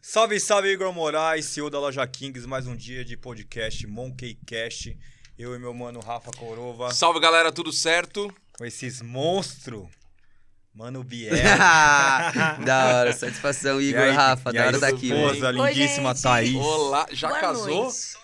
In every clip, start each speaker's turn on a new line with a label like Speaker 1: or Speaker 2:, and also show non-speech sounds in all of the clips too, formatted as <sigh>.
Speaker 1: Salve, salve, Igor Moraes, CEO da Loja Kings, mais um dia de podcast Monkeycast. Eu e meu mano Rafa Corova,
Speaker 2: Salve galera, tudo certo?
Speaker 1: com esses monstros. Mano
Speaker 3: <laughs>
Speaker 1: Biel.
Speaker 3: da hora, satisfação,
Speaker 1: É. E
Speaker 3: Igor,
Speaker 1: aí-
Speaker 3: Rafa,
Speaker 1: e
Speaker 3: da
Speaker 1: aí,
Speaker 3: hora tá aqui. velho.
Speaker 1: esposa,
Speaker 4: Oi,
Speaker 1: lindíssima
Speaker 4: gente.
Speaker 1: Thaís.
Speaker 2: Olá, já
Speaker 4: Boa
Speaker 2: casou?
Speaker 4: noite.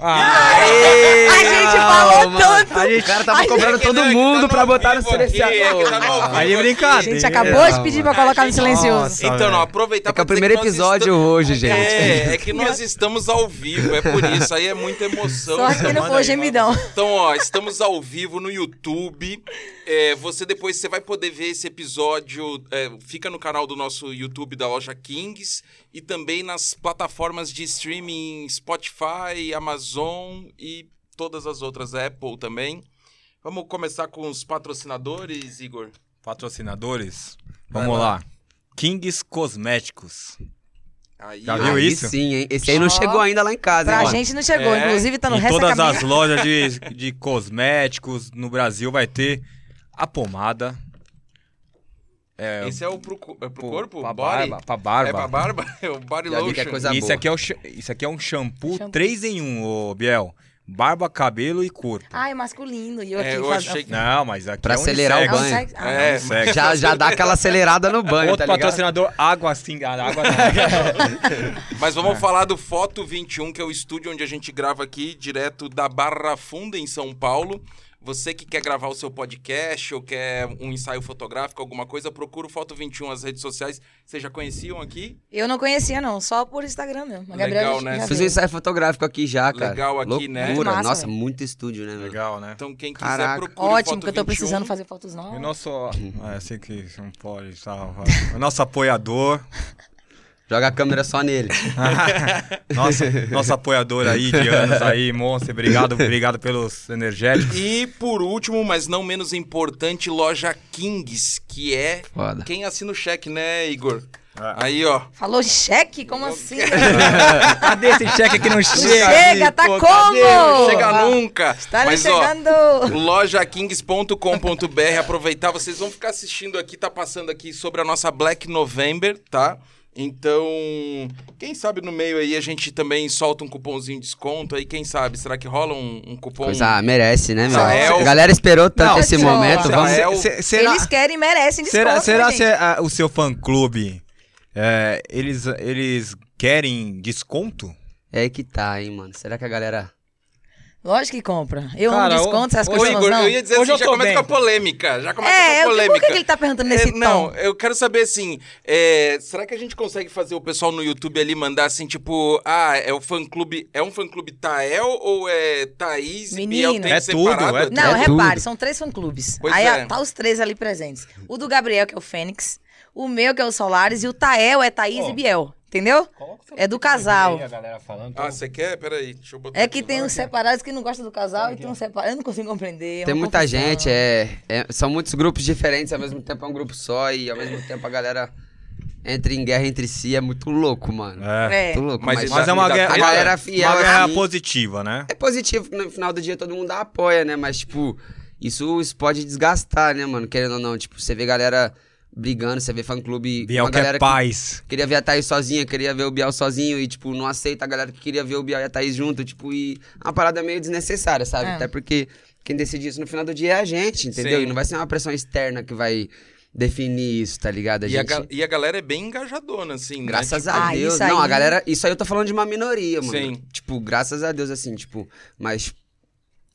Speaker 1: Ah,
Speaker 3: Aê,
Speaker 4: A gente falou
Speaker 3: mano.
Speaker 4: tanto.
Speaker 3: A gente, o cara tava cobrando
Speaker 2: É que não,
Speaker 3: todo
Speaker 2: é que tá
Speaker 3: mundo
Speaker 2: no
Speaker 3: pra botar no
Speaker 2: vivo aqui, é que
Speaker 3: selecionador.
Speaker 2: tá no
Speaker 1: Aí
Speaker 2: ao
Speaker 1: é
Speaker 2: vivo aqui.
Speaker 4: A
Speaker 1: brincadeira.
Speaker 4: gente acabou de
Speaker 3: Não,
Speaker 4: pedir
Speaker 3: mano.
Speaker 4: pra colocar no
Speaker 2: Gente,
Speaker 4: silencioso.
Speaker 2: Então, não, aproveitar
Speaker 3: É que é
Speaker 2: pra
Speaker 3: o
Speaker 2: dizer
Speaker 3: primeiro
Speaker 2: nós
Speaker 3: episódio
Speaker 2: estamos-
Speaker 3: hoje, gente.
Speaker 2: É, é que nós estamos ao vivo, é por isso. Aí é muita emoção.
Speaker 4: Só que não
Speaker 1: manda
Speaker 4: foi
Speaker 1: aí,
Speaker 4: o gemidão.
Speaker 2: Então, ó, estamos ao vivo no YouTube. É, você depois você vai poder ver esse episódio. é, fica no canal do nosso YouTube da loja Kings e também nas plataformas de streaming Spotify, Amazon e todas as outras, Apple também. Vamos começar com os patrocinadores, Igor.
Speaker 1: Patrocinadores,
Speaker 3: Vai
Speaker 1: vamos
Speaker 3: lá.
Speaker 1: lá. Kings Cosméticos.
Speaker 2: Aí,
Speaker 1: Já
Speaker 2: ah, ó.
Speaker 1: É. viu
Speaker 3: Aí
Speaker 1: isso?
Speaker 3: sim, hein? Esse aí não
Speaker 4: Ó.
Speaker 3: chegou ainda lá em casa,
Speaker 4: Pra
Speaker 3: hein? mano?
Speaker 4: gente não chegou.
Speaker 2: É.
Speaker 4: Inclusive, tá no
Speaker 1: em
Speaker 4: resto da
Speaker 1: todas as
Speaker 4: camisa.
Speaker 1: lojas de, de cosméticos no Brasil vai ter a pomada.
Speaker 2: Esse é o pro, co- é pro
Speaker 1: pro-
Speaker 2: corpo?
Speaker 1: Pra
Speaker 2: Body?
Speaker 1: barba. Pra
Speaker 2: É pra
Speaker 1: barba.
Speaker 2: barba? <laughs> É o body
Speaker 3: Já vi
Speaker 2: lotion.
Speaker 3: que é coisa
Speaker 1: E isso,
Speaker 3: boa.
Speaker 1: aqui é o, cha- isso aqui é um shampoo
Speaker 4: Shampoo.
Speaker 1: 3 em 1, ô Biel. Barba, cabelo e corpo.
Speaker 4: Ai, masculino. E eu aqui
Speaker 2: É, eu
Speaker 4: fazendo-
Speaker 2: achei que...
Speaker 1: Não, mas aqui
Speaker 3: Pra
Speaker 1: é
Speaker 3: acelerar o
Speaker 1: unissex.
Speaker 3: <laughs>
Speaker 4: Ah,
Speaker 3: banho.
Speaker 4: sai- ah,
Speaker 2: É,
Speaker 1: Unissex.
Speaker 3: Já, já dá aquela acelerada no banho,
Speaker 1: Outro
Speaker 3: tá ligado?
Speaker 1: patrocinador, água assim. a Água tá
Speaker 3: <laughs>
Speaker 1: não.
Speaker 2: Mas vamos falar do Foto 21, que é o estúdio onde a gente grava aqui, direto da Barra Funda, em São Paulo. Você que quer gravar o seu podcast ou quer um ensaio fotográfico, alguma coisa, procura o Foto 21 nas redes sociais. Vocês já conheciam aqui?
Speaker 4: Eu não conhecia, não. Só por Instagram mesmo. A Gabriela
Speaker 2: Legal,
Speaker 4: já-
Speaker 2: né?
Speaker 4: já
Speaker 3: Fiz um
Speaker 4: viu.
Speaker 3: ensaio fotográfico aqui já, cara.
Speaker 2: Legal aqui, né?
Speaker 3: Loucura.
Speaker 4: Massa,
Speaker 3: Nossa,
Speaker 4: velho.
Speaker 3: muito estúdio, né, velho?
Speaker 1: Legal, né?
Speaker 2: Então, quem quiser,
Speaker 3: Caraca.
Speaker 2: procura o
Speaker 4: Ótimo,
Speaker 2: Foto
Speaker 4: que eu tô
Speaker 2: 21.
Speaker 4: precisando fazer fotos
Speaker 1: E o
Speaker 4: novas.
Speaker 1: nosso.
Speaker 3: Uhum.
Speaker 1: É, eu sei que não pode salvar. O nosso apoiador. <laughs>
Speaker 3: Joga a câmera só nele.
Speaker 1: nosso, nosso apoiador aí de anos aí, monstro. Obrigado, obrigado pelos
Speaker 3: <laughs>
Speaker 1: energéticos.
Speaker 2: E por último, mas não menos importante, loja Kings, que é
Speaker 3: Foda.
Speaker 2: quem assina o cheque, né, Igor?
Speaker 1: Ah.
Speaker 2: Aí, ó.
Speaker 4: Falou cheque? Como assim?
Speaker 1: Cadê esse cheque que não
Speaker 4: chega, Chega, tá
Speaker 3: pô,
Speaker 4: como?
Speaker 2: Não chega
Speaker 4: Ah,
Speaker 2: nunca.
Speaker 4: <laughs> Tá
Speaker 2: mas, ó,
Speaker 4: chegando.
Speaker 2: lojakings.com.br. Aproveitar, vocês vão ficar assistindo aqui, tá passando aqui sobre a nossa Black November, tá? Então, quem sabe no meio aí a gente também solta um cupomzinho de desconto aí, quem sabe? Será que rola um, um cupom?
Speaker 3: Coisa merece, né, meu?
Speaker 1: é
Speaker 2: Israel.
Speaker 3: A galera esperou tanto
Speaker 4: Não,
Speaker 3: esse
Speaker 4: Israel.
Speaker 3: momento. Vamos...
Speaker 2: Israel.
Speaker 1: será,
Speaker 4: Eles querem e merecem desconto.
Speaker 1: será, será
Speaker 4: né,
Speaker 1: se
Speaker 4: gente?
Speaker 1: ah, o seu fã-clube. é, eles, eles querem desconto?
Speaker 3: É aí que tá, hein, mano. Será que a galera...
Speaker 4: Lógico que compra. Eu
Speaker 1: Cara,
Speaker 4: amo
Speaker 1: ô-
Speaker 4: desconto, essas
Speaker 1: ô,
Speaker 2: Ô,
Speaker 4: coisas
Speaker 2: Igor,
Speaker 4: não.
Speaker 2: eu ia dizer
Speaker 1: Hoje eu
Speaker 2: assim, já
Speaker 1: tô
Speaker 2: começa
Speaker 1: bem.
Speaker 2: com a polêmica. Já começa
Speaker 4: É,
Speaker 2: com a
Speaker 4: eu, por
Speaker 2: polêmica.
Speaker 4: que, que ele tá perguntando nesse
Speaker 2: É,
Speaker 4: tom?
Speaker 2: não, eu quero saber assim, é, será que a gente consegue fazer o pessoal no YouTube ali mandar assim, tipo, ah, é o fã clube, é um fã clube Tael ou é Thaís e Biel
Speaker 4: Menino.
Speaker 2: tem
Speaker 1: É tudo,
Speaker 2: separado?
Speaker 1: é
Speaker 4: Não,
Speaker 3: É
Speaker 4: repare,
Speaker 3: tudo.
Speaker 4: são três fã-clubes.
Speaker 2: Pois
Speaker 4: Aí
Speaker 2: é.
Speaker 4: tá os três ali presentes. O do Gabriel, que é o Fênix, o meu, que é o Solares, e o Tael é Thaís
Speaker 1: Ó.
Speaker 4: e Biel. Entendeu? É do casal.
Speaker 2: Ah, você quer? Peraí, deixa eu botar
Speaker 4: É que
Speaker 2: aqui.
Speaker 4: tem uns separados que não gostam do casal e tem uns separados. Eu não consigo compreender. é
Speaker 3: Tem
Speaker 4: uma
Speaker 3: muita
Speaker 4: confusão.
Speaker 3: gente, é, é- São muitos grupos diferentes, ao mesmo tempo é um grupo só e ao mesmo tempo a galera entra em guerra entre si, é muito louco, mano.
Speaker 1: É.
Speaker 4: É.
Speaker 3: Muito louco,
Speaker 2: Mas
Speaker 3: mas,
Speaker 2: isso
Speaker 1: Mas é uma
Speaker 2: da-
Speaker 1: guerra,
Speaker 3: a galera fiel.
Speaker 1: uma guerra
Speaker 3: assim,
Speaker 1: positiva, né?
Speaker 3: É positivo que no final do dia todo mundo apoia, né? Mas, tipo, isso, isso pode desgastar, né, mano? Querendo ou não, tipo, você vê galera brigando, você vê fã clube.
Speaker 1: Biel
Speaker 3: uma
Speaker 1: que
Speaker 3: galera
Speaker 1: é paz.
Speaker 3: Queria ver a Thaís sozinha, queria ver o Biel sozinho e, tipo, não aceita a galera que queria ver o Biel e a Thaís junto, tipo, e é uma parada meio desnecessária, sabe?
Speaker 4: É.
Speaker 3: Até porque quem decide isso no final do dia é a gente, entendeu?
Speaker 2: Sim.
Speaker 3: E não vai ser uma pressão externa que vai definir isso, tá ligado? A
Speaker 2: E a,
Speaker 3: gente.
Speaker 2: ga- e a galera é bem engajadona, assim, né?
Speaker 3: Graças
Speaker 4: tipo-
Speaker 3: a
Speaker 4: Ah,
Speaker 3: Deus.
Speaker 4: isso aí-
Speaker 3: Não, a galera. Isso aí eu tô falando de uma minoria, mano.
Speaker 2: Sim.
Speaker 3: Tipo, graças a Deus, assim, tipo. Mas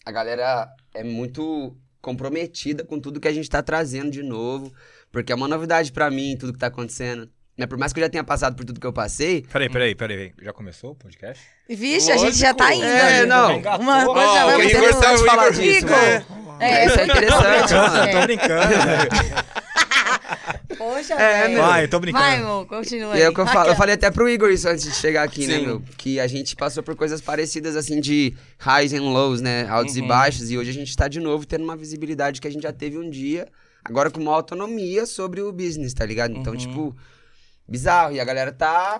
Speaker 3: a galera é muito comprometida com tudo que a gente tá trazendo de novo. Porque é uma novidade pra mim, tudo que tá acontecendo. Né? Por mais que eu já tenha passado por tudo que eu passei.
Speaker 1: Peraí, peraí, peraí. Já começou o podcast?
Speaker 4: Vixe, a gente já
Speaker 2: Lógico.
Speaker 4: tá indo.
Speaker 3: É,
Speaker 4: ali.
Speaker 3: não.
Speaker 1: um
Speaker 4: Uma
Speaker 2: Ó,
Speaker 4: coisa já
Speaker 2: o
Speaker 4: vai
Speaker 2: Igor
Speaker 4: fazendo
Speaker 2: tá-
Speaker 4: outra.
Speaker 2: o Igor-
Speaker 4: Igor.
Speaker 3: É,
Speaker 4: <laughs>
Speaker 3: isso é interessante, mano.
Speaker 1: Tô brincando. né? velho.
Speaker 4: Poxa,
Speaker 3: É,
Speaker 4: velho.
Speaker 3: meu.
Speaker 1: Vai, tô
Speaker 4: Vai,
Speaker 1: brincando.
Speaker 4: amor, continua
Speaker 3: E é
Speaker 4: aí.
Speaker 3: o que eu falo. Eu
Speaker 4: Raquel.
Speaker 3: falei até pro Igor isso antes de chegar aqui, né,
Speaker 2: Sim.
Speaker 3: meu? Que a gente passou por coisas parecidas, assim, de highs and lows, né? Altos
Speaker 2: Uhum.
Speaker 3: e baixos. E hoje a gente tá de novo tendo uma visibilidade que a gente já teve um dia, agora com uma autonomia sobre o business, tá ligado? Então,
Speaker 2: Uhum.
Speaker 3: tipo, bizarro. E a galera tá.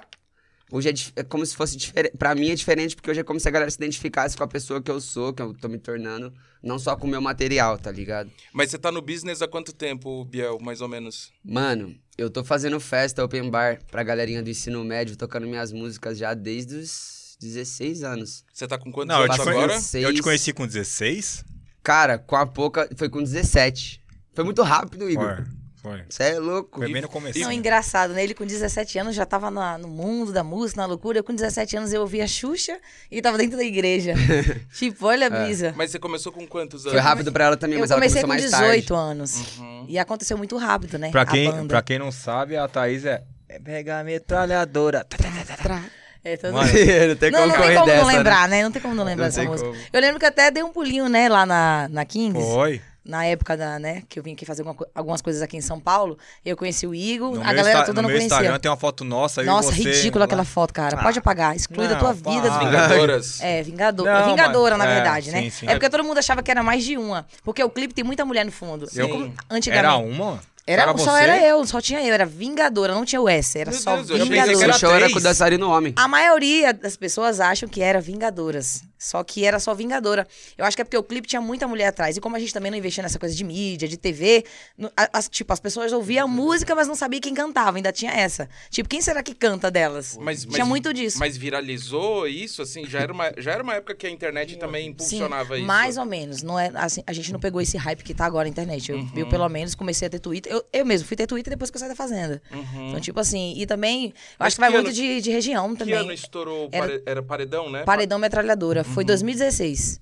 Speaker 3: Hoje é, dif- é como se fosse diferente. Pra mim é diferente, porque hoje é como se a galera se identificasse com a pessoa que eu sou, que eu tô me tornando, não só com o meu material, tá ligado?
Speaker 2: Mas você tá no business há quanto tempo, Biel, mais ou menos?
Speaker 3: Mano, eu tô fazendo festa open bar pra galerinha do ensino médio, tocando minhas músicas já desde os 16 anos.
Speaker 2: Você tá com quantos
Speaker 1: Não, eu te,
Speaker 2: anos
Speaker 3: Passa
Speaker 1: conhe-
Speaker 2: agora?
Speaker 3: agora?
Speaker 1: eu te
Speaker 3: Seis.
Speaker 1: conheci com 16?
Speaker 3: Cara, com a pouca, foi com 17. Foi muito rápido, Igor.
Speaker 1: Foi, foi.
Speaker 3: Você é louco.
Speaker 1: Foi bem no começo.
Speaker 4: Não, engraçado, né? Ele com 17 anos já tava na- no mundo da música, na loucura. Eu com 17 anos eu ouvia Xuxa e tava dentro
Speaker 1: <laughs>
Speaker 4: da igreja. tipo, olha a brisa.
Speaker 2: Mas você começou com quantos anos?
Speaker 3: Foi rápido pra ela
Speaker 1: É.
Speaker 3: também,
Speaker 4: Eu
Speaker 3: mas ela
Speaker 4: comecei
Speaker 3: começou
Speaker 4: com
Speaker 3: mais
Speaker 4: 18
Speaker 3: tarde.
Speaker 4: anos. E aconteceu muito rápido, né?
Speaker 1: Uhum. Pra
Speaker 4: a
Speaker 1: quem,
Speaker 4: banda.
Speaker 1: pra quem não sabe, a Thaís é. é Pega a metralhadora. Tá, tá, tá, tá, tá.
Speaker 4: É, todo
Speaker 1: Mano,
Speaker 3: não tem
Speaker 4: Não,
Speaker 3: como
Speaker 4: não tem
Speaker 3: correr
Speaker 4: como
Speaker 3: dessa,
Speaker 4: não
Speaker 3: né?
Speaker 4: lembrar, né? Não tem como não lembrar
Speaker 3: Não
Speaker 4: dessa
Speaker 3: tem
Speaker 4: música.
Speaker 3: como.
Speaker 4: Eu lembro que até dei um pulinho, né, lá na, na Kings.
Speaker 1: Foi.
Speaker 4: Na época da, né, que eu vim aqui fazer alguma co- algumas coisas aqui em São Paulo. Eu conheci o Igor,
Speaker 1: No
Speaker 4: a
Speaker 1: meu
Speaker 4: galera
Speaker 1: Insta-
Speaker 4: toda
Speaker 1: no
Speaker 4: não
Speaker 1: meu Instagram
Speaker 4: conhecia.
Speaker 1: tem uma foto nossa. eu e
Speaker 4: Nossa,
Speaker 1: você,
Speaker 4: ridícula
Speaker 1: lá.
Speaker 4: aquela foto, cara.
Speaker 1: Ah.
Speaker 4: Pode apagar, exclui da
Speaker 1: Não,
Speaker 4: tua vida.
Speaker 1: para.
Speaker 4: desliga.
Speaker 2: Vingadoras.
Speaker 4: É, Vingador.
Speaker 1: Não,
Speaker 4: é Vingadora, na
Speaker 1: mas- é,
Speaker 4: verdade, né?
Speaker 1: sim, sim.
Speaker 4: É porque todo mundo achava que era mais de uma. Porque o clipe tem muita mulher no fundo.
Speaker 1: Eu-
Speaker 4: Como- antigamente.
Speaker 1: Era uma?
Speaker 4: Era- um,
Speaker 1: você?
Speaker 4: só era eu, só tinha eu. Era Vingadora, não tinha o S. Era
Speaker 2: Meu
Speaker 4: só
Speaker 2: Deus, eu já pensei que
Speaker 4: Vingadora.
Speaker 1: era
Speaker 3: O show era com o
Speaker 1: três.
Speaker 3: dançarino homem.
Speaker 4: A maioria das pessoas acham que era Vingadoras. Só que era só Vingadora. Eu acho que é porque o clipe tinha muita mulher atrás. E como a gente também não investia nessa coisa de mídia, de TV, no- a- as, tipo, as pessoas ouviam a música, mas não sabia quem cantava. Ainda tinha essa. Tipo, quem será que canta delas?
Speaker 2: Mas,
Speaker 4: tinha
Speaker 2: mas-
Speaker 4: muito disso.
Speaker 2: Mas viralizou isso, assim? Já era uma, já era uma época que a internet também impulsionava
Speaker 4: Sim,
Speaker 2: isso.
Speaker 4: Mais ou menos. Não é, assim, a gente não pegou esse hype que tá agora na internet. Eu,
Speaker 2: Uhum.
Speaker 4: eu, pelo menos, comecei a ter Twitter. Eu, eu mesmo fui ter Twitter depois que eu saí da Fazenda. Então, tipo assim, e também, eu
Speaker 2: Mas
Speaker 4: acho que vai
Speaker 2: que
Speaker 4: muito
Speaker 2: ano-
Speaker 4: de, de região
Speaker 2: Uhum. Que
Speaker 4: também.
Speaker 2: ano estourou? o
Speaker 4: Era-
Speaker 2: pare- Era, Paredão, né?
Speaker 4: Paredão Metralhadora. Foi 2016.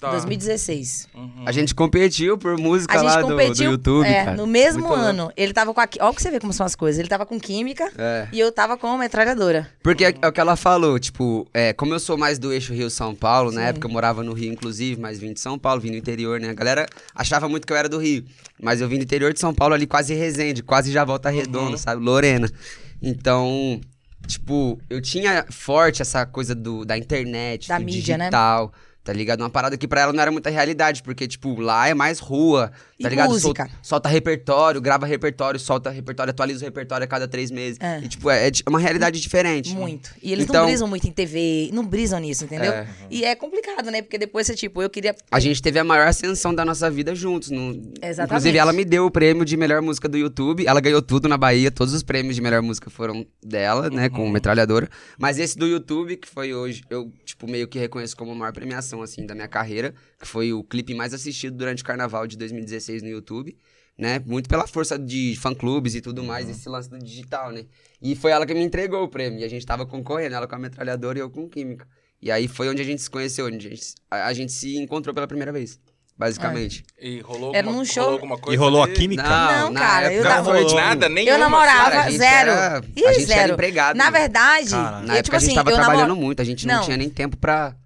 Speaker 2: Tá.
Speaker 4: 2016.
Speaker 2: Uhum.
Speaker 3: A gente competiu por música
Speaker 4: A gente
Speaker 3: lá do, do
Speaker 4: competiu
Speaker 3: YouTube,
Speaker 4: é,
Speaker 3: cara.
Speaker 4: no mesmo
Speaker 3: Muito louco.
Speaker 4: ano. Ele tava com a. Olha que você vê como são as coisas. Ele tava com química
Speaker 3: É.
Speaker 4: e eu tava com metralhadora.
Speaker 3: Porque é é o que ela falou, tipo, é, como eu sou mais do eixo Rio-São Paulo, na época eu morava no Rio, inclusive, mas vim de São Paulo, vim do interior, né? A galera achava muito que eu era do Rio, mas eu vim do interior de São Paulo ali, quase Resende, quase já volta
Speaker 4: Uhum.
Speaker 3: redonda, sabe? Lorena. Então, tipo, eu tinha forte essa coisa do, da internet,
Speaker 4: Da
Speaker 3: do
Speaker 4: mídia, né?
Speaker 3: digital, tá ligado? Uma parada que pra ela não era muita realidade, porque, tipo, lá é mais rua, tá
Speaker 4: E
Speaker 3: ligado? Sol-
Speaker 4: música.
Speaker 3: solta repertório, grava repertório, solta repertório, atualiza o repertório a cada três meses.
Speaker 4: É.
Speaker 3: E, tipo, é, é de- é uma realidade diferente.
Speaker 4: Muito. E eles não
Speaker 3: Então-
Speaker 4: brisam muito em TV, não brisam nisso, entendeu?
Speaker 3: É.
Speaker 4: E é complicado, né? Porque depois você, tipo, eu queria.
Speaker 3: A gente teve a maior ascensão da nossa vida juntos. no-
Speaker 4: Exatamente.
Speaker 3: Inclusive, ela me deu o prêmio de melhor música do YouTube. Ela ganhou tudo na Bahia. Todos os prêmios de melhor música foram dela, né? Com metralhadora. Mas esse do YouTube, que foi hoje, eu, tipo, meio que reconheço como a maior premiação, assim, da minha carreira. Que foi o clipe mais assistido durante o carnaval de 2016 no YouTube. Né? Muito pela força de fã-clubes e tudo mais, esse lance do digital, né? E foi ela que me entregou o prêmio. E a gente tava concorrendo, ela com a metralhadora e eu com química. E aí foi onde a gente se conheceu, onde a gente, a- a gente se encontrou pela primeira vez, basicamente.
Speaker 2: E rolou,
Speaker 4: Era
Speaker 2: alguma,
Speaker 4: num show-
Speaker 2: rolou alguma coisa?
Speaker 1: E rolou a
Speaker 2: ali?
Speaker 1: química?
Speaker 4: Não,
Speaker 3: na
Speaker 4: cara, eu
Speaker 3: época
Speaker 1: tava-
Speaker 3: foi,
Speaker 1: Não
Speaker 3: tipo,
Speaker 2: Nada, nenhuma.
Speaker 4: eu namorava,
Speaker 3: cara, a gente
Speaker 4: zero.
Speaker 3: era-
Speaker 4: Ih,
Speaker 3: a gente
Speaker 4: zero.
Speaker 3: era empregado,
Speaker 4: Na
Speaker 3: né?
Speaker 4: verdade,
Speaker 1: Caralho.
Speaker 3: Na
Speaker 4: eu,
Speaker 3: época
Speaker 4: tipo
Speaker 3: a gente
Speaker 4: assim,
Speaker 3: tava
Speaker 4: eu,
Speaker 3: trabalhando
Speaker 4: namoro-
Speaker 3: muito, a gente não,
Speaker 4: Não.
Speaker 3: tinha nem tempo pra.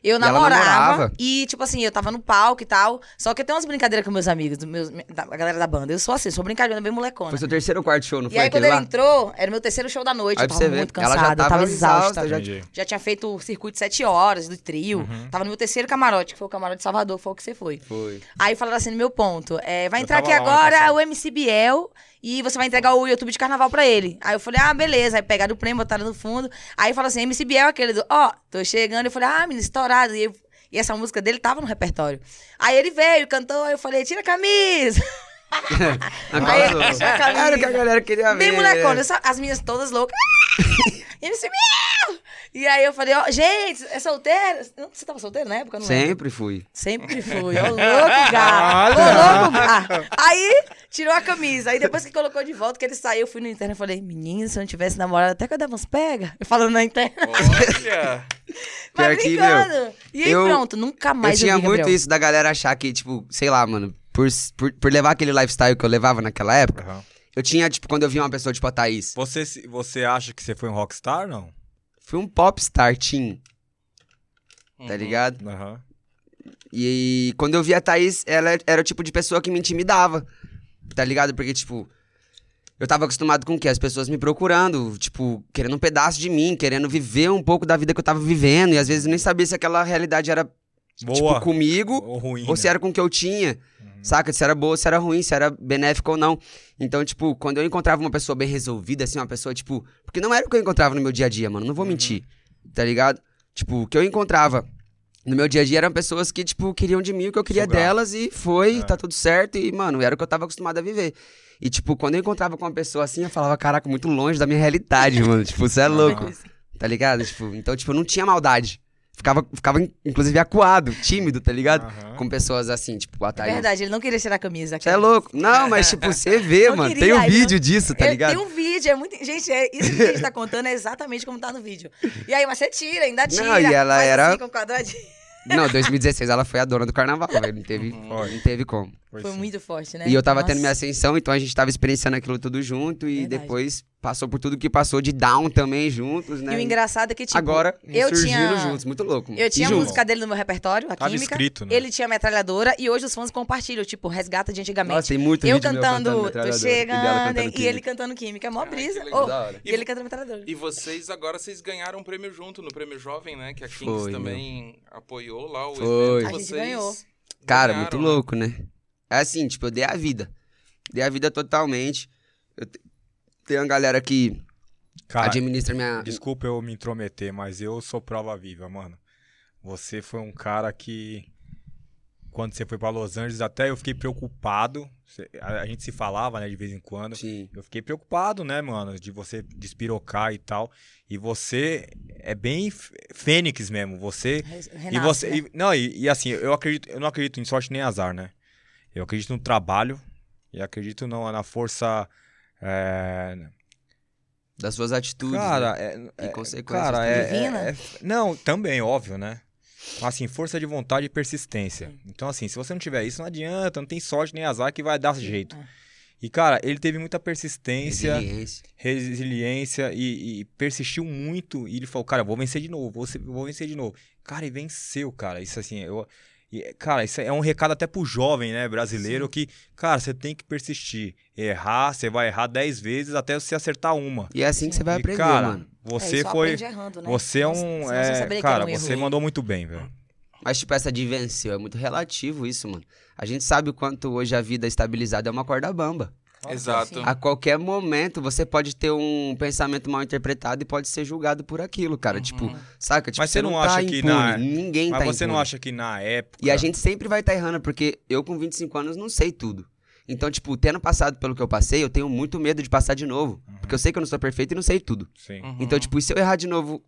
Speaker 4: eu
Speaker 3: e ela
Speaker 4: namorava,
Speaker 3: namorava.
Speaker 4: E, tipo assim, eu tava no palco e tal. Só que eu tenho umas brincadeiras com meus amigos, dos meus, da, a galera da banda. Eu sou assim, sou brincalhona, bem molecona.
Speaker 3: Foi seu terceiro ou quarto show, é, não
Speaker 4: E
Speaker 3: foi
Speaker 4: aí, quando
Speaker 3: aquele
Speaker 4: ele
Speaker 3: lá?
Speaker 4: entrou, era meu terceiro show da noite.
Speaker 3: Aí
Speaker 4: eu
Speaker 3: pra
Speaker 4: tava
Speaker 3: você ver,
Speaker 4: muito
Speaker 3: ela já
Speaker 4: cansada, eu
Speaker 3: tava
Speaker 4: tava exausta.
Speaker 3: exausta,
Speaker 4: Já...
Speaker 3: já- Uhum.
Speaker 1: Entendi.
Speaker 4: tinha feito o circuito de sete horas do trio. Tava no meu terceiro camarote, que foi o camarote de Salvador, foi o que você foi.
Speaker 3: Foi.
Speaker 4: Aí falaram assim, no meu ponto, é, vai
Speaker 1: Eu
Speaker 4: entrar
Speaker 1: tava
Speaker 4: aqui
Speaker 1: lá ano
Speaker 4: agora
Speaker 1: passado.
Speaker 4: o MC Biel e você vai entregar o YouTube de carnaval pra ele. Aí eu falei, ah, beleza. Aí pegaram o prêmio, botaram no fundo. Aí falaram assim, MC Biel, aquele do, ó, tô chegando. Eu falei, ah, menino, estourado. E, eu- e essa música dele tava no repertório. Aí ele veio, cantou, aí eu falei, tira a camisa.
Speaker 3: Na
Speaker 4: <laughs> Aí,
Speaker 3: causa-
Speaker 4: essa
Speaker 3: <laughs> Era o que
Speaker 4: camisa.
Speaker 3: a galera queria ver.
Speaker 4: Bem molecona, assim,
Speaker 3: né?
Speaker 4: eu só- as minhas
Speaker 3: <laughs>
Speaker 4: todas loucas. MC Biel! E aí eu falei, ó, gente, é solteiro? Não, Você tava solteiro na época? Não lembro.
Speaker 3: Sempre fui.
Speaker 4: Sempre fui. Ô, louco, gato. Ô, louco, gato. Aí, tirou a camisa. Aí, depois que colocou de volta, que ele saiu, eu fui no internet e falei, menina, se eu não tivesse namorado, até que eu dava uns pega. Eu Falando na internet.
Speaker 2: <laughs> Olha!
Speaker 4: Mas
Speaker 3: Pior que,
Speaker 4: brincando. e aí,
Speaker 3: eu-
Speaker 4: pronto. Nunca mais
Speaker 3: eu tinha
Speaker 4: vi
Speaker 3: muito
Speaker 4: Gabriel.
Speaker 3: isso da galera achar que, tipo, sei lá, mano, por, por, por levar aquele lifestyle que eu levava naquela época,
Speaker 1: Aham.
Speaker 3: eu tinha, tipo, quando eu via uma pessoa, tipo, a Thaís,
Speaker 1: Você, se- você acha que você foi um rockstar, não?
Speaker 3: fui um popstar teen,
Speaker 2: Uhum.
Speaker 3: <laughs> tá ligado?
Speaker 1: Aham.
Speaker 3: E quando eu via a Thaís, ela era o tipo de pessoa que me intimidava. Tá ligado? Porque, tipo, eu tava acostumado com o quê? As pessoas me procurando, tipo, querendo um pedaço de mim, querendo viver um pouco da vida que eu tava vivendo. E às vezes eu nem sabia se aquela realidade era,
Speaker 1: Boa.
Speaker 3: tipo, comigo
Speaker 1: Ou ruim.
Speaker 3: ou se
Speaker 1: né?
Speaker 3: era com o que eu tinha, saca? Se era boa, se era ruim, se era benéfico ou não. Então, tipo, quando eu encontrava uma pessoa bem resolvida, assim, uma pessoa, tipo. Porque não era o que eu encontrava no meu dia a dia, mano, não vou mentir, tá ligado? Tipo, o que eu encontrava no meu dia a dia eram pessoas que, tipo, queriam de mim o que eu queria
Speaker 1: Sugava.
Speaker 3: delas e foi,
Speaker 1: É.
Speaker 3: tá tudo certo. E, mano, era o que eu tava acostumado a viver. E, tipo, quando eu encontrava com uma pessoa assim, eu falava, caraca, muito longe da minha realidade, mano. Tipo, você é louco. Tá ligado? Tipo, então, tipo, eu não tinha maldade. Ficava, ficava inclusive, acuado, tímido, tá ligado?
Speaker 1: Aham.
Speaker 3: Com pessoas assim, tipo, a Thaís.
Speaker 4: É Verdade, ele não queria tirar a camisa.
Speaker 3: Você é louco. Não, mas, tipo, você vê,
Speaker 4: Não
Speaker 3: mano.
Speaker 4: queria,
Speaker 3: Tem um
Speaker 4: aí
Speaker 3: vídeo disso, tá
Speaker 4: Eu-
Speaker 3: ligado?
Speaker 4: Tem um vídeo, é muito. Gente, é, isso que a gente tá contando é exatamente como tá no vídeo. E aí, mas você tira, ainda tira.
Speaker 3: Não, e ela
Speaker 4: faz
Speaker 3: era-
Speaker 4: assim, com o quadradinho.
Speaker 3: Não, 2016 ela foi a dona do carnaval, velho. Não teve,
Speaker 1: Olha.
Speaker 3: não teve como.
Speaker 4: Foi muito forte, né?
Speaker 3: é. E eu tava
Speaker 4: Nossa.
Speaker 3: tendo minha ascensão, então a gente tava experienciando aquilo tudo junto. E
Speaker 4: Verdade.
Speaker 3: depois passou por tudo que passou de down também juntos, né?
Speaker 4: E o engraçado é que, tipo.
Speaker 3: Agora,
Speaker 4: eu
Speaker 3: surgiram
Speaker 4: tinha-
Speaker 3: juntos. Muito louco. mano.
Speaker 4: Eu
Speaker 3: E
Speaker 4: tinha a
Speaker 3: juntos.
Speaker 4: música dele no meu repertório, a
Speaker 1: Tava
Speaker 4: Química.
Speaker 1: escrito, né?
Speaker 4: Ele tinha a metralhadora e hoje os fãs compartilham, tipo, resgata de antigamente.
Speaker 3: Nossa, tem muito
Speaker 4: tipo, eu
Speaker 3: vídeo meu cantando
Speaker 4: cantando, tô
Speaker 3: metralhadora, e dela
Speaker 4: chegando,
Speaker 3: cantando
Speaker 4: e
Speaker 3: Química.
Speaker 4: ele cantando Química. Mó
Speaker 2: Ai, que
Speaker 4: brisa.
Speaker 2: legal.
Speaker 4: Oh,
Speaker 3: Da hora.
Speaker 4: e ele cantando metralhadora.
Speaker 2: E vocês agora vocês ganharam um prêmio junto no Prêmio Jovem, né? Que a Kings
Speaker 3: Foi,
Speaker 2: também apoiou lá o
Speaker 3: Foi.
Speaker 2: evento.
Speaker 4: A gente
Speaker 2: vocês
Speaker 4: ganhou.
Speaker 3: Cara,
Speaker 2: ganharam,
Speaker 3: muito
Speaker 2: né?
Speaker 3: louco, né? É assim, tipo, eu dei a vida. Dei a vida totalmente. Eu te- Tem uma galera que
Speaker 1: Cara,
Speaker 3: administra minha.
Speaker 1: Desculpa eu me intrometer, mas eu sou prova viva, mano. Você foi um cara que. Quando você foi pra Los Angeles, até eu fiquei preocupado. Você- A a gente se falava, né, de vez em quando.
Speaker 3: Sim.
Speaker 1: Eu fiquei preocupado, né, mano, de você despirocar e tal. E você é bem f- fênix mesmo. Você
Speaker 4: Renato,
Speaker 1: e você,
Speaker 4: né?
Speaker 1: e- não, e, e assim, eu acredito, eu não acredito em sorte nem azar, né? Eu acredito no trabalho e acredito no- na força. é,
Speaker 3: Das suas atitudes.
Speaker 1: cara,
Speaker 3: né?
Speaker 1: é,
Speaker 3: E
Speaker 1: é-
Speaker 3: consequências.
Speaker 1: cara, é,
Speaker 3: também.
Speaker 4: Divina.
Speaker 1: é- é- Não, também, óbvio, né? Mas, assim, força de vontade e persistência.
Speaker 4: Hum.
Speaker 1: Então, assim, se você não tiver isso, não adianta, não tem sorte nem azar que vai dar jeito.
Speaker 4: É.
Speaker 1: E, cara, ele teve muita persistência
Speaker 3: Resiliência.
Speaker 1: resiliência e, e persistiu muito. E ele falou, cara, vou vencer de novo, vou, se- vou vencer de novo. Cara, e venceu, cara. Isso assim, eu. e, cara, isso é um recado até pro jovem, né, brasileiro, que, cara, você tem que persistir. Errar, você vai errar 10 vezes até você acertar uma.
Speaker 3: E é assim que você vai
Speaker 1: E,
Speaker 3: aprender,
Speaker 1: cara,
Speaker 3: mano.
Speaker 1: você
Speaker 4: É, só
Speaker 1: foi.
Speaker 4: aprende errando, né?
Speaker 1: Você é
Speaker 4: Nossa,
Speaker 1: um.
Speaker 4: senão
Speaker 1: é,
Speaker 4: você saberia que
Speaker 1: cara,
Speaker 4: era um erro.
Speaker 1: você mandou muito bem, velho.
Speaker 3: Mas, tipo, essa de vencer é muito relativo isso, mano. A gente sabe o quanto hoje a vida estabilizada é uma corda bamba.
Speaker 2: Exato.
Speaker 4: Sim.
Speaker 3: A qualquer momento você pode ter um pensamento mal interpretado e pode ser julgado por aquilo, cara.
Speaker 2: Uhum.
Speaker 3: Tipo, saca? Tipo,
Speaker 1: Mas você não
Speaker 3: tá
Speaker 1: acha que
Speaker 3: impune,
Speaker 1: na-
Speaker 3: Ninguém
Speaker 1: Mas
Speaker 3: tá
Speaker 1: você não
Speaker 3: impune.
Speaker 1: acha que na época.
Speaker 3: E a gente sempre vai estar errando, porque eu com 25 anos não sei tudo. Então, tipo, tendo passado pelo que eu passei, eu tenho muito medo de passar de novo.
Speaker 1: Uhum.
Speaker 3: Porque eu sei que eu não sou perfeito e não sei tudo.
Speaker 1: Sim.
Speaker 2: Uhum.
Speaker 3: Então, tipo, e se eu errar de novo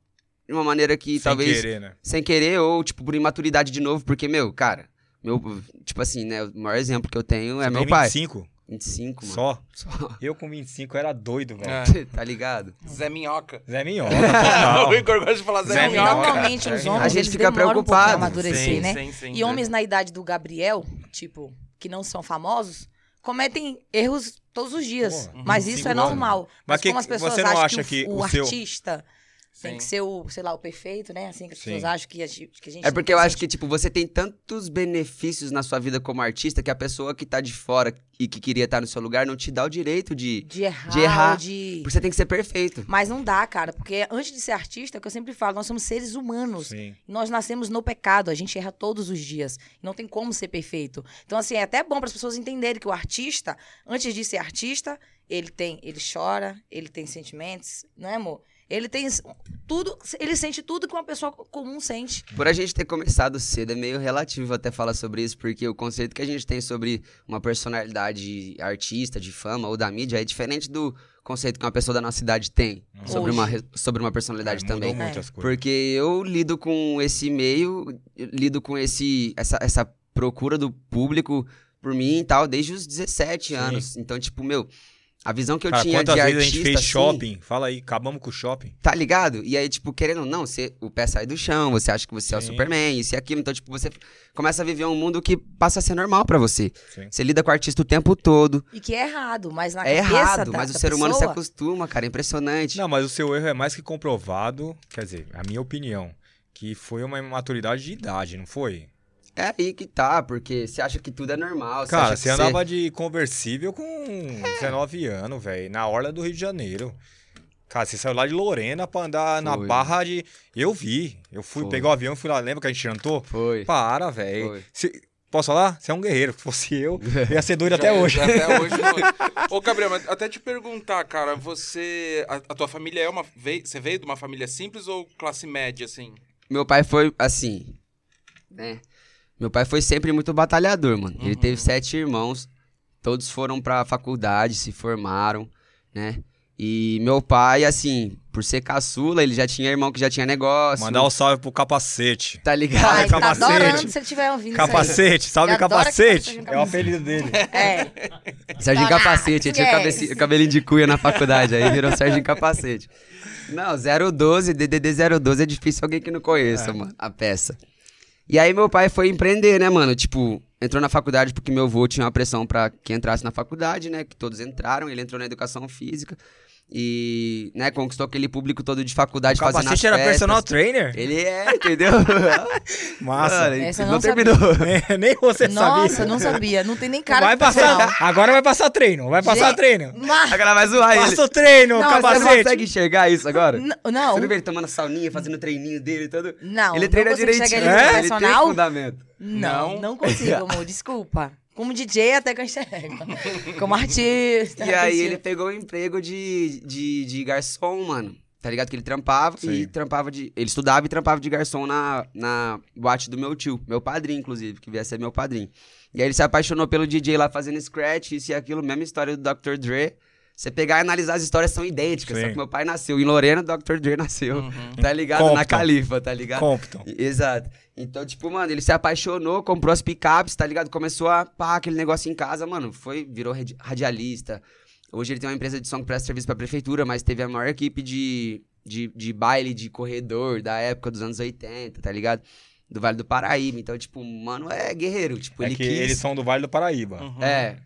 Speaker 3: de uma maneira que
Speaker 1: Sem
Speaker 3: talvez
Speaker 1: querer, né?
Speaker 3: sem querer ou, tipo, por imaturidade de novo, porque, meu, cara, meu, tipo assim, né, o maior exemplo que eu tenho é
Speaker 1: Você
Speaker 3: meu
Speaker 1: tem
Speaker 3: pai. é?
Speaker 1: 25
Speaker 3: 25,
Speaker 1: <laughs>
Speaker 3: mano.
Speaker 1: só?
Speaker 3: Só. <laughs>
Speaker 1: Eu com 25 era doido, velho.
Speaker 2: É.
Speaker 3: tá ligado?
Speaker 2: Zé Minhoca.
Speaker 1: Zé
Speaker 3: <laughs>
Speaker 1: Minhoca, total.
Speaker 2: <laughs> o Igor gosta de falar
Speaker 1: Zé
Speaker 2: Zé,
Speaker 4: Não,
Speaker 1: Minhoca.
Speaker 2: Minhoca.
Speaker 4: Normalmente os
Speaker 1: É.
Speaker 4: homens
Speaker 1: A
Speaker 3: gente
Speaker 4: eles
Speaker 3: fica
Speaker 4: demoram um pouco pra
Speaker 3: preocupado.
Speaker 4: amadurecer,
Speaker 2: Sim,
Speaker 4: né?
Speaker 2: sim, sim.
Speaker 4: E homens na idade do Gabriel, tipo, que não são famosos, cometem erros todos os dias.
Speaker 1: Porra,
Speaker 4: mas
Speaker 1: uhum,
Speaker 4: isso
Speaker 1: sim,
Speaker 4: é
Speaker 1: claro.
Speaker 4: normal.
Speaker 1: Mas
Speaker 4: Mas,
Speaker 1: que-
Speaker 4: como as pessoas
Speaker 1: você não
Speaker 4: acham
Speaker 1: acha
Speaker 4: que
Speaker 1: que
Speaker 4: o,
Speaker 1: o
Speaker 4: o
Speaker 1: seu-
Speaker 4: artista tem
Speaker 2: Sim.
Speaker 4: que ser o, sei lá, o perfeito, né? Assim, que as pessoas
Speaker 1: Sim.
Speaker 4: acham que a gente... que a gente
Speaker 3: É
Speaker 4: não
Speaker 3: porque eu
Speaker 4: tem
Speaker 3: acho que, tipo, você tem tantos benefícios na sua vida como artista que a pessoa que tá de fora e que queria estar no seu lugar não te dá o direito de.
Speaker 4: De errar,
Speaker 3: de errar.
Speaker 4: de-
Speaker 3: Você tem que ser perfeito.
Speaker 4: Mas não dá, cara. Porque antes de ser artista, é o que eu sempre falo, nós somos seres humanos.
Speaker 1: Sim.
Speaker 4: Nós nascemos no pecado, a gente erra todos os dias. Não tem como ser perfeito. Então, assim, é até bom para as pessoas entenderem que o artista, antes de ser artista, ele tem, ele chora, ele tem sentimentos, não é, amor? Ele tem s- tudo, ele sente tudo que uma pessoa co- comum sente.
Speaker 3: Por a gente ter começado cedo, é meio relativo até falar sobre isso, porque o conceito que a gente tem sobre uma personalidade artista, de fama ou da mídia, é diferente do conceito que uma pessoa da nossa idade tem sobre
Speaker 4: Hoje.
Speaker 3: uma, re- sobre uma personalidade
Speaker 1: É,
Speaker 3: também.
Speaker 1: Mudou muitas coisas.
Speaker 3: Porque eu lido com esse meio, lido com esse essa, essa procura do público por mim e tal, desde os 17
Speaker 1: Sim.
Speaker 3: anos. Então, tipo, meu, a visão que eu
Speaker 1: Cara,
Speaker 3: tinha de
Speaker 1: quantas
Speaker 3: artista...
Speaker 1: vezes a gente fez
Speaker 3: assim,
Speaker 1: shopping? Fala aí, acabamos com o shopping.
Speaker 3: Tá ligado? E aí, tipo, querendo ou não, você, o pé sai do chão, você acha que você é o
Speaker 1: Sim.
Speaker 3: Superman, isso e aquilo. Então, tipo, você começa a viver um mundo que passa a ser normal pra você.
Speaker 1: Sim.
Speaker 3: Você lida com o artista o tempo todo.
Speaker 4: E que é errado, mas na
Speaker 3: é
Speaker 4: cabeça
Speaker 3: errado,
Speaker 4: da-
Speaker 3: mas o
Speaker 4: da
Speaker 3: ser humano se
Speaker 4: pessoa,
Speaker 3: acostuma, cara. É impressionante.
Speaker 1: Não, mas o seu erro é mais que comprovado, quer dizer, a minha opinião, que foi uma imaturidade de idade, não foi?
Speaker 3: É aí que tá, porque você acha que tudo é normal. você acha
Speaker 1: Cara,
Speaker 3: que
Speaker 1: você andava de conversível com 19 anos, velho, na orla do Rio de Janeiro. Cara, você saiu lá de Lorena pra andar na
Speaker 3: Foi.
Speaker 1: barra de... Eu vi, eu fui,
Speaker 3: Foi.
Speaker 1: peguei o avião, fui lá, lembra que a gente jantou?
Speaker 3: Foi.
Speaker 1: Para, velho.
Speaker 3: Foi.
Speaker 1: Cê- Posso falar? Você é um guerreiro, se fosse
Speaker 3: <laughs>
Speaker 1: eu, eu ia ser doido até
Speaker 2: Já-
Speaker 1: hoje.
Speaker 2: já Até hoje. não. Ô, Gabriel, mas até te perguntar, cara, você. A, a tua família é uma. Veio, você veio de uma família simples ou classe média, assim?
Speaker 3: Meu pai foi assim. né? Meu pai foi sempre muito batalhador, mano. Ele teve sete irmãos, todos foram pra faculdade, se formaram, né? E meu pai, assim, por ser caçula, ele já tinha irmão que já tinha negócio.
Speaker 1: Mandar um salve pro capacete.
Speaker 3: Tá
Speaker 1: Ai,
Speaker 3: ligado?
Speaker 4: tá
Speaker 1: capacete.
Speaker 4: adorando se ele estiver ouvindo isso aí.
Speaker 1: Capacete, salve
Speaker 4: Ele adora
Speaker 1: capacete.
Speaker 4: que tá
Speaker 1: É o apelido dele.
Speaker 4: É.
Speaker 3: Serginho
Speaker 4: Donato,
Speaker 3: Capacete, ele tinha o
Speaker 4: esquece.
Speaker 3: cabeci- cabelinho de cuia na faculdade, aí
Speaker 4: <laughs>
Speaker 3: virou Serginho Capacete. Não, 012, DDD 012 é difícil alguém que não
Speaker 1: É.
Speaker 3: conheça, mano, a peça. E aí meu pai foi empreender, né, mano? Tipo, entrou na faculdade porque meu avô tinha uma pressão pra que entrasse na faculdade, né? Que todos entraram, ele entrou na educação física e, né, conquistou aquele público todo de
Speaker 1: O
Speaker 3: faculdade fazendo as
Speaker 1: capacete era
Speaker 3: festas.
Speaker 1: personal trainer?
Speaker 3: Ele
Speaker 1: <laughs>
Speaker 3: é, entendeu?
Speaker 1: Massa.
Speaker 3: Mano,
Speaker 4: Essa eu
Speaker 3: não
Speaker 4: não sabia.
Speaker 3: terminou.
Speaker 1: <laughs> Nem- Nem você
Speaker 4: Nossa,
Speaker 1: sabia.
Speaker 4: não sabia. Não tem nem cara
Speaker 1: Vai
Speaker 4: de profissional.
Speaker 1: passar. Agora vai passar treino. Vai passar
Speaker 4: Gente,
Speaker 1: treino.
Speaker 4: Mas-
Speaker 3: A galera vai zoar ele.
Speaker 1: Passa o treino,
Speaker 4: Não,
Speaker 3: Você não
Speaker 1: capacete.
Speaker 3: consegue enxergar isso agora?
Speaker 4: N-
Speaker 3: Você não
Speaker 4: Não,
Speaker 3: vê ele tomando sauninha, fazendo o treininho dele todo?
Speaker 4: Ah, um Não,
Speaker 3: Ele
Speaker 4: não
Speaker 3: treina
Speaker 4: consigo
Speaker 3: direitinho.
Speaker 4: enxergar
Speaker 3: né?
Speaker 4: ele como
Speaker 3: ele tem
Speaker 4: profissional.
Speaker 3: fundamento.
Speaker 4: não,
Speaker 2: Não.
Speaker 4: não consigo, amor. Desculpa. Como DJ até que eu enxergo. Como artista.
Speaker 3: E aí ele pegou o emprego de, de, de garçom, mano. Tá ligado? Que ele trampava
Speaker 1: Sim.
Speaker 3: e trampava de. Ele estudava e trampava de garçom na, na boate do meu tio, meu padrinho, inclusive, que viesse ser meu padrinho. E aí ele se apaixonou pelo DJ lá fazendo scratch, isso e aquilo, mesma história do Dr. Dre. Você pegar e analisar as histórias são idênticas,
Speaker 1: Sim.
Speaker 3: só que meu pai nasceu em Lorena, Dr. Dre nasceu.
Speaker 2: Uhum,
Speaker 3: Tá ligado? Na
Speaker 1: Compton.
Speaker 3: Califa, tá ligado?
Speaker 1: Compton.
Speaker 3: E- Exato. Então, tipo, mano, ele se apaixonou, comprou as picapes, tá ligado? Começou a pá, aquele negócio em casa, mano. Foi, virou radi- radialista. Hoje ele tem uma empresa de som que presta serviço pra prefeitura, mas teve a maior equipe de, de, de baile, de corredor da época dos anos 80, tá ligado? Do Vale do Paraíba. Então, tipo, mano, é guerreiro. Tipo,
Speaker 1: É
Speaker 3: ele
Speaker 1: que
Speaker 3: quis.
Speaker 1: eles são né? do Vale do Paraíba.
Speaker 2: Uhum.
Speaker 3: É,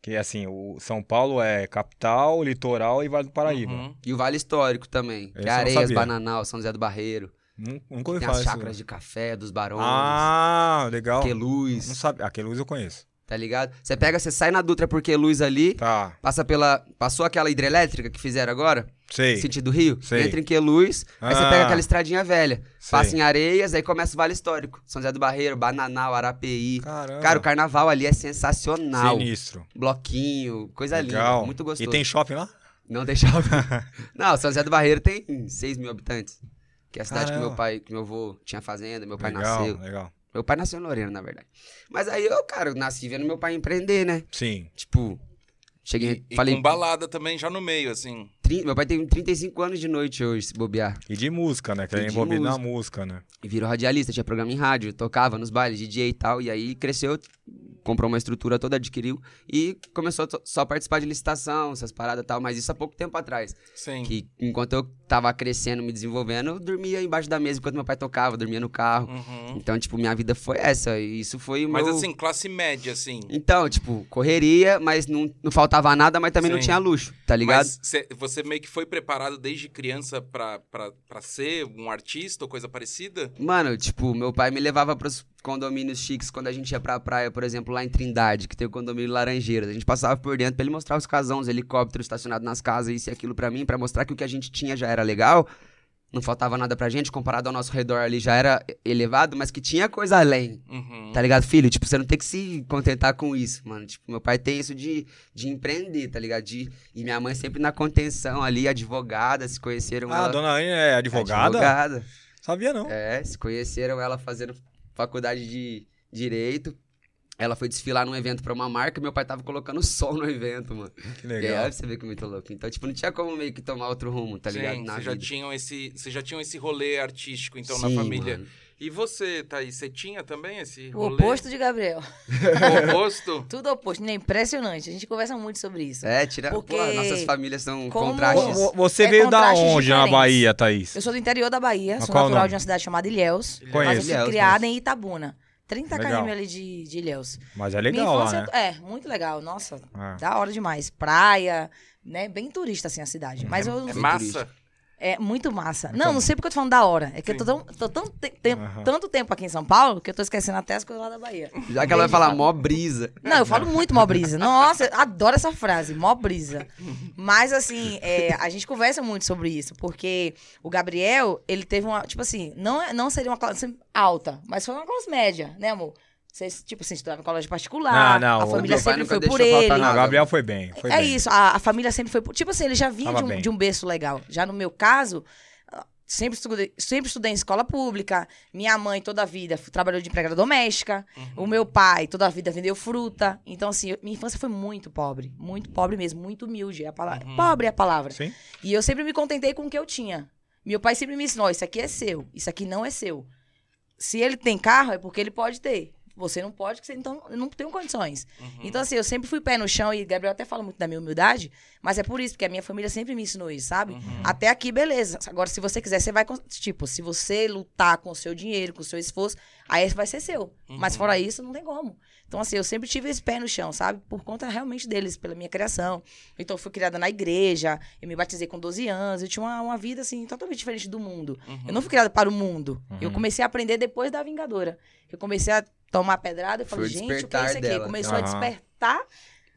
Speaker 1: Que assim, o São Paulo é capital, litoral e Vale do Paraíba.
Speaker 2: Uhum.
Speaker 3: e o Vale Histórico também.
Speaker 1: Esse eu
Speaker 3: Que é
Speaker 1: não
Speaker 3: Areias,
Speaker 1: sabia.
Speaker 3: Bananal, São José do Barreiro.
Speaker 1: Nun- Nunca ouvi
Speaker 3: Tem
Speaker 1: falar
Speaker 3: as
Speaker 1: isso.
Speaker 3: chacras de café, dos barões,
Speaker 1: Ah, legal. Não
Speaker 3: Queluz,
Speaker 1: sabe. Aquele luz eu conheço.
Speaker 3: tá ligado? Você pega, você sai na Dutra por Queluz ali,
Speaker 1: Tá,
Speaker 3: Passa pela. Passou aquela hidrelétrica que fizeram agora?
Speaker 1: sei.
Speaker 3: Sentido Rio?
Speaker 1: Sei.
Speaker 3: Entra em Queluz, aí você
Speaker 1: Ah.
Speaker 3: pega aquela estradinha velha.
Speaker 1: sei.
Speaker 3: Passa em Areias, aí começa o Vale Histórico. São José do Barreiro, Bananal, Arapeí.
Speaker 1: Caramba.
Speaker 3: Cara, o carnaval ali é sensacional.
Speaker 1: Sinistro.
Speaker 3: Bloquinho, coisa linda. Muito gostoso.
Speaker 1: E tem shopping lá? <laughs>
Speaker 3: Não deixava. <laughs> Não, São José do Barreiro tem 6 mil habitantes. Que é a cidade que
Speaker 1: Caramba.
Speaker 3: meu pai, que meu avô tinha fazenda, meu pai
Speaker 1: Ah. legal,
Speaker 3: nasceu.
Speaker 1: legal.
Speaker 3: Meu pai nasceu em Lorena, na verdade. Mas aí eu, cara, nasci vendo meu pai empreender, né?
Speaker 1: Sim.
Speaker 3: Tipo, cheguei,
Speaker 2: E
Speaker 3: falei,
Speaker 2: com balada também já no meio, assim.
Speaker 3: Trin- Meu pai tem 35 anos de noite hoje, se bobear.
Speaker 1: E de música, né? Que
Speaker 3: E
Speaker 1: ele é
Speaker 3: de
Speaker 1: envolvido na música, né?
Speaker 3: E virou radialista, tinha programa em rádio, tocava nos bailes, DJ e tal. E aí cresceu, comprou uma estrutura toda, adquiriu. E começou a to- só a participar de licitação, essas paradas e tal. Mas isso há pouco tempo atrás.
Speaker 2: Sim.
Speaker 3: Que enquanto eu tava crescendo, me desenvolvendo, eu dormia embaixo da mesa enquanto meu pai tocava, dormia no carro.
Speaker 2: Uhum.
Speaker 3: Então, tipo, minha vida foi essa. E isso foi o
Speaker 2: Mas
Speaker 3: meu...
Speaker 2: assim, classe média, assim.
Speaker 3: Então, tipo, correria, mas não, não faltava nada, mas também não
Speaker 2: Sim.
Speaker 3: tinha luxo, tá ligado?
Speaker 2: Mas cê- você meio que foi preparado desde criança pra, pra, pra ser um artista ou coisa parecida?
Speaker 3: Mano, tipo, meu pai me levava pros condomínios chiques quando a gente ia pra praia, por exemplo, lá em Trindade, que tem o condomínio Laranjeiras. A gente passava por dentro pra ele mostrar os casão, os helicópteros estacionados nas casas, isso e aquilo pra mim, pra mostrar que o que a gente tinha já era legal. Não faltava nada pra gente, comparado ao nosso redor ali já era elevado, mas que tinha coisa além.
Speaker 2: Uhum.
Speaker 3: Tá ligado, filho? Tipo, você não tem que se contentar com isso, mano. Tipo, meu pai tem isso de, de empreender, tá ligado? De, e minha mãe sempre na contenção ali, advogada, se conheceram
Speaker 1: Ah, a
Speaker 3: ela.
Speaker 1: dona Anne é advogada?
Speaker 3: Advogada.
Speaker 1: Sabia não.
Speaker 3: É, se conheceram ela fazendo faculdade de direito. Ela foi desfilar num evento pra uma marca e meu pai tava colocando <laughs> som no evento, mano.
Speaker 1: Que
Speaker 3: É,
Speaker 1: legal.
Speaker 3: olha pra você ver que muito louco. Então, tipo, não tinha como meio que tomar outro rumo, tá ligado?
Speaker 2: Sim,
Speaker 3: Na
Speaker 2: vocês já
Speaker 3: vida.
Speaker 2: tinham esse, vocês já tinham esse rolê artístico então na
Speaker 3: Sim,
Speaker 2: família.
Speaker 3: mano.
Speaker 2: E você, Thaís, você tinha também esse
Speaker 4: O
Speaker 2: rolê?
Speaker 4: oposto de Gabriel.
Speaker 2: O
Speaker 3: <laughs>
Speaker 2: oposto?
Speaker 4: Tudo oposto. né? impressionante. A gente conversa muito sobre isso.
Speaker 3: É, tira.
Speaker 4: Porque-
Speaker 3: Pô, nossas famílias são
Speaker 4: Como-
Speaker 1: Vo-
Speaker 3: contrastes.
Speaker 1: vo- Você
Speaker 4: É
Speaker 1: veio da
Speaker 4: contrastes
Speaker 1: onde na
Speaker 4: diferentes.
Speaker 1: Bahia, Thaís?
Speaker 4: Eu sou do interior da Bahia,
Speaker 1: Mas
Speaker 4: sou
Speaker 1: qual o
Speaker 4: natural
Speaker 1: nome?
Speaker 4: de uma cidade chamada Ilhéus. Mas eu
Speaker 1: Conheço.
Speaker 4: fui
Speaker 3: Ilhéus,
Speaker 4: criada
Speaker 3: conheço.
Speaker 4: em Itabuna. 30
Speaker 1: Legal.
Speaker 4: km ali de, de Ilhéus.
Speaker 1: Mas é
Speaker 4: Minha
Speaker 1: legal lá,
Speaker 4: infância
Speaker 1: né?
Speaker 4: é, muito legal. Nossa,
Speaker 1: Ah.
Speaker 4: da hora demais. Praia, né? Bem turista, assim, a cidade. Mas eu
Speaker 2: É
Speaker 3: Bem
Speaker 2: massa?
Speaker 4: É muito massa.
Speaker 1: Muito
Speaker 4: não,
Speaker 1: bom.
Speaker 4: não sei porque eu tô falando da hora. É que
Speaker 2: Sim.
Speaker 4: eu tô, tão, tô tão te- tempo-
Speaker 1: Aham.
Speaker 4: tanto tempo aqui em São Paulo que eu tô esquecendo até as coisas lá da Bahia.
Speaker 3: Já que ela vai falar mó brisa.
Speaker 4: Não, eu falo muito mó brisa. Nossa, eu adoro essa frase, mó brisa. Mas, assim, é, a gente conversa muito sobre isso, porque o Gabriel, ele teve uma. Tipo assim, não, é- não seria uma classe alta, mas foi uma classe média, né, amor? Vocês, tipo assim, estudaram em colégio
Speaker 1: Não,
Speaker 4: particular,
Speaker 1: não,
Speaker 4: a
Speaker 1: o
Speaker 4: família
Speaker 3: meu pai
Speaker 4: sempre
Speaker 3: nunca
Speaker 4: foi por
Speaker 3: deixou
Speaker 4: ele.
Speaker 3: faltar
Speaker 1: Não,
Speaker 3: nada.
Speaker 1: Gabriel foi bem. Foi
Speaker 4: É
Speaker 1: bem.
Speaker 4: isso, a, a família sempre foi. Tipo assim, ele já vinha
Speaker 1: Tava
Speaker 4: de um,
Speaker 1: bem.
Speaker 4: de um berço legal. Já no meu caso, sempre estudei, sempre estudei em escola pública. Minha mãe toda a vida f- trabalhou de empregada doméstica. O
Speaker 1: Uhum.
Speaker 4: meu pai toda a vida vendeu fruta. Então, assim, eu- minha infância foi muito pobre. Muito pobre mesmo, muito humilde. É a palavra.
Speaker 2: Uhum.
Speaker 4: Pobre é a palavra.
Speaker 1: Sim.
Speaker 4: E eu sempre me contentei com o que eu tinha. Meu pai sempre me ensinou: isso aqui é seu, isso aqui não é seu. Se ele tem carro, é porque ele pode ter. Você não pode, porque você então não tem condições.
Speaker 2: Uhum.
Speaker 4: Então, assim, eu sempre fui pé no chão, e Gabriel até fala muito da minha humildade, mas é por isso, porque a minha família sempre me ensinou isso, sabe?
Speaker 2: Uhum.
Speaker 4: Até aqui, beleza. Agora, se você quiser, você vai. cons- Tipo, se você lutar com o seu dinheiro, com o seu esforço, aí vai ser seu. Mas
Speaker 2: Uhum.
Speaker 4: fora isso, não tem como. Então, assim, eu sempre tive esse pé no chão, sabe? Por conta realmente deles, pela minha criação. Então, eu fui criada na igreja, eu me batizei com 12 anos, eu tinha uma, uma vida, assim, totalmente diferente do mundo. Eu não fui criada para o mundo. Eu
Speaker 1: Uhum.
Speaker 4: comecei a aprender depois da Vingadora. Eu comecei a tomar pedrada, eu
Speaker 3: Foi
Speaker 4: falei,
Speaker 3: o
Speaker 4: gente, o que é
Speaker 3: despertar
Speaker 4: isso aqui?
Speaker 3: dela.
Speaker 4: Começou a
Speaker 1: Aham.
Speaker 4: despertar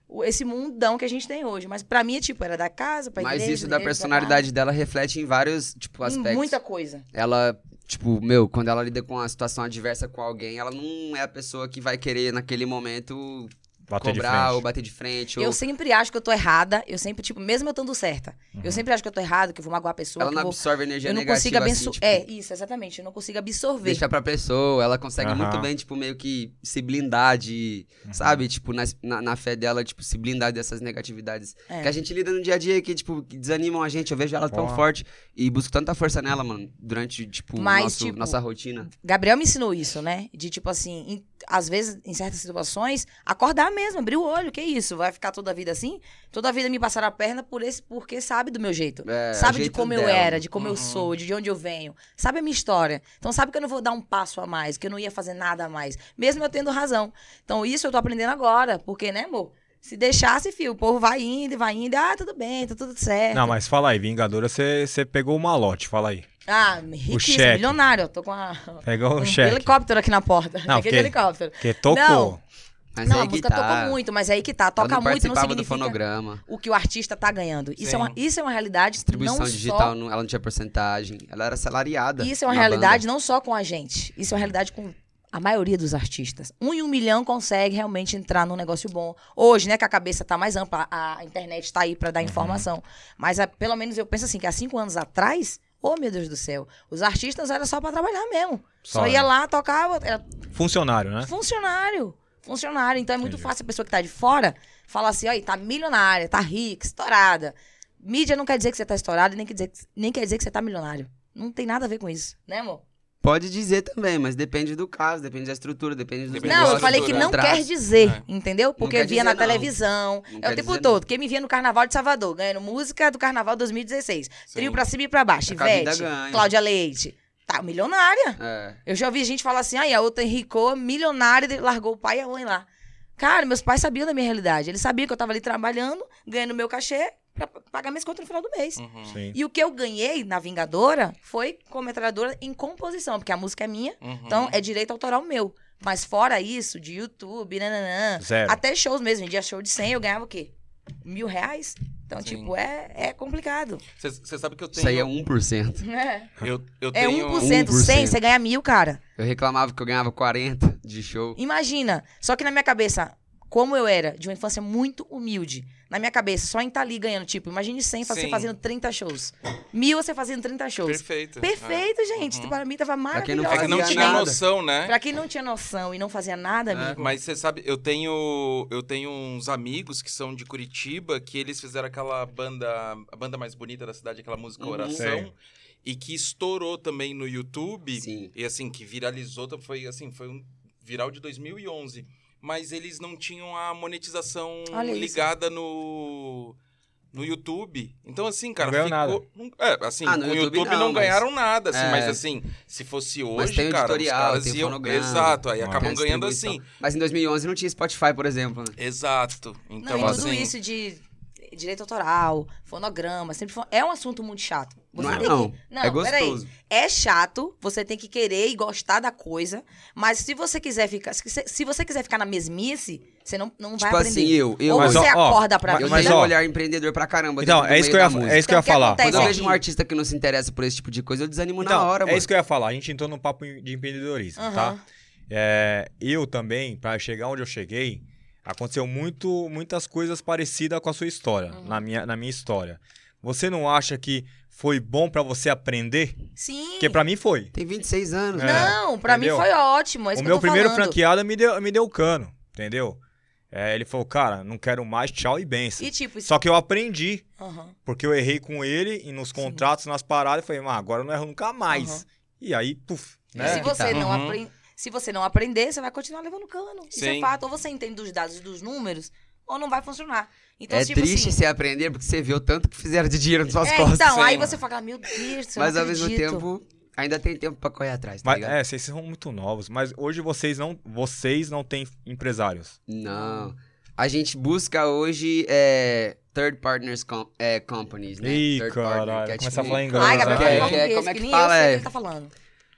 Speaker 4: o- esse mundão que a gente tem hoje. Mas pra mim, é tipo, era da casa, pra
Speaker 3: Mas
Speaker 4: igreja,
Speaker 3: isso da
Speaker 4: igreja pra
Speaker 3: personalidade dela reflete em vários, tipo,
Speaker 4: casa. Em
Speaker 3: aspectos.
Speaker 4: Muita coisa.
Speaker 3: Ela, tipo, meu, quando ela lida com uma situação adversa com alguém, ela não é a pessoa que vai querer, naquele momento,
Speaker 1: Bater de
Speaker 3: cobrar
Speaker 1: frente.
Speaker 3: ou bater de frente.
Speaker 4: Eu
Speaker 3: ou...
Speaker 4: sempre acho que eu tô errada. Eu sempre, tipo, mesmo eu estando certa, eu
Speaker 1: Uhum.
Speaker 4: sempre acho que eu tô errada, que eu vou magoar a pessoa.
Speaker 3: Ela
Speaker 4: que
Speaker 3: não
Speaker 4: eu vou-
Speaker 3: absorve energia
Speaker 4: é eu não consigo
Speaker 3: negativa.
Speaker 4: absorver.
Speaker 3: assim, tipo,
Speaker 4: É, isso, exatamente. Eu não consigo absorver.
Speaker 3: Deixa pra pessoa, ela consegue
Speaker 1: Aham. Uhum.
Speaker 3: muito bem, tipo, meio que se blindar de, sabe? Tipo, nas- na, na fé dela, tipo, se blindar dessas negatividades.
Speaker 4: É.
Speaker 3: Que a gente lida no dia a dia que, tipo, que desanimam a gente. Eu vejo ela tão
Speaker 1: Ó.
Speaker 3: forte e busco tanta força nela, mano, durante, tipo,
Speaker 4: Mas,
Speaker 3: nosso-
Speaker 4: tipo,
Speaker 3: nossa rotina.
Speaker 4: Gabriel me ensinou isso, né? De tipo assim, em- às vezes, em certas situações, acordar mesmo, abrir o olho, que isso? Vai ficar toda a vida assim? Toda a vida me passar a perna por esse, porque sabe do meu jeito.
Speaker 3: É, o
Speaker 4: sabe de
Speaker 3: jeito
Speaker 4: como eu
Speaker 3: dela.
Speaker 4: era, de como
Speaker 2: Uhum.
Speaker 4: eu sou, de onde eu venho. Sabe a minha história. Então sabe que eu não vou dar um passo a mais, que eu não ia fazer nada a mais. Mesmo eu tendo razão. Então isso eu tô aprendendo agora, porque, né, amor? Se deixasse, fio, o povo vai indo e vai indo. Ah, tudo bem, tá tudo certo.
Speaker 1: Não, mas fala aí, Vingadora, você você pegou o malote, fala aí.
Speaker 4: Ah, riquíssimo,
Speaker 1: cheque.
Speaker 4: milionário. Eu tô com a,
Speaker 1: Pegou o
Speaker 4: um
Speaker 1: cheque.
Speaker 4: helicóptero aqui na porta. <laughs>
Speaker 1: Não,
Speaker 4: Peguei
Speaker 1: porque-
Speaker 4: de helicóptero.
Speaker 1: Que tocou.
Speaker 4: Não,
Speaker 3: Mas
Speaker 4: não,
Speaker 3: aí
Speaker 4: a
Speaker 3: que
Speaker 4: música
Speaker 3: tá.
Speaker 4: tocou muito, mas aí que tá.
Speaker 3: Ela
Speaker 4: Toca
Speaker 3: não
Speaker 4: muito não
Speaker 3: participava do
Speaker 4: significa
Speaker 3: fonograma.
Speaker 4: o que o artista tá ganhando. Isso, é uma,
Speaker 2: Sim.
Speaker 4: isso é uma realidade
Speaker 3: Distribuição
Speaker 4: não
Speaker 3: digital,
Speaker 4: só...
Speaker 3: não- ela não tinha porcentagem. Ela era salariada.
Speaker 4: Isso é uma
Speaker 3: na
Speaker 4: realidade não só com a gente. Isso é uma realidade com a maioria dos artistas. Um em um milhão consegue realmente entrar num negócio bom. Hoje, né, que a cabeça tá mais ampla, a a internet tá aí pra
Speaker 3: Uhum.
Speaker 4: dar informação. Mas ah, pelo menos eu penso assim, que há cinco anos atrás... Ô, meu Deus do céu. Os artistas era só pra trabalhar mesmo. Só,
Speaker 1: Só,
Speaker 4: ia
Speaker 1: né?
Speaker 4: lá, tocava, era
Speaker 1: Funcionário, né?
Speaker 4: Funcionário. Funcionário. Então é muito
Speaker 1: Entendi.
Speaker 4: fácil a pessoa que tá de fora falar assim, ó, tá milionária, tá rica, estourada. Mídia não quer dizer que você tá estourado, nem quer dizer que, nem quer dizer que você tá milionário. Não tem nada a ver com isso, né, amor?
Speaker 3: Pode dizer também, mas depende do caso, depende da estrutura, depende dos
Speaker 2: Depende
Speaker 4: Não, eu
Speaker 3: negócios,
Speaker 4: falei que
Speaker 3: dos
Speaker 4: não
Speaker 3: contratos.
Speaker 4: quer dizer,
Speaker 2: É.
Speaker 4: entendeu? Porque
Speaker 3: quer
Speaker 4: via
Speaker 3: dizer
Speaker 4: na
Speaker 3: né? não.
Speaker 4: televisão.
Speaker 3: Não
Speaker 4: é o
Speaker 3: quer
Speaker 4: tempo
Speaker 3: dizer
Speaker 4: todo. Quem me via no Carnaval de Salvador, ganhando música do Carnaval 2016. Trio pra cima e pra baixo.
Speaker 3: É que a vida
Speaker 4: Ivete,
Speaker 3: ganha.
Speaker 4: Cláudia Leite. Tá milionária.
Speaker 3: É.
Speaker 4: Eu já ouvi gente falar assim, aí a outra enricou, milionária, de- largou o pai e a mãe lá. Cara, meus pais sabiam da minha realidade. Eles sabiam que eu tava ali trabalhando, ganhando meu cachê pra p- pagar minhas contas no final do mês.
Speaker 2: Uhum.
Speaker 1: Sim.
Speaker 4: E o que eu ganhei na Vingadora foi como metralhadora em composição, porque a música é minha,
Speaker 2: Uhum.
Speaker 4: então é direito autoral meu. Mas fora isso, de YouTube, nananã,
Speaker 1: Zero.
Speaker 4: até shows mesmo, em dia show de 100, eu ganhava o quê? Mil reais? Então,
Speaker 2: Sim.
Speaker 4: tipo, é, é complicado. <laughs>
Speaker 2: Você sabe que eu tenho.
Speaker 3: Isso aí é 1%.
Speaker 4: É,
Speaker 2: eu, eu
Speaker 4: é
Speaker 2: tenho...
Speaker 4: 1%, 100,
Speaker 3: 1%.
Speaker 4: você ganha mil, cara.
Speaker 3: Eu reclamava que eu ganhava 40 de show.
Speaker 4: Imagina, só que na minha cabeça, como eu era de uma infância muito humilde, na minha cabeça, só em estar ali ganhando, tipo, imagine 100 você
Speaker 2: Sim.
Speaker 4: fazendo 30 shows. Mil você fazendo 30 shows.
Speaker 2: Perfeito. É.
Speaker 4: Perfeito, gente.
Speaker 2: Uhum.
Speaker 4: Para mim tava
Speaker 3: quem
Speaker 4: maravilhoso.
Speaker 3: não
Speaker 2: É. É que não
Speaker 3: Fazia
Speaker 2: tinha
Speaker 3: nada.
Speaker 2: noção, né?
Speaker 4: Pra quem não tinha noção e não fazia nada,
Speaker 3: É,
Speaker 4: amigo.
Speaker 2: Mas você sabe, eu tenho, eu tenho uns amigos que são de Curitiba, que eles fizeram aquela banda, a banda mais bonita da cidade, aquela música
Speaker 3: Uhum.
Speaker 2: Oração,
Speaker 1: Sei.
Speaker 2: e que estourou também no YouTube,
Speaker 3: Sim.
Speaker 2: e assim, que viralizou, foi assim, foi um viral de 2011, mas eles não tinham a monetização
Speaker 4: Olha isso.
Speaker 2: ligada no no YouTube. Então assim, cara,
Speaker 1: Não ganhou
Speaker 2: ficou é, assim,
Speaker 3: Ah, no
Speaker 2: com o
Speaker 3: YouTube
Speaker 2: YouTube não,
Speaker 3: não, mas-
Speaker 2: ganharam nada, assim,
Speaker 3: É.
Speaker 2: mas assim, se fosse hoje,
Speaker 3: Mas tem o
Speaker 2: cara,
Speaker 3: editorial,
Speaker 2: os caras
Speaker 3: tem o
Speaker 2: iam-
Speaker 3: fonograma,
Speaker 2: Exato, aí
Speaker 1: tem
Speaker 2: acabam
Speaker 3: a
Speaker 2: ganhando
Speaker 3: distribuição.
Speaker 2: assim.
Speaker 3: Mas em 2011 não tinha Spotify, por exemplo. né?
Speaker 2: Exato. Então,
Speaker 4: Não, e tudo
Speaker 2: assim,
Speaker 4: isso de direito autoral, fonograma, sempre fo- é um assunto muito chato. Você
Speaker 3: não é
Speaker 4: tem
Speaker 3: não.
Speaker 4: que-
Speaker 3: é
Speaker 4: não, peraí.
Speaker 3: gostoso.
Speaker 4: É chato, você tem que querer e gostar da coisa, mas se você quiser ficar, se, se você quiser ficar na mesmice, você não, não vai
Speaker 3: tipo
Speaker 4: aprender.
Speaker 3: assim, eu, eu,
Speaker 4: Ou
Speaker 1: Mas,
Speaker 4: você é
Speaker 1: ó, ó,
Speaker 4: acorda pra
Speaker 1: mas-
Speaker 3: eu
Speaker 4: vida.
Speaker 1: mas,
Speaker 3: tenho um
Speaker 1: ó,
Speaker 3: olhar empreendedor pra caramba.
Speaker 1: Então,
Speaker 3: dentro do
Speaker 1: é isso que eu
Speaker 3: meio
Speaker 1: ia,
Speaker 3: da
Speaker 1: fa-
Speaker 3: música.
Speaker 1: é isso que eu ia
Speaker 4: Então, o que
Speaker 1: falar.
Speaker 4: acontece
Speaker 3: Quando eu
Speaker 4: Não.
Speaker 3: vejo um artista que não se interessa por esse tipo de coisa, eu desanimo
Speaker 1: Então,
Speaker 3: na hora,
Speaker 1: é
Speaker 3: mano.
Speaker 1: isso que eu ia falar. A gente entrou num papo de
Speaker 3: assim,
Speaker 1: empreendedorismo, tá?
Speaker 4: Aham.
Speaker 1: É, eu também, pra chegar onde eu cheguei, aconteceu
Speaker 4: Uhum.
Speaker 1: muito, muitas coisas parecidas com a sua história, na, minha, na minha história. Você não acha que foi bom pra você aprender?
Speaker 4: Sim.
Speaker 1: Porque pra mim foi.
Speaker 3: Tem 26 anos,
Speaker 1: É.
Speaker 3: né?
Speaker 4: Não, pra
Speaker 1: entendeu?
Speaker 4: mim foi ótimo. É isso
Speaker 1: o
Speaker 4: que
Speaker 1: meu
Speaker 4: eu tô
Speaker 1: primeiro
Speaker 4: falando.
Speaker 1: franqueado me deu, me deu o cano, entendeu? É, ele falou, cara, não quero mais, tchau e benção.
Speaker 4: E tipo, isso.
Speaker 1: Só que eu aprendi,
Speaker 4: Aham.
Speaker 1: porque eu errei com ele e nos contratos, nas paradas, eu falei, "Ah, agora eu não erro nunca mais.
Speaker 4: Aham.
Speaker 1: E aí, puf,
Speaker 3: É,
Speaker 4: se,
Speaker 1: né?
Speaker 3: que
Speaker 4: você
Speaker 3: tá.
Speaker 4: não
Speaker 2: Uhum.
Speaker 4: apren- se você não aprender, você vai continuar levando cano. Isso é
Speaker 2: Sim.
Speaker 4: fato. Ou você entende dos dados e dos números, ou não vai funcionar. Então,
Speaker 3: é
Speaker 4: tipo
Speaker 3: triste
Speaker 4: assim.
Speaker 3: você aprender porque você vê o tanto que fizeram de dinheiro nas suas
Speaker 4: é,
Speaker 3: costas.
Speaker 4: então, aí
Speaker 2: hein?
Speaker 4: você fala, meu Deus, do céu,
Speaker 3: Mas
Speaker 4: não
Speaker 3: ao mesmo
Speaker 4: acredito.
Speaker 3: tempo, ainda tem tempo pra correr atrás, tá
Speaker 1: Mas,
Speaker 3: ligado?
Speaker 1: é, vocês são muito novos, mas hoje vocês não, vocês não têm empresários.
Speaker 3: Não. A gente busca hoje é, third partners com- é, companies, né?
Speaker 1: Ih,
Speaker 3: third
Speaker 1: caralho,
Speaker 3: que é
Speaker 1: começar a falar inglês,
Speaker 4: Ai,
Speaker 1: né?
Speaker 4: Gabriel,
Speaker 3: Que é-
Speaker 4: fala
Speaker 3: que é-
Speaker 4: português,
Speaker 3: como é que
Speaker 4: nem
Speaker 3: fala,
Speaker 4: eu sei o
Speaker 3: é?
Speaker 4: que ele tá falando.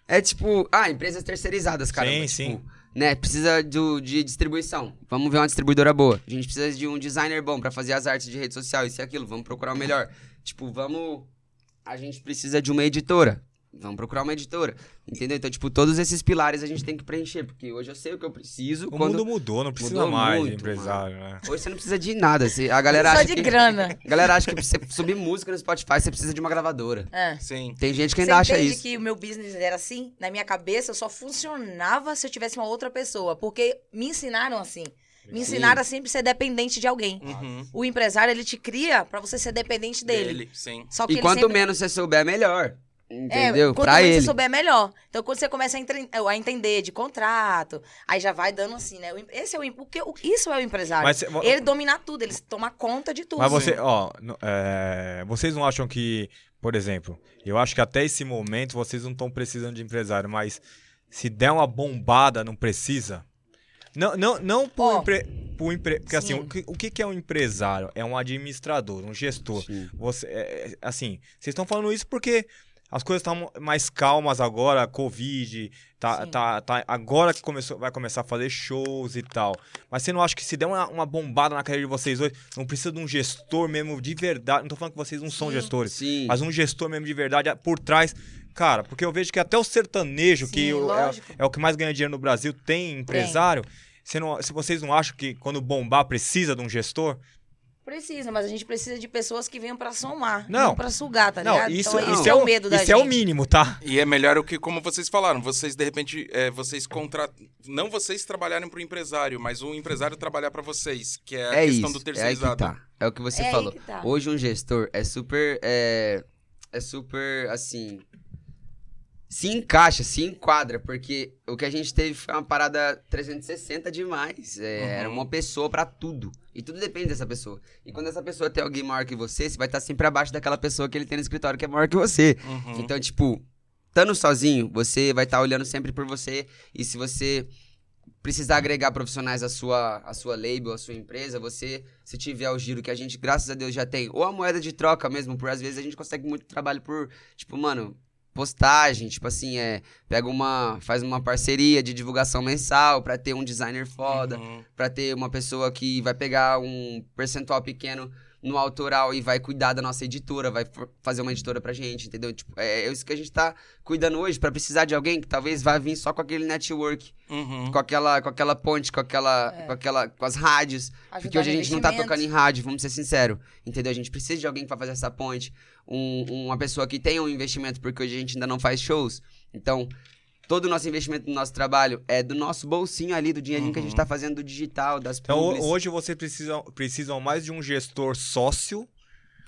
Speaker 3: É tipo, ah, empresas terceirizadas, cara.
Speaker 1: Sim,
Speaker 3: mas,
Speaker 1: sim.
Speaker 3: tipo, né, precisa do, de distribuição. Vamos ver uma distribuidora boa. A gente precisa de um designer bom pra fazer as artes de rede social, isso e aquilo. Vamos procurar o melhor. Tipo, vamos. A gente precisa de uma editora. Vamos procurar uma editora. Entendeu? Então, tipo, todos esses pilares a gente tem que preencher. Porque hoje eu sei o que eu preciso.
Speaker 1: O
Speaker 3: quando...
Speaker 1: mundo mudou, não precisa
Speaker 3: Mudou
Speaker 1: mais de
Speaker 3: muito,
Speaker 1: empresário, né?
Speaker 3: Hoje você não precisa de nada. Você... A galera
Speaker 4: Só
Speaker 3: acha
Speaker 4: de
Speaker 3: que...
Speaker 4: grana.
Speaker 3: A galera acha que pra você subir música no Spotify, você precisa de uma gravadora.
Speaker 4: É.
Speaker 2: Sim.
Speaker 3: Tem gente que
Speaker 4: Você
Speaker 3: ainda acha
Speaker 4: entende
Speaker 3: isso.
Speaker 4: que o meu business era assim? Na minha cabeça, eu só funcionava se eu tivesse uma outra pessoa. Porque me ensinaram assim. Me ensinaram a sempre ser dependente de alguém.
Speaker 2: Uhum.
Speaker 4: O empresário, ele te cria pra você ser dependente dele.
Speaker 2: sim.
Speaker 4: Só é que
Speaker 3: E
Speaker 4: ele
Speaker 3: quanto
Speaker 4: sempre...
Speaker 3: menos você souber, melhor.
Speaker 4: É,
Speaker 3: Entendeu?
Speaker 4: quanto
Speaker 3: pra
Speaker 4: mais você
Speaker 3: ele.
Speaker 4: souber, melhor. Então, quando você começa a, entre- a entender de contrato, aí já vai dando assim, né? O em- Esse é o... em- o que- o- Isso é o
Speaker 3: Ah,
Speaker 4: empresário.
Speaker 1: Mas, cê- vo-
Speaker 4: Ele dominar tudo, ele tomar conta de tudo.
Speaker 1: mas você, ó, no- é, vocês não acham que, por exemplo, eu acho que até esse momento vocês não estão precisando de empresário, mas se der uma bombada, não precisa? Não, não, não por,
Speaker 4: Ó.
Speaker 1: empre, por empre- porque assim,
Speaker 4: Sim.
Speaker 1: o que, o que que é um empresário? É um administrador, um gestor. Você, é, é, assim, vocês estão falando isso porque as coisas estão mais calmas agora, Covid, tá,
Speaker 4: Sim.
Speaker 1: tá, tá- agora que começou, vai começar a fazer shows e tal. Mas você não acha que se der uma, uma bombada na carreira de vocês hoje, não precisa de um gestor mesmo de verdade? Não tô falando que vocês não são
Speaker 4: Sim.
Speaker 1: gestores,
Speaker 2: assim,
Speaker 3: Sim.
Speaker 1: mas um gestor mesmo de verdade ah, por trás. Cara, porque eu vejo que até o sertanejo, que
Speaker 4: Sim,
Speaker 1: o- é,
Speaker 4: lógico.
Speaker 1: é o que mais ganha dinheiro no Brasil, tem empresário. Você não, se vocês não acham que quando bombar precisa de um gestor?
Speaker 4: Precisa, mas a gente precisa de pessoas que venham pra somar,
Speaker 1: Não.
Speaker 4: não pra sugar, tá
Speaker 1: não,
Speaker 4: ligado?
Speaker 1: isso,
Speaker 4: então,
Speaker 1: isso
Speaker 4: esse é o medo da
Speaker 1: isso
Speaker 4: gente.
Speaker 1: é o mínimo, tá?
Speaker 2: E é melhor o que, como vocês falaram, vocês de repente, é, vocês contratam. Não vocês trabalharem pro empresário, mas o empresário trabalhar pra vocês, que é a
Speaker 3: É
Speaker 2: questão do
Speaker 3: isso. É aí que
Speaker 2: terceirizado.
Speaker 3: tá. É o que você
Speaker 4: É aí
Speaker 3: falou.
Speaker 4: que tá.
Speaker 3: Hoje um gestor é super. É, é super assim. Se encaixa, se enquadra, porque o que a gente teve foi uma parada 360 demais. É,
Speaker 2: Uhum.
Speaker 3: Era uma pessoa pra tudo. E tudo depende dessa pessoa. E quando essa pessoa tem alguém maior que você, você vai estar sempre abaixo daquela pessoa que ele tem no escritório que é maior que você.
Speaker 2: Uhum.
Speaker 3: Então, tipo, estando sozinho, você vai estar olhando sempre por você. E se você precisar agregar profissionais à sua, à sua label, à sua empresa, você, se tiver o giro que a gente, graças a Deus, já tem, ou a moeda de troca mesmo, por às vezes a gente consegue muito trabalho por, tipo, mano. Postagem, tipo assim, é. Pega uma. Faz uma parceria de divulgação mensal pra ter um designer foda,
Speaker 2: Uhum.
Speaker 3: Pra ter uma pessoa que vai pegar um percentual pequeno no autoral e vai cuidar da nossa editora, vai f- fazer uma editora pra gente, entendeu? Tipo, é é isso que a gente tá cuidando hoje, pra precisar de alguém que talvez vá vir só com aquele network,
Speaker 2: Uhum.
Speaker 3: com aquela com aquela ponte, com aquela
Speaker 4: É.
Speaker 3: com aquela com as rádios, porque
Speaker 4: Ajudar
Speaker 3: hoje a
Speaker 4: no
Speaker 3: gente não tá
Speaker 4: investimento.
Speaker 3: tocando em rádio, vamos ser sinceros, entendeu? A gente precisa de alguém que vai fazer essa ponte, um- uma pessoa que tenha um investimento, porque hoje a gente ainda não faz shows. Então, todo o nosso investimento no nosso trabalho é do nosso bolsinho ali, do dinheirinho que a gente
Speaker 2: Uhum.
Speaker 3: tá fazendo do digital, das
Speaker 1: Então ho-
Speaker 3: publis.
Speaker 1: hoje vocês precisam, precisam mais de um gestor sócio,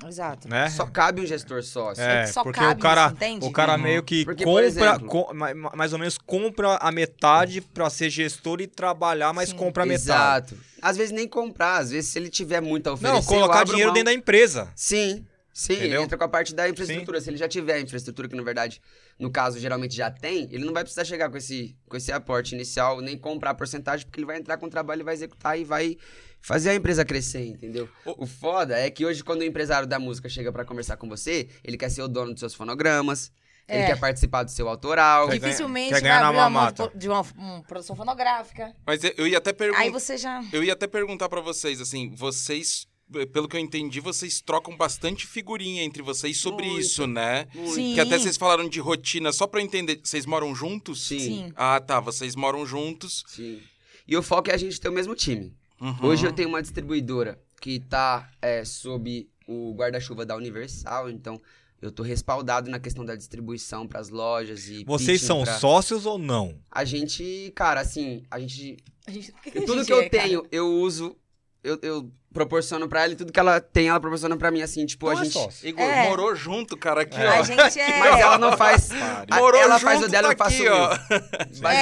Speaker 4: Exato.
Speaker 1: né?
Speaker 3: Só cabe um gestor sócio.
Speaker 1: É,
Speaker 4: que só
Speaker 1: porque
Speaker 4: cabe
Speaker 1: o cara,
Speaker 4: isso, entende?
Speaker 1: o cara
Speaker 2: Uhum.
Speaker 1: meio que
Speaker 3: Porque, por
Speaker 1: compra,
Speaker 3: exemplo-
Speaker 1: co- ma- ma- mais ou menos compra a metade pra ser gestor e trabalhar, mas
Speaker 4: Sim.
Speaker 1: compra a metade.
Speaker 3: Exato. Às vezes nem comprar, às vezes se ele tiver muito a oferecer,
Speaker 1: Não, colocar
Speaker 3: eu abro
Speaker 1: dinheiro
Speaker 3: mão.
Speaker 1: dentro da empresa.
Speaker 3: Sim, sim,
Speaker 1: Entendeu?
Speaker 3: ele entra com a parte da infraestrutura. Se ele já tiver a infraestrutura, que na verdade, no caso, geralmente já tem, ele não vai precisar chegar com esse, com esse aporte inicial, nem comprar a porcentagem, porque ele vai entrar com o trabalho, ele vai executar e vai fazer a empresa crescer, entendeu?
Speaker 2: O-
Speaker 3: O foda é que hoje, quando o empresário da música chega pra conversar com você, ele quer ser o dono dos seus fonogramas,
Speaker 4: É.
Speaker 3: ele quer participar do seu autoral.
Speaker 1: Quer ganhar-
Speaker 4: Dificilmente
Speaker 1: quer
Speaker 4: vai
Speaker 1: ganhar na
Speaker 4: abrir uma mão
Speaker 1: mamata.
Speaker 4: de uma um, produção fonográfica.
Speaker 2: Mas eu- eu ia até perguntar.
Speaker 4: Aí você já...
Speaker 2: Eu ia até perguntar pra vocês, assim, vocês, eh, pelo que eu entendi, vocês trocam bastante figurinha entre vocês sobre
Speaker 3: Muito.
Speaker 2: isso, né?
Speaker 4: Sim.
Speaker 2: Que até vocês falaram de rotina, só pra eu entender, vocês moram juntos?
Speaker 3: Sim.
Speaker 4: Sim.
Speaker 2: Ah, tá, vocês moram juntos.
Speaker 3: Sim. E o foco é a gente ter o mesmo time.
Speaker 2: Uhum.
Speaker 3: Hoje eu tenho uma distribuidora que tá é, sob o guarda-chuva da Universal, então Eu tô respaldado na questão da distribuição pras lojas e.
Speaker 1: Vocês
Speaker 3: pitching
Speaker 1: são
Speaker 3: pra-
Speaker 1: sócios ou não?
Speaker 3: A gente, cara, assim, a gente.
Speaker 4: A gente- o a
Speaker 3: tudo
Speaker 4: gente
Speaker 3: que eu
Speaker 4: é, cara?
Speaker 3: tenho, eu uso. Eu, eu proporciono pra ela e tudo que ela tem, ela proporciona pra mim, assim, tipo, a
Speaker 1: Não é
Speaker 3: gente.
Speaker 1: sócio.
Speaker 2: Igor,
Speaker 4: É.
Speaker 2: morou junto, cara, aqui,
Speaker 1: É.
Speaker 2: ó.
Speaker 4: A gente é.
Speaker 3: Mas ela não faz.
Speaker 1: Pare.
Speaker 3: a-
Speaker 2: Morou
Speaker 3: ela
Speaker 2: junto,
Speaker 3: faz o dela,
Speaker 2: tá
Speaker 3: eu faço
Speaker 2: aqui,
Speaker 3: o
Speaker 2: ó.
Speaker 3: meu.
Speaker 4: É,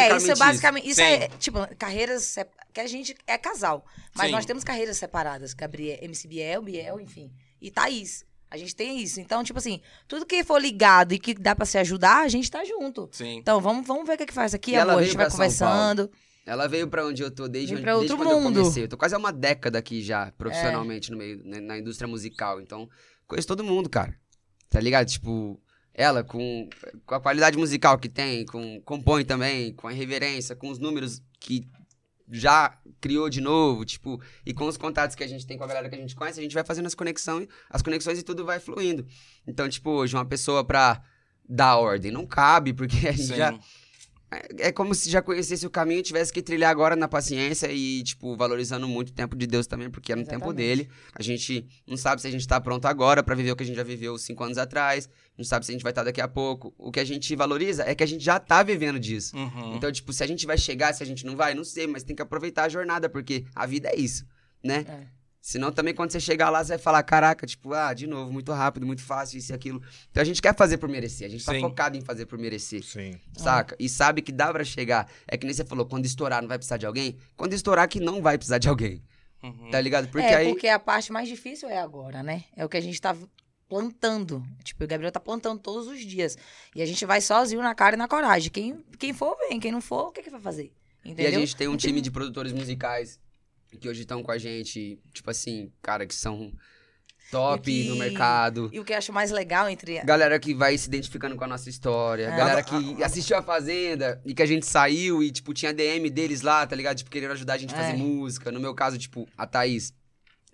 Speaker 3: Basicamente
Speaker 4: isso é basicamente. Isso,
Speaker 2: Sim.
Speaker 4: é, tipo, carreiras. sep- Que a gente é casal. Mas
Speaker 2: Sim.
Speaker 4: nós temos carreiras separadas. Gabriel, MC Biel, Biel, enfim. E Thaís. A gente tem isso. Então, tipo assim, tudo que for ligado e que dá pra se ajudar, a gente tá junto.
Speaker 2: Sim.
Speaker 4: Então, vamos, vamos ver o que, é que faz aqui,
Speaker 3: E ela
Speaker 4: amor. A
Speaker 3: veio
Speaker 4: gente vai
Speaker 3: pra São
Speaker 4: conversando.
Speaker 3: Ela veio pra onde eu tô desde,
Speaker 4: Veio
Speaker 3: onde,
Speaker 4: pra
Speaker 3: desde
Speaker 4: outro
Speaker 3: quando
Speaker 4: mundo. É.
Speaker 3: eu comecei. Eu tô quase há uma década aqui já, profissionalmente, no meio, né, na, na indústria musical. Então, conheço todo mundo, cara. Tá ligado? Tipo, ela com, com a qualidade musical que tem, com compõe também, com a irreverência, com os números que já criou de novo, tipo, e com os contatos que a gente tem com a galera que a gente conhece, a gente vai fazendo as conexões, as conexões e tudo vai fluindo. Então, tipo, hoje uma pessoa pra dar ordem não cabe, porque <laughs> a gente
Speaker 2: Sim.
Speaker 3: já é como se já conhecesse o caminho e tivesse que trilhar agora na paciência e, tipo, valorizando muito o tempo de Deus também, porque é no tempo
Speaker 4: Exatamente.
Speaker 3: dele. A gente não sabe se a gente tá pronto agora pra viver o que a gente já viveu cinco anos atrás, não sabe se a gente vai estar daqui a pouco. O que a gente valoriza é que a gente já tá vivendo disso.
Speaker 2: Uhum.
Speaker 3: Então, tipo, se a gente vai chegar, se a gente não vai, não sei, mas tem que aproveitar a jornada, porque a vida é isso, né?
Speaker 4: É.
Speaker 3: Senão também quando você chegar lá, você vai falar, caraca, tipo, ah, de novo, muito rápido, muito fácil, isso e aquilo. Então a gente quer fazer por merecer, a gente tá
Speaker 2: Sim.
Speaker 3: focado em fazer por merecer
Speaker 1: Sim.
Speaker 4: É.
Speaker 3: saca? E sabe que dá pra chegar. É que nem você falou, quando estourar não vai precisar de alguém. Quando estourar que não vai precisar de alguém,
Speaker 2: Uhum.
Speaker 3: tá ligado? Porque
Speaker 4: é,
Speaker 3: aí...
Speaker 4: porque a parte mais difícil é agora, né? É o que a gente tá plantando. Tipo, o Gabriel tá plantando todos os dias. E a gente vai sozinho na cara e na coragem. Quem, quem for, vem. Quem não for, o que que vai fazer? Entendeu?
Speaker 3: E a gente tem um time de produtores musicais que hoje estão com a gente, tipo assim, cara, que são top
Speaker 4: E É que-
Speaker 3: no mercado.
Speaker 4: E o que eu acho mais legal entre...
Speaker 3: Galera que vai se identificando com a nossa história.
Speaker 4: É.
Speaker 3: Galera que assistiu a Fazenda e que a gente saiu e, tipo, tinha DM deles lá, tá ligado? Tipo, querendo ajudar a gente a fazer
Speaker 4: É.
Speaker 3: música. No meu caso, tipo, a Thaís.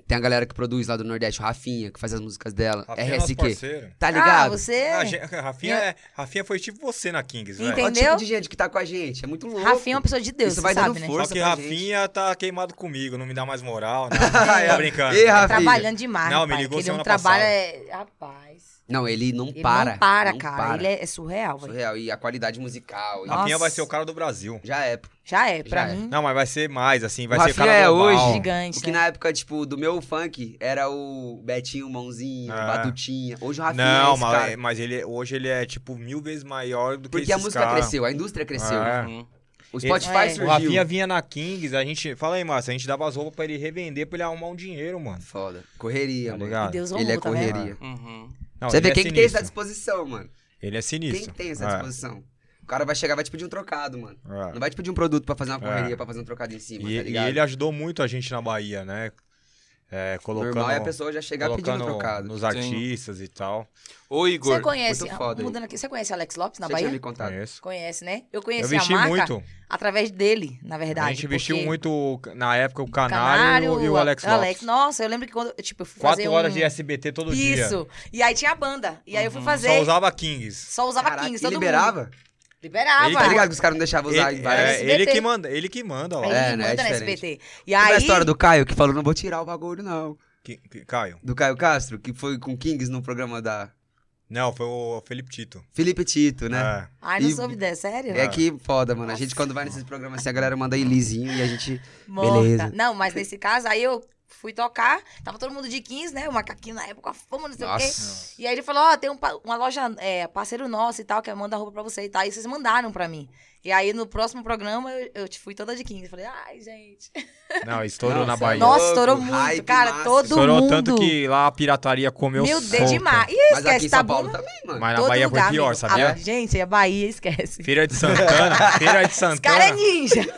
Speaker 3: Tem a galera que produz lá do Nordeste, o Rafinha, que faz as músicas dela.
Speaker 1: Rafinha é nosso
Speaker 3: RSQ.
Speaker 1: parceiro.
Speaker 3: Tá
Speaker 4: Ah,
Speaker 3: ligado?
Speaker 4: você...
Speaker 1: Ah, gen- Rafinha, é- Rafinha foi tipo você na Kings, velho.
Speaker 3: É o
Speaker 4: Entendeu?
Speaker 3: tipo de gente que tá com a gente. É muito louco.
Speaker 4: Rafinha é uma pessoa de Deus,
Speaker 3: Isso
Speaker 4: você
Speaker 3: vai dando
Speaker 4: sabe, né?
Speaker 3: força
Speaker 1: Só que
Speaker 3: pra
Speaker 1: Rafinha tá queimado comigo, não me dá mais
Speaker 3: <laughs>
Speaker 1: moral. Não.
Speaker 3: É.
Speaker 1: tá brincando.
Speaker 3: Ei, Rafinha.
Speaker 4: Trabalhando demais,
Speaker 1: Não, me
Speaker 4: rapaz.
Speaker 1: ligou
Speaker 4: que ele
Speaker 1: semana
Speaker 4: não
Speaker 1: passada.
Speaker 4: trabalha... é- Rapaz...
Speaker 3: Não, ele não
Speaker 4: Ele
Speaker 3: para.
Speaker 4: não para,
Speaker 3: não
Speaker 4: cara.
Speaker 3: para.
Speaker 4: Ele é, é surreal, velho.
Speaker 3: Surreal. E a qualidade musical. e-
Speaker 4: Nossa.
Speaker 1: Rafinha vai ser o cara do Brasil.
Speaker 3: Já é. pô.
Speaker 4: Já é, pra
Speaker 3: Já é.
Speaker 4: mim...
Speaker 1: Não, mas vai ser mais, assim, vai
Speaker 3: O
Speaker 1: ser o cara
Speaker 3: Rafinha é
Speaker 1: global.
Speaker 3: hoje
Speaker 4: Gigante,
Speaker 3: O que
Speaker 4: né?
Speaker 3: na época, tipo, do meu funk, era o Betinho, Mãozinho,
Speaker 1: É.
Speaker 3: Batutinha. Hoje o Rafinha é
Speaker 1: Não,
Speaker 3: esse
Speaker 1: mas,
Speaker 3: cara.
Speaker 1: mas ele, hoje ele é, tipo, mil vezes maior do que
Speaker 3: Porque a
Speaker 1: esses
Speaker 3: música
Speaker 1: cara.
Speaker 3: cresceu, né? a indústria cresceu.
Speaker 1: É.
Speaker 2: Uhum.
Speaker 3: O Spotify
Speaker 4: É.
Speaker 1: O
Speaker 3: surgiu.
Speaker 1: Rafinha vinha na Kings, a gente... Fala aí, Márcio, a gente dava as roupas pra ele revender pra ele arrumar um dinheiro, mano.
Speaker 3: Foda. Correria,
Speaker 1: Tá
Speaker 3: mano.
Speaker 1: ligado?
Speaker 4: E Deus
Speaker 3: Ele é
Speaker 4: honrou, tá vendo?
Speaker 3: correria.
Speaker 2: Uhum.
Speaker 1: Ah. Não,
Speaker 3: Você
Speaker 1: ele
Speaker 3: vê
Speaker 1: é
Speaker 3: quem que tem essa
Speaker 1: sinistro.
Speaker 3: disposição, mano.
Speaker 1: Ele é sinistro.
Speaker 3: Quem que tem essa disposição? O cara vai chegar e vai te pedir um trocado, mano.
Speaker 1: É,
Speaker 3: Não vai te pedir um produto pra fazer uma
Speaker 1: É.
Speaker 3: correria, pra fazer um trocado em cima,
Speaker 1: E,
Speaker 3: tá
Speaker 1: e
Speaker 3: ligado?
Speaker 1: ele é ajudou muito a gente na Bahia, né? É, colocando,
Speaker 3: Normal é a pessoa já chegar pedindo
Speaker 1: colocando
Speaker 3: trocado.
Speaker 1: nos artistas e tal.
Speaker 2: Ô,
Speaker 4: Você
Speaker 2: Igor.
Speaker 4: conhece...
Speaker 3: muito foda, hein?
Speaker 4: Mudando aqui, você conhece Alex Lopes na
Speaker 3: Você
Speaker 4: Bahia?
Speaker 3: tinha me contado.
Speaker 1: Conheço.
Speaker 4: Conhece, né? Eu
Speaker 1: Eu
Speaker 4: conheci
Speaker 1: vesti
Speaker 4: a marca
Speaker 1: muito.
Speaker 4: através dele, na verdade.
Speaker 1: a gente vestiu
Speaker 4: porque
Speaker 1: muito, na época, o
Speaker 4: o
Speaker 1: Canário, e o- e o
Speaker 4: a-
Speaker 1: Alex Lopes.
Speaker 4: Nossa, eu lembro que quando tipo, eu fui
Speaker 1: Quatro
Speaker 4: fazer
Speaker 1: horas
Speaker 4: um...
Speaker 1: de SBT todo dia.
Speaker 4: Isso. E aí tinha a banda. E aí eu fui
Speaker 2: Uhum.
Speaker 4: fazer...
Speaker 1: Só usava Kings.
Speaker 4: só usava
Speaker 3: Caraca,
Speaker 4: 15,
Speaker 3: e
Speaker 4: todo mundo.
Speaker 3: liberava?
Speaker 4: Liberava.
Speaker 1: Ele-
Speaker 3: Tá ligado que os caras não deixavam usar
Speaker 1: Ele,
Speaker 3: em várias...
Speaker 1: é,
Speaker 4: SBT.
Speaker 1: ele que manda, ele que manda
Speaker 4: Aí
Speaker 1: lá.
Speaker 4: ele
Speaker 3: É, né? É
Speaker 4: manda na
Speaker 3: diferente.
Speaker 4: SBT. E
Speaker 3: Lembra
Speaker 4: aí...
Speaker 3: é a história do Caio que falou, não vou tirar o bagulho, não.
Speaker 1: Que- que- Caio.
Speaker 3: Do Caio Castro, que foi com o Kings no programa da
Speaker 1: Não, foi o Felipe Tito.
Speaker 3: Felipe Tito, né?
Speaker 1: É.
Speaker 4: Ai, não
Speaker 3: E-
Speaker 4: soube dessa, sério?
Speaker 3: É, que foda, mano. A gente
Speaker 4: Ah. Nossa.
Speaker 3: quando vai nesses programas assim, a galera manda aí lisinho e a gente...
Speaker 4: Morta.
Speaker 3: Beleza.
Speaker 4: Não, mas nesse caso, aí eu fui tocar, tava todo mundo de 15, né? O macaquinho na época, fama, não sei o quê.
Speaker 3: Nossa.
Speaker 4: E aí ele falou, ó, tem um pa- uma loja, é, parceiro nosso e tal, que manda roupa pra você e tal. E vocês mandaram pra mim. E aí no próximo programa eu, eu te fui toda de 15. Falei, ai, gente.
Speaker 1: Não, estourou na
Speaker 3: Nossa,
Speaker 1: Bahia.
Speaker 4: Nossa,
Speaker 3: Louco,
Speaker 4: estourou muito,
Speaker 3: hype
Speaker 4: cara.
Speaker 3: massa.
Speaker 4: é Todo
Speaker 1: É. estourou
Speaker 4: mundo.
Speaker 1: tanto que lá a pirataria comeu
Speaker 4: Meu
Speaker 1: solta.
Speaker 4: Deus, demais. Ih,
Speaker 3: Mas aqui
Speaker 4: esquece,
Speaker 3: em
Speaker 4: tá
Speaker 3: São
Speaker 4: bom.
Speaker 3: Paulo também, mano.
Speaker 1: Mas na
Speaker 4: Todo
Speaker 1: Bahia
Speaker 4: lugar,
Speaker 1: foi pior,
Speaker 4: amigo.
Speaker 1: sabia?
Speaker 4: Ah, gente, a Bahia esquece.
Speaker 1: Feira de
Speaker 4: <laughs>
Speaker 1: Santana, Feira de
Speaker 4: Esse cara é
Speaker 1: Santana.
Speaker 3: <laughs>
Speaker 4: ninja.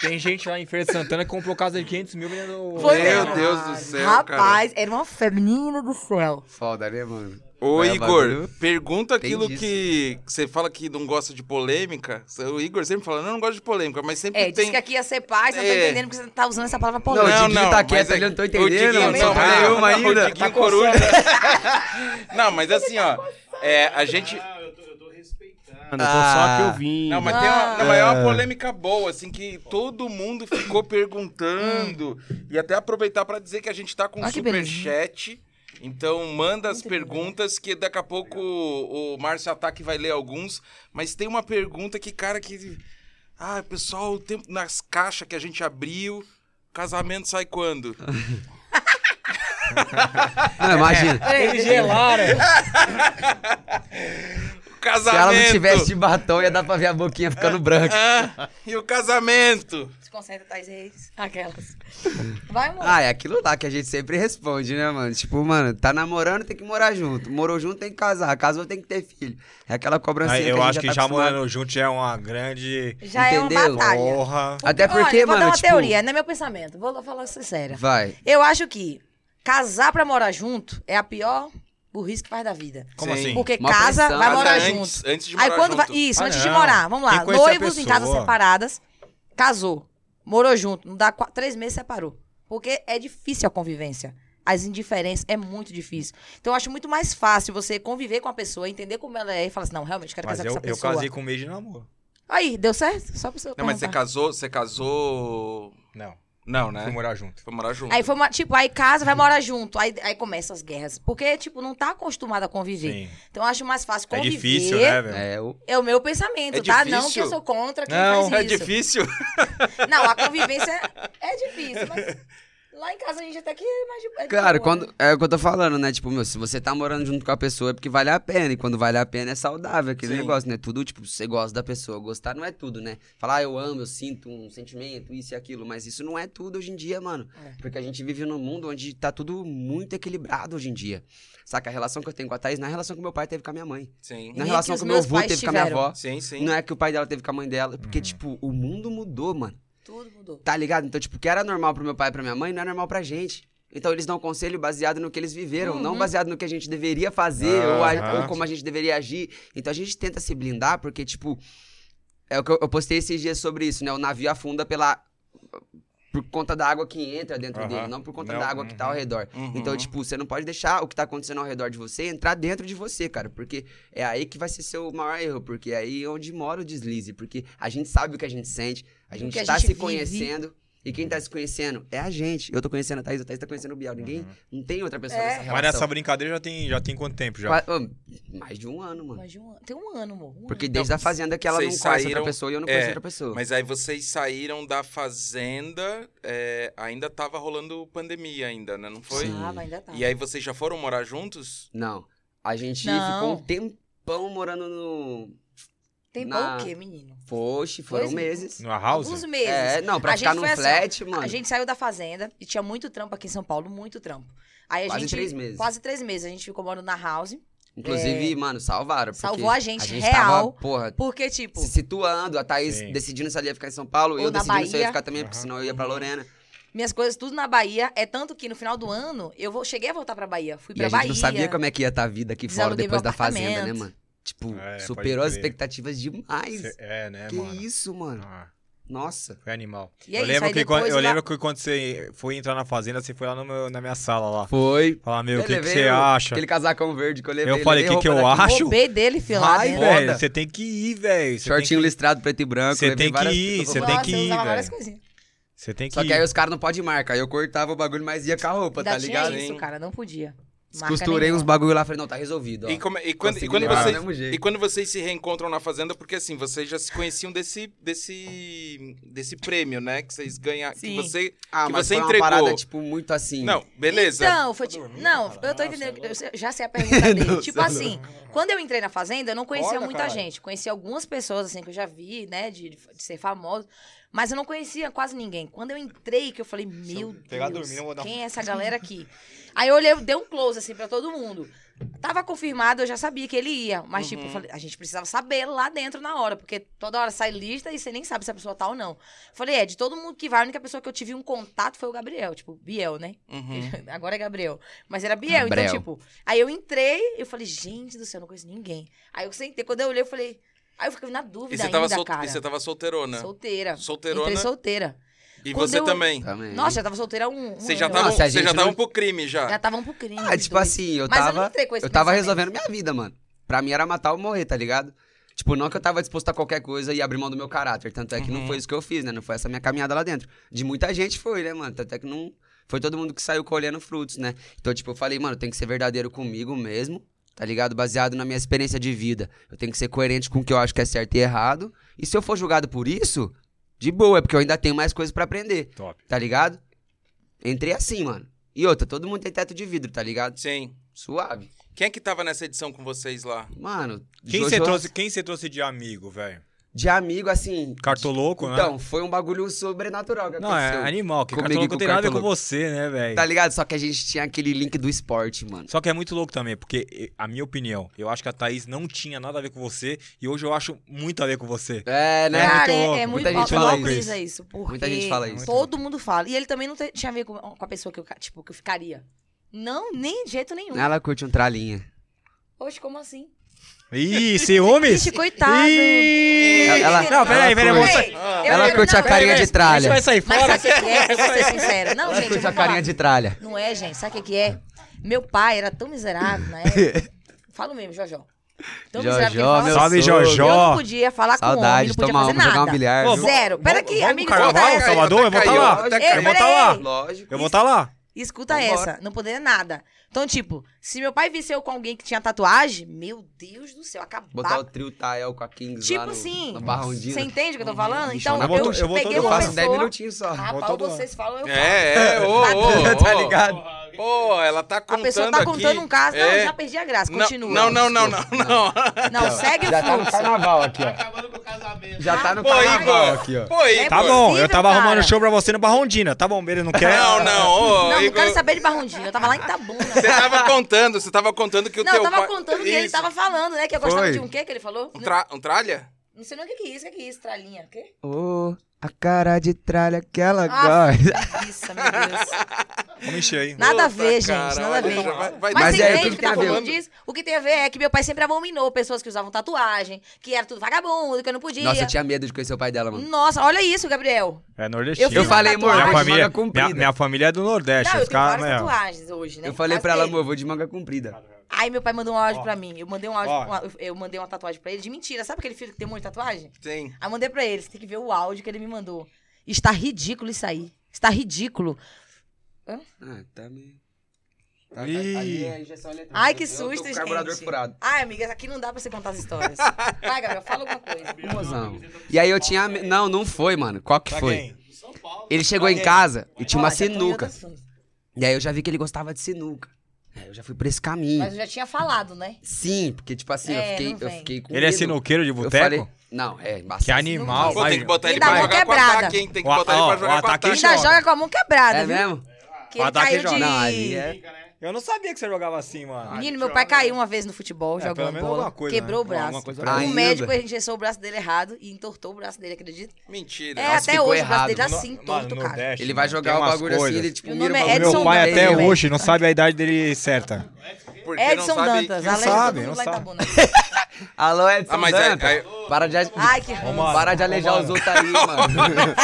Speaker 1: Tem gente lá em Feira de Santana que comprou casa de 500 mil vendendo...
Speaker 4: Foi
Speaker 2: Meu
Speaker 4: mesmo.
Speaker 2: Deus do céu,
Speaker 4: Rapaz, era uma fé, menina do céu.
Speaker 3: Foda, né, mano?
Speaker 2: Ô,
Speaker 3: É,
Speaker 2: Igor,
Speaker 3: bagulho.
Speaker 2: pergunta aquilo
Speaker 3: disso.
Speaker 2: que que você fala que não gosta de polêmica. O Igor sempre fala, não, eu não gosto de polêmica, mas sempre
Speaker 4: É, disse
Speaker 2: tem.
Speaker 4: que aqui ia ser paz, não tô
Speaker 2: É.
Speaker 4: entendendo porque você tá usando essa palavra
Speaker 3: Não,
Speaker 4: polêmica.
Speaker 2: Não,
Speaker 3: o Diguinho
Speaker 2: não,
Speaker 3: tá
Speaker 2: mas
Speaker 3: quieto,
Speaker 2: é-
Speaker 3: ele não tô
Speaker 2: o
Speaker 3: entendendo,
Speaker 2: Diguinho-
Speaker 3: mano. Só
Speaker 2: não,
Speaker 3: falei
Speaker 2: não,
Speaker 3: uma
Speaker 2: não, <laughs> o
Speaker 3: ainda.
Speaker 2: Diguinho coruja. <laughs> Não, mas assim, ó, é, a gente...
Speaker 5: Não, eu tô, eu tô respeitando.
Speaker 3: Ah.
Speaker 5: Eu tô só que eu vim.
Speaker 2: Não, mas tem uma, não, mas é uma polêmica boa, assim, que todo mundo
Speaker 4: <coughs>
Speaker 2: ficou perguntando. E até aproveitar pra dizer que a gente tá com um
Speaker 4: Ah, que belezinha.
Speaker 2: superchat. Então, manda as perguntas, que daqui a pouco o, o Márcio Ataque vai ler alguns. Mas tem uma pergunta que, cara, que. Ah, pessoal, o tempo nas caixas que a gente abriu, casamento sai
Speaker 3: <laughs>
Speaker 2: quando?
Speaker 3: Não,
Speaker 4: <laughs>
Speaker 3: imagina.
Speaker 4: É.
Speaker 1: Eles gelaram.
Speaker 2: O
Speaker 3: Se ela
Speaker 2: casamento!
Speaker 3: não tivesse de batom, ia dar pra ver a boquinha ficando branca.
Speaker 2: Ah, e o casamento?
Speaker 4: Se concentra, Thais Reis. Aquelas. Vai, amor.
Speaker 3: Ah, é aquilo lá que a gente sempre responde, né, mano? Tipo, mano, tá namorando, tem que morar junto. Morou junto, tem que casar. Casou, tem que ter filho. É aquela cobrança
Speaker 1: Aí,
Speaker 3: que a
Speaker 1: eu
Speaker 3: gente
Speaker 1: acho que
Speaker 3: tá
Speaker 1: já
Speaker 3: acostumado.
Speaker 1: morando junto já é uma grande
Speaker 4: Já é
Speaker 3: entendeu?
Speaker 4: uma batalha.
Speaker 1: porra.
Speaker 3: Até porque,
Speaker 4: Olha, vou
Speaker 3: mano,
Speaker 4: dar uma
Speaker 3: tipo,
Speaker 4: teoria, não é meu pensamento. Vou falar sincera.
Speaker 3: Vai.
Speaker 4: Eu acho que casar pra morar junto é a pior burrice que faz da vida.
Speaker 1: Como
Speaker 2: Sim.
Speaker 1: assim?
Speaker 4: Porque
Speaker 3: Uma
Speaker 4: casa,
Speaker 3: pressão.
Speaker 4: vai
Speaker 2: Casa
Speaker 4: morar
Speaker 2: antes,
Speaker 4: junto.
Speaker 2: antes de
Speaker 4: Aí
Speaker 2: morar
Speaker 4: quando
Speaker 2: junto.
Speaker 4: vai. Isso,
Speaker 1: Ah,
Speaker 4: antes de
Speaker 1: não.
Speaker 4: morar. Vamos
Speaker 1: Tem
Speaker 4: lá.
Speaker 1: que conhecer a
Speaker 4: Noivos em casas
Speaker 1: pessoa.
Speaker 4: separadas. Casou. Morou junto. Não dá qua- três meses, separou. Porque é difícil a convivência. As indiferenças é muito difícil. Então eu acho muito mais fácil você conviver com a pessoa, entender como ela é e falar assim: não, realmente quero
Speaker 1: Mas
Speaker 4: casar
Speaker 1: eu,
Speaker 4: com essa
Speaker 1: eu
Speaker 4: pessoa.
Speaker 1: casei com um mês de namoro.
Speaker 4: Aí, deu certo? Só pra você.
Speaker 2: Não, mas é você
Speaker 4: perguntar.
Speaker 2: casou, você casou.
Speaker 1: Não,
Speaker 2: Não,
Speaker 4: É.
Speaker 1: fui
Speaker 2: né?
Speaker 1: morar junto.
Speaker 2: Foi morar junto.
Speaker 4: Aí foi uma, tipo, aí casa, vai morar junto. Aí, aí começam as guerras. Porque, tipo, não tá acostumado a conviver.
Speaker 1: Sim.
Speaker 4: Então eu acho mais fácil
Speaker 1: É
Speaker 4: conviver.
Speaker 1: difícil, né, velho?
Speaker 3: É, o...
Speaker 4: É o meu pensamento,
Speaker 2: É
Speaker 4: tá?
Speaker 2: difícil?
Speaker 4: Não que eu sou contra quem
Speaker 1: Não,
Speaker 4: faz
Speaker 2: É
Speaker 4: isso.
Speaker 2: difícil.
Speaker 4: Não, a convivência é
Speaker 1: <laughs>
Speaker 4: difícil, mas lá em casa a gente até que é mais de é de
Speaker 3: Cara,
Speaker 4: boa, né?
Speaker 3: quando, é o que eu tô falando, né? Tipo, meu, se você tá morando junto com a pessoa é porque vale a pena. E quando vale a pena é saudável aquele
Speaker 2: Sim.
Speaker 3: negócio, né? Tudo, tipo, você gosta da pessoa. Gostar não é tudo, né? Falar, ah, eu amo, eu sinto um sentimento, isso e aquilo. Mas isso não é tudo hoje em dia, mano.
Speaker 4: É.
Speaker 3: Porque a gente vive num mundo onde tá tudo muito equilibrado hoje em dia. Saca? A relação que eu tenho com a Thaís, na relação que meu pai teve com a minha mãe.
Speaker 2: Sim.
Speaker 3: Na
Speaker 4: E
Speaker 3: relação
Speaker 4: que os
Speaker 3: que meu
Speaker 4: meus
Speaker 3: avô
Speaker 4: pais
Speaker 3: teve com a minha
Speaker 4: tiveram.
Speaker 3: avó.
Speaker 2: Sim, sim.
Speaker 3: Não é que o pai dela teve com a mãe dela. Porque, tipo, o mundo mudou, mano.
Speaker 4: Tudo mudou.
Speaker 3: Tá ligado? Então, tipo, o que era normal pro meu pai e pra minha mãe não é normal pra gente. Então, eles dão conselho baseado no que eles viveram, não baseado no que a gente deveria fazer ou, a-
Speaker 1: Aham.
Speaker 3: ou como a gente deveria agir. Então, a gente tenta se blindar porque, tipo, é o que eu, eu postei esses dias sobre isso, né? O navio afunda pela. Por conta da água que entra dentro
Speaker 1: Aham.
Speaker 3: dele, não por conta
Speaker 1: Não,
Speaker 3: da água que tá ao
Speaker 1: uhum.
Speaker 3: redor.
Speaker 2: Uhum.
Speaker 3: Então, tipo, você não pode deixar o que tá acontecendo ao redor de você entrar dentro de você, cara. Porque é aí que vai ser seu maior erro. Porque é aí onde mora o deslize. Porque a gente sabe o que a gente sente, a gente
Speaker 4: que a
Speaker 3: tá
Speaker 4: gente
Speaker 3: se
Speaker 4: vive.
Speaker 3: conhecendo. E quem tá se conhecendo é a gente. Eu tô conhecendo a Thaís, a Thaís tá conhecendo o Biel. Ninguém,
Speaker 2: Uhum.
Speaker 3: não tem outra pessoa
Speaker 4: É.
Speaker 3: nessa
Speaker 1: Mas
Speaker 3: relação.
Speaker 1: nessa brincadeira já tem, já tem quanto tempo já?
Speaker 3: Qua- ô, mais de um ano, mano.
Speaker 4: Mas de um, tem um ano, amor. Um
Speaker 3: Porque
Speaker 4: ano.
Speaker 3: desde a Fazenda que ela não
Speaker 2: vocês
Speaker 3: conhece outra
Speaker 2: saíram-
Speaker 3: pessoa e eu não
Speaker 2: é,
Speaker 3: conheço outra pessoa.
Speaker 2: Mas aí vocês saíram da fazenda, é, ainda tava rolando pandemia ainda, né? Não foi?
Speaker 3: Sim.
Speaker 4: Ah, mas ainda tá.
Speaker 2: E aí vocês já foram morar juntos?
Speaker 3: Não, a gente
Speaker 4: Não.
Speaker 3: ficou um tempão morando no...
Speaker 4: Tem
Speaker 3: na-
Speaker 4: bom o quê, menino?
Speaker 3: Poxa, foram
Speaker 4: Dois
Speaker 3: meses.
Speaker 1: Numa house?
Speaker 4: Alguns meses.
Speaker 3: É, não, pra
Speaker 4: A
Speaker 3: ficar
Speaker 4: gente
Speaker 3: num
Speaker 4: foi assim, ó,
Speaker 3: flat, mano.
Speaker 4: A gente saiu da fazenda e tinha muito trampo aqui em São Paulo, muito trampo. Aí a
Speaker 3: Quase
Speaker 4: gente,
Speaker 3: três meses.
Speaker 4: Quase três meses. A gente ficou morando na house.
Speaker 3: Inclusive, mano, salvaram. porque
Speaker 4: Salvou a gente,
Speaker 3: Tava,
Speaker 4: real.
Speaker 3: porra,
Speaker 4: Porque, tipo,
Speaker 3: se situando, a Thaís
Speaker 1: Sim.
Speaker 3: decidindo se ela ia ficar em São Paulo,
Speaker 4: Ou
Speaker 3: eu
Speaker 4: na
Speaker 3: decidindo se eu ia
Speaker 4: Bahia. Uhum.
Speaker 3: ficar também, porque
Speaker 1: Aham.
Speaker 3: senão eu ia pra Lorena.
Speaker 4: minhas coisas tudo na Bahia. É tanto que no final do ano, eu vou, cheguei a voltar pra Bahia. Fui
Speaker 3: E a
Speaker 4: pra
Speaker 3: gente
Speaker 4: Bahia.
Speaker 3: não sabia como é que ia estar a vida aqui fora
Speaker 4: Desaluguei
Speaker 3: depois
Speaker 4: meu
Speaker 3: da fazenda, né,
Speaker 4: apartamento.
Speaker 3: mano? Tipo,
Speaker 1: É, pode
Speaker 3: superou as
Speaker 1: crer.
Speaker 3: expectativas demais.
Speaker 1: Cê- É, né,
Speaker 3: que
Speaker 1: mano?
Speaker 3: isso, mano?
Speaker 1: Ah,
Speaker 3: Nossa.
Speaker 1: foi animal.
Speaker 4: E é
Speaker 1: eu
Speaker 4: isso,
Speaker 1: lembro,
Speaker 4: aí
Speaker 1: que,
Speaker 4: depois
Speaker 1: quando, eu
Speaker 4: lá-
Speaker 1: lembro que quando você foi entrar na fazenda, você foi lá no meu- na minha sala lá.
Speaker 3: Foi.
Speaker 1: Falar, meu, o
Speaker 3: Eu
Speaker 1: que, que
Speaker 3: levei
Speaker 1: você
Speaker 3: o-
Speaker 1: acha?
Speaker 3: Aquele casacão verde que eu levei.
Speaker 1: Eu falei,
Speaker 3: levei
Speaker 1: que que
Speaker 3: roupa
Speaker 1: eu
Speaker 3: daqui. um
Speaker 1: acho?
Speaker 4: Roubei dele, filho. lá
Speaker 3: Vai,
Speaker 4: dentro.
Speaker 1: velho,
Speaker 3: foda.
Speaker 1: você tem que ir, velho. Você tem
Speaker 3: Shortinho
Speaker 1: que-
Speaker 3: listrado preto e branco.
Speaker 1: Você
Speaker 3: levei
Speaker 1: tem que
Speaker 3: várias
Speaker 1: ir,
Speaker 3: coisas.
Speaker 1: você tem
Speaker 4: Nossa,
Speaker 1: que
Speaker 4: eu
Speaker 1: ir,
Speaker 4: usava várias
Speaker 1: velho.
Speaker 4: coisinhas.
Speaker 1: Você tem que
Speaker 3: Só
Speaker 1: ir.
Speaker 3: que aí os caras não podem marcar. Eu cortava o bagulho, mas ia com a roupa,
Speaker 4: Ainda
Speaker 3: tá
Speaker 4: tinha
Speaker 3: ligado?
Speaker 4: isso,
Speaker 2: Sim.
Speaker 4: cara. Não podia. Marca
Speaker 3: Costurei
Speaker 4: nenhuma.
Speaker 3: uns bagulho lá, falei, não, tá resolvido, ó.
Speaker 2: E, como- é, e quando, e
Speaker 3: Consegui
Speaker 2: quando
Speaker 3: levar do
Speaker 2: vocês,
Speaker 3: mesmo jeito.
Speaker 2: e quando vocês se reencontram na fazenda, porque assim, vocês já se conheciam desse, desse, desse prêmio, né? Que vocês ganharam. Que
Speaker 4: Sim.
Speaker 2: você.
Speaker 3: Ah,
Speaker 2: que
Speaker 3: mas
Speaker 2: você
Speaker 3: foi
Speaker 2: entregou.
Speaker 3: uma parada, tipo, muito assim.
Speaker 2: Não, beleza.
Speaker 4: Então, foi tipo. Não, eu tô entendendo. que-
Speaker 1: é
Speaker 4: eu já sei a
Speaker 1: <laughs>
Speaker 4: pergunta dele. tipo assim, quando eu entrei na Fazenda, eu não conhecia
Speaker 1: Olha,
Speaker 4: muita
Speaker 1: é caralho.
Speaker 4: gente. Conhecia algumas pessoas, assim, que eu já vi, né, de, de ser famoso. Mas eu não conhecia quase ninguém. Quando eu entrei, que eu falei, meu
Speaker 1: eu pegar
Speaker 4: Deus,
Speaker 1: dormindo, eu vou dar um-
Speaker 4: quem é essa
Speaker 1: <laughs>
Speaker 4: galera aqui? Aí eu olhei, dei um close, assim, pra todo mundo. Tava confirmado, eu já sabia que ele ia. Mas, tipo, eu
Speaker 1: Uhum.
Speaker 4: falei, a gente precisava saber lá dentro na hora, porque toda hora sai lista e você nem sabe se a pessoa tá ou não. Falei, é, de todo mundo que vai, a única pessoa que eu tive um contato foi o Gabriel, tipo, Biel, né?
Speaker 2: Uhum.
Speaker 4: <laughs> Agora é Gabriel. Mas era Biel,
Speaker 3: Gabriel.
Speaker 4: então, tipo. Aí eu entrei, eu falei, gente do céu, eu não conheço ninguém. Aí eu sentei, quando eu olhei, eu falei. Aí eu fiquei na
Speaker 2: E
Speaker 4: dúvida
Speaker 2: você,
Speaker 4: ainda,
Speaker 2: tava sol-
Speaker 4: cara.
Speaker 2: e você tava solteirona.
Speaker 4: Solteira.
Speaker 2: Solteirona.
Speaker 4: Entrei solteira.
Speaker 2: E
Speaker 4: Quando
Speaker 2: você
Speaker 4: eu-
Speaker 2: também.
Speaker 3: Também.
Speaker 4: Nossa, já tava solteira há um. um
Speaker 2: Vocês já
Speaker 4: ano.
Speaker 2: estavam
Speaker 3: Nossa, a
Speaker 2: vocês já
Speaker 3: gente Tá. não-
Speaker 2: estavam pro crime já.
Speaker 4: Já estavam pro crime.
Speaker 3: Ah,
Speaker 4: os
Speaker 3: tipo
Speaker 4: dois.
Speaker 3: assim, eu
Speaker 4: Mas
Speaker 3: tava.
Speaker 4: eu não entrei com esse
Speaker 3: Eu tava
Speaker 4: pensamento.
Speaker 3: resolvendo minha vida, mano. Pra mim era matar ou morrer, tá ligado? Tipo, não que eu tava disposto a qualquer coisa e abrir mão do meu caráter. Tanto é que não
Speaker 2: Uhum.
Speaker 3: foi isso que eu fiz, né? Não foi essa minha caminhada lá dentro. De muita gente foi, né, mano? Tanto é que não, foi todo mundo que saiu colhendo frutos, né? Então, tipo, eu falei, mano, tem que ser verdadeiro comigo mesmo, tá ligado? Baseado na minha experiência de vida. Eu tenho que ser coerente com o que eu acho que é certo e errado. E se eu for julgado por isso, de boa, é porque eu ainda tenho mais coisas pra aprender,
Speaker 1: Top.
Speaker 3: tá ligado? Entrei assim, mano. E outra, todo mundo tem teto de vidro, tá ligado?
Speaker 2: Sim.
Speaker 3: Suave.
Speaker 2: Quem é que tava nessa edição com vocês lá?
Speaker 3: Mano,
Speaker 1: Quem
Speaker 3: Jojo-
Speaker 1: você trouxe, quem você trouxe de amigo, velho?
Speaker 3: de amigo, assim.
Speaker 1: Cartoloco, né?
Speaker 3: Então, foi um bagulho sobrenatural que
Speaker 1: Não,
Speaker 3: aconteceu.
Speaker 1: é animal, que
Speaker 3: Comigo e
Speaker 1: cartoloco
Speaker 3: com
Speaker 1: tem nada a ver com
Speaker 3: Cartoloco.
Speaker 1: você, né, velho?
Speaker 3: Tá ligado? Só que a gente tinha aquele link do esporte, mano.
Speaker 1: Só que é muito louco também, porque eh, a minha opinião, eu acho que a Thaís não tinha nada a ver com você e hoje eu acho muito a ver com você.
Speaker 3: É, né?
Speaker 1: muito
Speaker 4: Cara, é,
Speaker 1: louco.
Speaker 4: é muito
Speaker 3: Muita gente
Speaker 4: ó,
Speaker 3: fala
Speaker 4: valoriza isso. porque
Speaker 3: Muita gente fala isso.
Speaker 4: Todo mundo fala. E ele também não te- tinha a ver com, com a pessoa que eu, ca- tipo, que eu ficaria. Não, nem de jeito nenhum.
Speaker 3: Ela curte um tralinha.
Speaker 4: Oxe, como assim?
Speaker 1: Ih,
Speaker 4: <laughs>
Speaker 1: ciúmes?
Speaker 4: Gente, coitado.
Speaker 1: Ih!
Speaker 3: Ela-
Speaker 1: não, peraí,
Speaker 3: ela
Speaker 1: peraí, eu vou
Speaker 3: curte.
Speaker 1: sair.
Speaker 4: Eu-
Speaker 3: Ela
Speaker 4: eu-
Speaker 3: curte
Speaker 4: não,
Speaker 3: a carinha
Speaker 4: peraí,
Speaker 3: de tralha.
Speaker 1: Isso vai sair
Speaker 4: Mas
Speaker 1: fora.
Speaker 4: sabe o que que é? Vou ser sincera. Não,
Speaker 3: Ela
Speaker 4: gente, eu
Speaker 3: curte
Speaker 4: vou
Speaker 3: a carinha
Speaker 4: falar.
Speaker 3: de tralha.
Speaker 4: Não é, gente. Sabe o que que é? Meu pai era tão miserável na época. Falo mesmo, Jojó. Tão
Speaker 3: Jojó,
Speaker 4: miserável que ele fala
Speaker 3: meu
Speaker 4: assim,
Speaker 1: Salve,
Speaker 3: sogro.
Speaker 1: Jojó.
Speaker 4: Eu não podia falar com homem,
Speaker 3: Saudade,
Speaker 4: não podia
Speaker 3: tomar
Speaker 4: fazer
Speaker 3: uma, jogar um
Speaker 4: nada.
Speaker 3: bilhar.
Speaker 1: Ô,
Speaker 3: viu?
Speaker 1: vamos-
Speaker 4: Zero. Pera aqui,
Speaker 1: vamos
Speaker 4: amigo,
Speaker 1: pro
Speaker 4: escuta
Speaker 1: carnaval,
Speaker 4: essa.
Speaker 1: Salvador, eu vou estar lá.
Speaker 3: Lógico,
Speaker 4: Ei,
Speaker 1: Eu vou estar
Speaker 4: peraí.
Speaker 1: lá.
Speaker 3: Lógico.
Speaker 1: Eu vou estar lá.
Speaker 4: Escuta
Speaker 3: Vambora.
Speaker 4: essa, não poderia nada. Então, tipo, se meu pai visse eu com alguém que tinha tatuagem, meu Deus do céu,
Speaker 3: Botar o
Speaker 4: acabava.
Speaker 3: trio Tael com a Kings
Speaker 4: Tipo
Speaker 3: lá no,
Speaker 4: assim,
Speaker 3: no Barrondina.
Speaker 4: Você entende o que eu tô falando?
Speaker 3: bicho,
Speaker 4: Então,
Speaker 1: eu
Speaker 4: eu,
Speaker 1: vou to- eu vou
Speaker 4: peguei
Speaker 1: todo
Speaker 3: um Eu
Speaker 4: uma
Speaker 3: faço 10
Speaker 4: pessoa...
Speaker 3: minutinhos só.
Speaker 1: vou
Speaker 4: Rapaz,
Speaker 1: todo-
Speaker 4: vocês falam, eu falo.
Speaker 2: É, é,
Speaker 4: <laughs>
Speaker 2: ô, ô, ô.
Speaker 3: tá ligado?
Speaker 2: Pô, ela tá
Speaker 4: A
Speaker 2: contando
Speaker 4: pessoa tá contando
Speaker 2: aqui.
Speaker 4: um caso. Não,
Speaker 2: É.
Speaker 4: eu já perdi a graça,
Speaker 2: Não,
Speaker 4: continua.
Speaker 2: Não, não, Então, não, não, não.
Speaker 4: Não, segue o
Speaker 3: Já tá no
Speaker 4: fluxo.
Speaker 3: carnaval aqui, ó.
Speaker 5: Acabando com o casamento.
Speaker 3: Já tá no
Speaker 2: Pô,
Speaker 3: carnaval
Speaker 2: Igor.
Speaker 3: aqui,
Speaker 2: <laughs>
Speaker 3: ó.
Speaker 2: Pô, Igor.
Speaker 4: É
Speaker 1: Tá bom, eu
Speaker 4: possível,
Speaker 1: tava arrumando
Speaker 4: cara.
Speaker 1: show pra você no Barrondina. Tá bom, ele não quer.
Speaker 2: Não, não, ô,
Speaker 4: Não, não
Speaker 2: Igor.
Speaker 4: quero saber de Barrondinho. Eu tava lá em Itabuna.
Speaker 2: Você tava contando, você tava contando que o
Speaker 4: Não,
Speaker 2: teu
Speaker 4: eu tava
Speaker 2: pai...
Speaker 4: contando o que ele
Speaker 2: Isso.
Speaker 4: tava falando, né? Que eu gostava
Speaker 3: Foi.
Speaker 4: de um quê que ele falou?
Speaker 2: Um, tra... um tralha?
Speaker 4: Não sei nem o que que é isso, o que que é isso, tralinha. O quê?
Speaker 3: Ô, a cara de tralha que ela
Speaker 4: Ah,
Speaker 3: gosta.
Speaker 4: Isso, meu Deus.
Speaker 1: Vamos encher aí.
Speaker 4: Nada a
Speaker 2: Puta,
Speaker 4: ver, gente,
Speaker 2: cara,
Speaker 4: nada a
Speaker 2: olha,
Speaker 4: ver.
Speaker 2: vai- vai-
Speaker 4: Mas,
Speaker 3: Mas
Speaker 4: você
Speaker 3: é,
Speaker 4: entende
Speaker 3: tudo
Speaker 4: o que tá
Speaker 3: tem a ver.
Speaker 4: falando disso? O que tem a ver é que meu pai sempre abominou pessoas que usavam tatuagem, que era tudo vagabundo, que eu não podia.
Speaker 3: Nossa, eu tinha medo de conhecer o pai dela, mano.
Speaker 4: Nossa, olha isso, Gabriel.
Speaker 1: É nordestino.
Speaker 4: Eu fiz
Speaker 3: Eu falei, amor, eu
Speaker 4: Minha
Speaker 3: vou de
Speaker 1: família,
Speaker 3: manga
Speaker 1: minha,
Speaker 3: comprida.
Speaker 1: minha família é do Nordeste.
Speaker 4: não, eu
Speaker 1: os
Speaker 4: tenho várias
Speaker 1: caras, né, ó.
Speaker 4: tatuagens hoje, né?
Speaker 3: Eu falei
Speaker 4: Mas
Speaker 3: pra ela,
Speaker 4: dele.
Speaker 3: amor, eu vou de manga comprida.
Speaker 4: Aí meu pai mandou um áudio pra mim. Eu mandei um áudio,
Speaker 1: Ó.
Speaker 4: um áudio- eu mandei uma tatuagem pra ele de mentira. Sabe aquele filho que tem um monte de tatuagem?
Speaker 2: Sim.
Speaker 4: Aí eu mandei pra ele, você tem que ver o áudio que ele me mandou. Está ridículo isso aí. Está ridículo.
Speaker 3: Ah, tá meio...
Speaker 1: Ih.
Speaker 3: Ali é injeção eletrônica.
Speaker 4: Ai, que
Speaker 3: Eu tô com
Speaker 4: susto, gente.
Speaker 3: carburador furado.
Speaker 4: Ai, amiga, aqui não dá pra você contar as histórias. Vai, Gabriel, fala alguma coisa.
Speaker 3: Mozão. E aí eu tinha... me- Não, não foi, mano. Qual que
Speaker 1: Pra
Speaker 3: foi?
Speaker 1: quem?
Speaker 5: São Paulo.
Speaker 3: Ele chegou em casa e tinha uma
Speaker 4: Olha, já tô em outro
Speaker 3: sinuca.
Speaker 4: assunto.
Speaker 3: E aí eu já vi que ele gostava de sinuca. Aí eu já fui pra esse caminho.
Speaker 4: Mas eu já tinha falado, né?
Speaker 3: Sim, porque, tipo assim,
Speaker 4: É,
Speaker 3: eu,
Speaker 4: não
Speaker 3: fiquei, eu
Speaker 4: vem.
Speaker 3: fiquei com
Speaker 1: Ele é
Speaker 3: medo.
Speaker 1: sinuqueiro de
Speaker 3: Eu
Speaker 1: boteco?
Speaker 3: falei... Não, é embaçado.
Speaker 1: Que animal,
Speaker 4: Não
Speaker 2: Pô,
Speaker 1: vai.
Speaker 2: tem que botar
Speaker 4: Me
Speaker 2: ele
Speaker 4: dá
Speaker 2: pra
Speaker 4: uma
Speaker 2: jogar com
Speaker 4: quebrada.
Speaker 2: ataque, hein? Tem que
Speaker 1: Ó,
Speaker 2: botar ele
Speaker 1: ó,
Speaker 2: pra
Speaker 1: o
Speaker 2: jogar com
Speaker 1: ataque
Speaker 2: ataque.
Speaker 4: Ainda
Speaker 1: joga.
Speaker 4: joga com a mão quebrada,
Speaker 3: Tá É
Speaker 4: viu?
Speaker 3: mesmo?
Speaker 4: Que ele
Speaker 1: Ataque
Speaker 4: caiu
Speaker 1: joga.
Speaker 4: de...
Speaker 3: Não, ali é...
Speaker 1: Eu não sabia que você jogava assim, mano.
Speaker 4: Menino, meu pai caiu uma vez no futebol,
Speaker 1: É, pelo
Speaker 4: jogando
Speaker 1: menos
Speaker 4: bola,
Speaker 1: alguma coisa,
Speaker 4: quebrou
Speaker 1: né?
Speaker 4: o braço.
Speaker 1: Alguma coisa
Speaker 3: pra
Speaker 4: um
Speaker 3: ele.
Speaker 4: médico engessou o braço dele errado e entortou o braço dele, acredita?
Speaker 2: Mentira.
Speaker 4: É,
Speaker 3: Nossa,
Speaker 4: até
Speaker 3: ficou
Speaker 4: hoje o braço
Speaker 3: errado.
Speaker 4: dele é
Speaker 1: No-
Speaker 4: assim,
Speaker 1: mano,
Speaker 4: torto, cara.
Speaker 1: Nordeste,
Speaker 3: Ele vai
Speaker 1: mano,
Speaker 3: jogar
Speaker 1: tem
Speaker 3: o
Speaker 1: umas
Speaker 3: bagulho assim,
Speaker 1: coisas.
Speaker 3: ele tipo...
Speaker 4: Meu
Speaker 3: mira o
Speaker 4: nome é
Speaker 3: bagulho.
Speaker 1: Meu
Speaker 4: Edson
Speaker 1: pai até
Speaker 4: Dantas, velho.
Speaker 1: hoje não sabe a idade dele certa.
Speaker 2: Porque
Speaker 4: Edson
Speaker 2: não sabe...
Speaker 4: Dantas,
Speaker 1: Não
Speaker 4: além de
Speaker 1: sabe,
Speaker 4: todo
Speaker 1: não
Speaker 4: mundo lá em
Speaker 1: sabe.
Speaker 4: Itabuna.
Speaker 3: Alô, Edson
Speaker 2: Ah, mas é-
Speaker 3: Dantas.
Speaker 2: é-
Speaker 3: Para de...
Speaker 4: Ai, que ranço.
Speaker 1: mano.
Speaker 3: Para de alejar
Speaker 1: Vambora.
Speaker 3: os outros aí, <laughs> mano.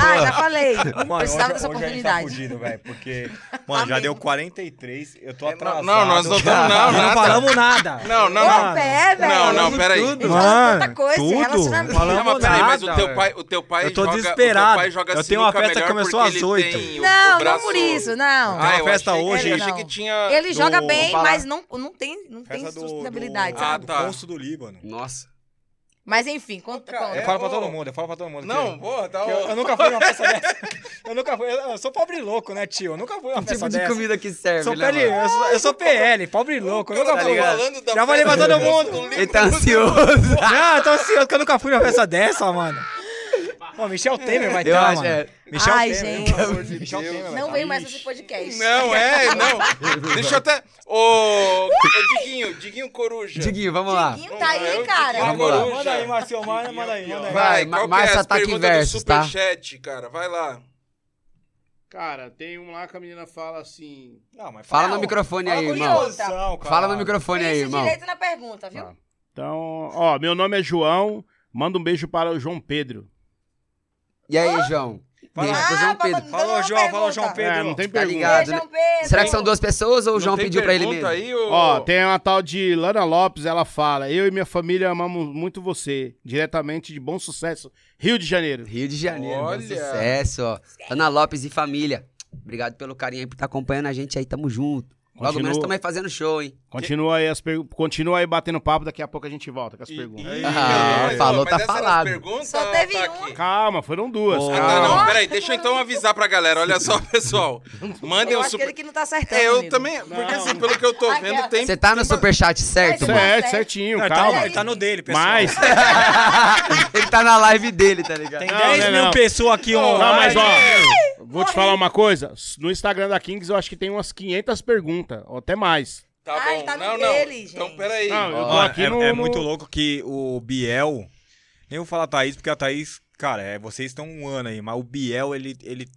Speaker 4: Ah, já falei.
Speaker 1: Mano,
Speaker 4: Precisava
Speaker 1: hoje- hoje
Speaker 4: dessa
Speaker 1: a gente
Speaker 4: oportunidade.
Speaker 1: Tá fudido, velho, porque, mano, já
Speaker 4: Amém.
Speaker 1: deu 43, eu tô
Speaker 2: É, não-
Speaker 1: atrasado.
Speaker 2: não, nós não tamo- não,
Speaker 1: Nós
Speaker 2: nada.
Speaker 1: falamos nada.
Speaker 2: Não, não,
Speaker 4: Ô,
Speaker 2: não.
Speaker 4: pé, velho.
Speaker 2: Não, não,
Speaker 3: Falamos
Speaker 2: peraí.
Speaker 3: tudo.
Speaker 4: Ele fala tanta coisa, relacionamento.
Speaker 1: Falamos
Speaker 2: Não, mas peraí,
Speaker 1: nada,
Speaker 2: mas o teu
Speaker 1: velho.
Speaker 2: pai, o teu pai
Speaker 1: Eu tô
Speaker 2: joga, O
Speaker 1: desesperado.
Speaker 2: teu pai joga
Speaker 1: Eu tenho uma
Speaker 2: sinuca
Speaker 1: festa que
Speaker 2: melhor
Speaker 1: começou
Speaker 2: porque
Speaker 1: às
Speaker 2: ele
Speaker 1: oito.
Speaker 2: tem o-
Speaker 4: Não,
Speaker 2: o braço-
Speaker 4: não por isso, não.
Speaker 1: Tem uma
Speaker 2: Ah, eu
Speaker 1: festa
Speaker 2: achei-
Speaker 1: hoje.
Speaker 2: Eu achei que
Speaker 4: Não.
Speaker 2: tinha...
Speaker 4: Ele joga
Speaker 1: do-
Speaker 4: bem,
Speaker 3: vou falar.
Speaker 4: mas não, não tem, não tem
Speaker 1: Festa do-
Speaker 4: sustentabilidade,
Speaker 1: do-
Speaker 4: sabe?
Speaker 1: do
Speaker 2: Ah, tá.
Speaker 1: Poço do Líbano.
Speaker 3: Nossa.
Speaker 4: Mas enfim, conta.
Speaker 2: Cara,
Speaker 4: conta.
Speaker 1: Eu falo pra
Speaker 2: ô.
Speaker 1: todo mundo, eu falo pra todo mundo.
Speaker 2: Não,
Speaker 1: que-
Speaker 2: porra, tá...
Speaker 1: que eu, eu nunca fui numa festa dessa. <laughs> Eu nunca fui. Eu, eu sou pobre louco, né, tio? Eu nunca fui numa
Speaker 3: Que
Speaker 1: festa
Speaker 3: tipo de
Speaker 1: dessa.
Speaker 3: comida que serve,
Speaker 1: Sou
Speaker 3: né,
Speaker 1: PL,
Speaker 3: mano?
Speaker 1: eu, sou, eu sou PL, pobre louco. Eu nunca
Speaker 2: Tá
Speaker 1: fui.
Speaker 2: ligado?
Speaker 1: Já falei pra todo mundo.
Speaker 3: Ele tá ansioso.
Speaker 1: Não, eu tô ansioso que eu nunca fui numa festa dessa, mano. Pô, Michel Temer vai
Speaker 3: Eu
Speaker 1: estar,
Speaker 3: acho,
Speaker 1: mano.
Speaker 3: é.
Speaker 1: Michel
Speaker 4: Ai,
Speaker 1: Temer.
Speaker 4: gente.
Speaker 1: pelo amor de Michel
Speaker 2: Deus.
Speaker 1: Temer vai
Speaker 4: Não
Speaker 1: tá.
Speaker 4: veio mais
Speaker 1: Ixi.
Speaker 4: esse podcast.
Speaker 2: Não, é, não. Deixa eu até... Ô, ô, Diguinho, Diguinho Coruja.
Speaker 3: Diguinho, vamos lá.
Speaker 4: Diguinho tá aí,
Speaker 2: É o
Speaker 4: cara.
Speaker 2: Diguinho
Speaker 3: Vamos lá.
Speaker 2: Coruja.
Speaker 1: Manda aí, Marcelo, manda, manda aí, manda aí.
Speaker 3: Vai.
Speaker 2: Vai,
Speaker 3: Ma-
Speaker 2: qual que é
Speaker 3: Marcia
Speaker 2: as
Speaker 3: Ataque
Speaker 2: perguntas do
Speaker 3: Versus, tá?
Speaker 2: Superchat, cara? Vai lá.
Speaker 5: Cara, tem um lá que a menina fala assim.
Speaker 1: Não, mas
Speaker 3: Fala
Speaker 4: Não,
Speaker 3: no microfone
Speaker 4: fala
Speaker 3: aí,
Speaker 4: com
Speaker 3: irmão.
Speaker 4: Deus.
Speaker 1: Não, cara.
Speaker 3: Fala no microfone aí,
Speaker 4: Pense
Speaker 3: irmão.
Speaker 4: direito na pergunta, viu?
Speaker 5: Tá. Então, ó, meu nome é João. Manda um beijo para o João Pedro.
Speaker 3: E aí, João?
Speaker 1: Vai lá.
Speaker 3: Beijo pro João
Speaker 4: Ah,
Speaker 3: Pedro.
Speaker 4: Não,
Speaker 1: Falou, João,
Speaker 4: pergunta.
Speaker 1: falou, João Pedro.
Speaker 5: É, não tem
Speaker 3: Tá
Speaker 5: pergunta.
Speaker 3: ligado.
Speaker 4: Beijão, Pedro.
Speaker 3: Será que são duas pessoas ou o
Speaker 2: Não
Speaker 3: João
Speaker 2: tem
Speaker 3: pediu pra ele
Speaker 2: pergunta
Speaker 3: mesmo?
Speaker 2: Aí, ô...
Speaker 5: Ó, tem uma tal de Lana Lopes, ela fala: Eu e minha família amamos muito você. Diretamente de bom sucesso, Rio de Janeiro.
Speaker 3: Rio de Janeiro, meu
Speaker 2: Olha.
Speaker 3: sucesso, ó. Ana Lopes e família. Obrigado pelo carinho aí por estar acompanhando a gente aí. Tamo junto. Logo
Speaker 5: Continua.
Speaker 3: menos estamos aí fazendo show, hein?
Speaker 5: Continua aí, as pergu- continua aí batendo papo, daqui a pouco a gente volta com as perguntas.
Speaker 3: Ah,
Speaker 2: Ih,
Speaker 3: falou,
Speaker 2: mas
Speaker 3: tá
Speaker 2: essa era as
Speaker 3: falado.
Speaker 2: perguntas,
Speaker 4: Só teve
Speaker 2: tá
Speaker 4: uma.
Speaker 2: aqui.
Speaker 5: Calma, foram duas.
Speaker 1: Boa.
Speaker 2: Ah, tá,
Speaker 5: calma.
Speaker 2: não, peraí, deixa eu então avisar pra galera. Olha só, <laughs> pessoal. Mandem
Speaker 4: Eu
Speaker 2: um
Speaker 4: acho que ele
Speaker 2: super.
Speaker 4: que não tá acertando.
Speaker 2: É, eu
Speaker 4: amigo.
Speaker 2: também. Porque assim, pelo que eu tô vendo, tem.
Speaker 3: Você tá no
Speaker 2: tem ba-
Speaker 3: superchat certo,
Speaker 4: Mas-
Speaker 3: mano?
Speaker 5: Certo, certinho,
Speaker 1: Tá Não, ele tá,
Speaker 5: calma.
Speaker 1: ele tá no dele, pessoal.
Speaker 5: Mas,
Speaker 3: Ele tá na live dele, tá ligado?
Speaker 1: Tem
Speaker 5: Não,
Speaker 1: 10
Speaker 5: não,
Speaker 1: mil
Speaker 5: não.
Speaker 1: pessoas aqui
Speaker 5: não,
Speaker 1: online.
Speaker 5: mas ó, vou te falar uma coisa. No Instagram da Kings eu acho que tem umas 500 perguntas, ou até mais.
Speaker 2: Tá
Speaker 4: Ah, ele
Speaker 2: bom,
Speaker 4: tá no
Speaker 2: não,
Speaker 4: dele,
Speaker 2: não.
Speaker 4: gente.
Speaker 2: Então, peraí.
Speaker 5: Não, eu tô
Speaker 1: Ó,
Speaker 5: aqui
Speaker 1: é,
Speaker 5: no...
Speaker 1: é
Speaker 5: no-
Speaker 1: muito louco que o Biel. Nem vou falar a Thaís, porque a Thaís, cara, é, vocês estão um ano aí, mas o Biel, ele. ele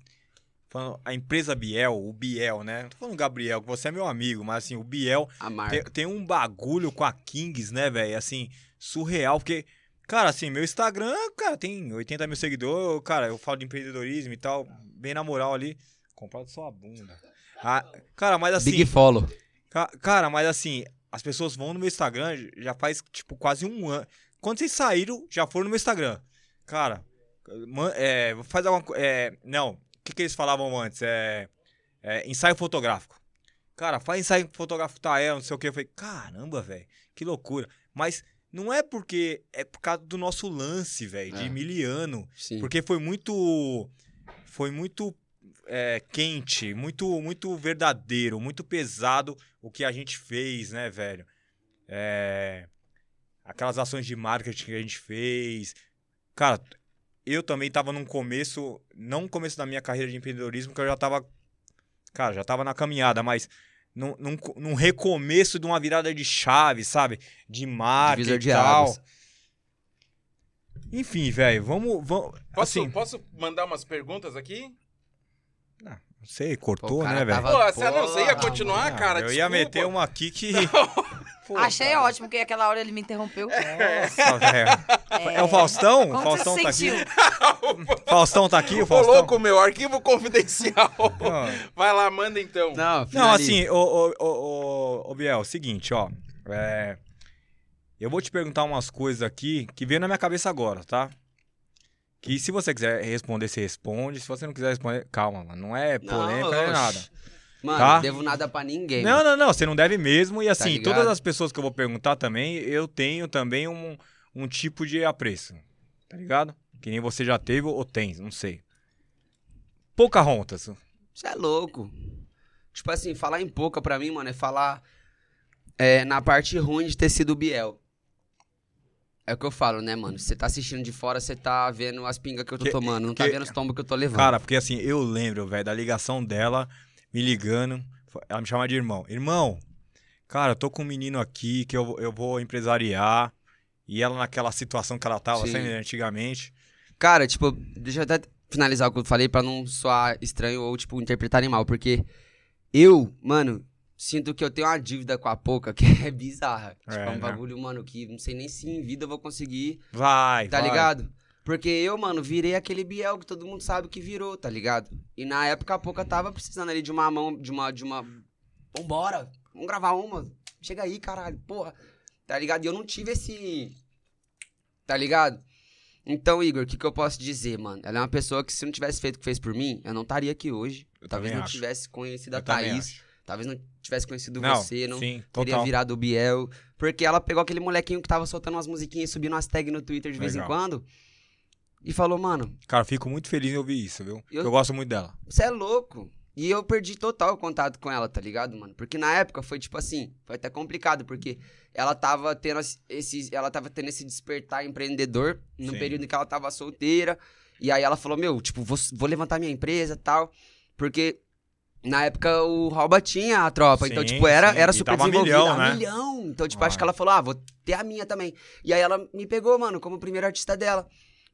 Speaker 1: falando- a empresa Biel, o Biel, né? Não tô falando Gabriel, que você é meu amigo, mas assim, o Biel
Speaker 3: A
Speaker 1: tem,
Speaker 3: marca.
Speaker 1: tem um bagulho com a Kings, né, velho? Assim, surreal, porque. Cara, assim, meu Instagram, cara, tem 80 mil seguidores, eu, cara, eu falo de empreendedorismo e tal, bem na moral ali, comprado sua bunda. Ah, cara, mas assim.
Speaker 3: Big follow.
Speaker 1: Ca- Cara, mas assim, as pessoas vão no meu Instagram j- já faz, tipo, quase um ano. Quando vocês saíram, já foram no meu Instagram. Cara, man- é, faz alguma coisa. não, o que, que eles falavam antes? É, é, ensaio fotográfico. Cara, faz ensaio fotográfico, tá? É, não sei o que. Eu falei, caramba, velho, que loucura. Mas não é porque. É por causa do nosso lance, velho,
Speaker 3: É.
Speaker 1: de miliano.
Speaker 3: Sim.
Speaker 1: Porque foi muito. Foi muito é, quente, muito, muito verdadeiro, muito pesado o que a gente fez, né, velho? É, aquelas ações de marketing que a gente fez. Cara, eu também tava num começo, não no começo da minha carreira de empreendedorismo, que eu já tava. Cara, já tava na caminhada, mas. Num, num, co- num recomeço de uma virada de chave, sabe? De marketing
Speaker 3: Divisor de
Speaker 1: e tal.
Speaker 3: águas.
Speaker 1: Enfim, velho, vamos. vamos
Speaker 2: Posso,
Speaker 1: assim,
Speaker 2: posso mandar umas perguntas aqui?
Speaker 1: não sei,
Speaker 3: Pô,
Speaker 1: cortou,
Speaker 3: o cara
Speaker 1: né, velho?
Speaker 3: tava-
Speaker 2: Pô, você, não, você ia
Speaker 3: Porra,
Speaker 2: continuar,
Speaker 1: Ah,
Speaker 2: cara?
Speaker 1: eu ia
Speaker 2: desculpa. <laughs>
Speaker 1: meter uma aqui que. <laughs> Pô,
Speaker 4: Achei
Speaker 1: cara. É.
Speaker 4: ótimo, porque aquela hora ele me interrompeu.
Speaker 1: Nossa, velho. É o Faustão?
Speaker 4: Como
Speaker 1: O Faustão
Speaker 4: você
Speaker 1: tá
Speaker 4: sentiu?
Speaker 1: aqui.
Speaker 2: Ah,
Speaker 1: Faustão tá aqui, o
Speaker 2: Ô,
Speaker 1: Faustão.
Speaker 2: louco, meu, arquivo confidencial. <laughs>
Speaker 1: Ó,
Speaker 2: Vai lá, manda então.
Speaker 3: Não,
Speaker 1: Não,
Speaker 3: finaliza.
Speaker 1: assim, ô, ô, ô, ô, ô, Biel, seguinte, ó. É, eu vou te perguntar umas coisas aqui que veio na minha cabeça agora, tá? Que se você quiser responder, você responde. Se você não quiser responder, calma, mano. Não é
Speaker 3: Não,
Speaker 1: polêmica, não, é
Speaker 3: oxe.
Speaker 1: nada.
Speaker 3: Mano,
Speaker 1: Tá?
Speaker 3: não devo nada pra ninguém.
Speaker 1: Não,
Speaker 3: mano.
Speaker 1: não, não, você não deve mesmo. E assim,
Speaker 3: Tá ligado?
Speaker 1: todas as pessoas que eu vou perguntar também, eu tenho também um, um tipo de apreço. Tá ligado? Que nem você já teve ou tem, não sei. Pocahontas.
Speaker 3: Você é louco. Tipo assim, falar em pouca pra mim, mano, é falar é, na parte ruim de ter sido o Biel. É o que eu falo, né, mano? Você tá assistindo de fora, você tá vendo as pingas que eu tô
Speaker 1: Que-
Speaker 3: tomando, não tá
Speaker 1: que-
Speaker 3: vendo os tombos que eu tô levando.
Speaker 1: Cara, porque assim, eu lembro, velho, da ligação dela me ligando. Ela me chama de irmão. Irmão, cara, eu tô com um menino aqui que eu, eu vou empresariar. E ela naquela situação que ela tava,
Speaker 3: Sim.
Speaker 1: assim, antigamente.
Speaker 3: Cara, tipo, deixa eu até finalizar o que eu falei pra não soar estranho ou, tipo, interpretarem mal, porque eu, mano, sinto que eu tenho uma dívida com a pouca <laughs> que é bizarra. Tipo,
Speaker 1: É,
Speaker 3: é um
Speaker 1: né?
Speaker 3: bagulho, mano, que não sei nem se em vida eu vou conseguir
Speaker 1: Vai,
Speaker 3: tá
Speaker 1: vai.
Speaker 3: ligado? Porque eu, mano, virei aquele Biel que todo mundo sabe que virou, tá ligado? E na época a pouca tava precisando ali de uma mão, de uma, de uma. Vambora, vamos gravar uma. Chega aí, caralho, porra. Tá ligado? E eu não tive esse. Tá ligado? Então, Igor, o que, que eu posso dizer, mano? Ela é uma pessoa que se não tivesse feito o que fez por mim, eu não estaria aqui hoje.
Speaker 1: Eu
Speaker 3: talvez
Speaker 1: também
Speaker 3: não
Speaker 1: acho.
Speaker 3: tivesse conhecido a
Speaker 1: Eu também
Speaker 3: Thaís.
Speaker 1: acho.
Speaker 3: Talvez não tivesse conhecido
Speaker 1: Não,
Speaker 3: você, não
Speaker 1: sim,
Speaker 3: teria
Speaker 1: total.
Speaker 3: virado o Biel. Porque ela pegou aquele molequinho que tava soltando umas musiquinhas e subindo umas tags no Twitter de vez em
Speaker 1: Legal.
Speaker 3: quando. E falou, mano,
Speaker 1: Cara, eu fico muito feliz em ouvir isso, viu? Porque
Speaker 3: Eu-
Speaker 1: eu gosto muito dela.
Speaker 3: você é louco. E eu perdi total o contato com ela, tá ligado, mano? Porque na época foi tipo assim, foi até complicado, porque ela tava tendo as- esse, ela tava tendo esse despertar empreendedor no
Speaker 1: Sim.
Speaker 3: período em que ela tava solteira. E aí ela falou, meu, tipo, vou, vou levantar minha empresa tal. Porque na época o Halba tinha a tropa. então,
Speaker 1: Sim,
Speaker 3: tipo, era,
Speaker 1: sim.
Speaker 3: era
Speaker 1: E
Speaker 3: super
Speaker 1: dava
Speaker 3: desenvolvida.
Speaker 1: milhão,
Speaker 3: a
Speaker 1: né?
Speaker 3: milhão. Então, tipo,
Speaker 1: Ah.
Speaker 3: acho que ela falou, ah, vou ter a minha também. E aí ela me pegou, mano, como primeiro artista dela.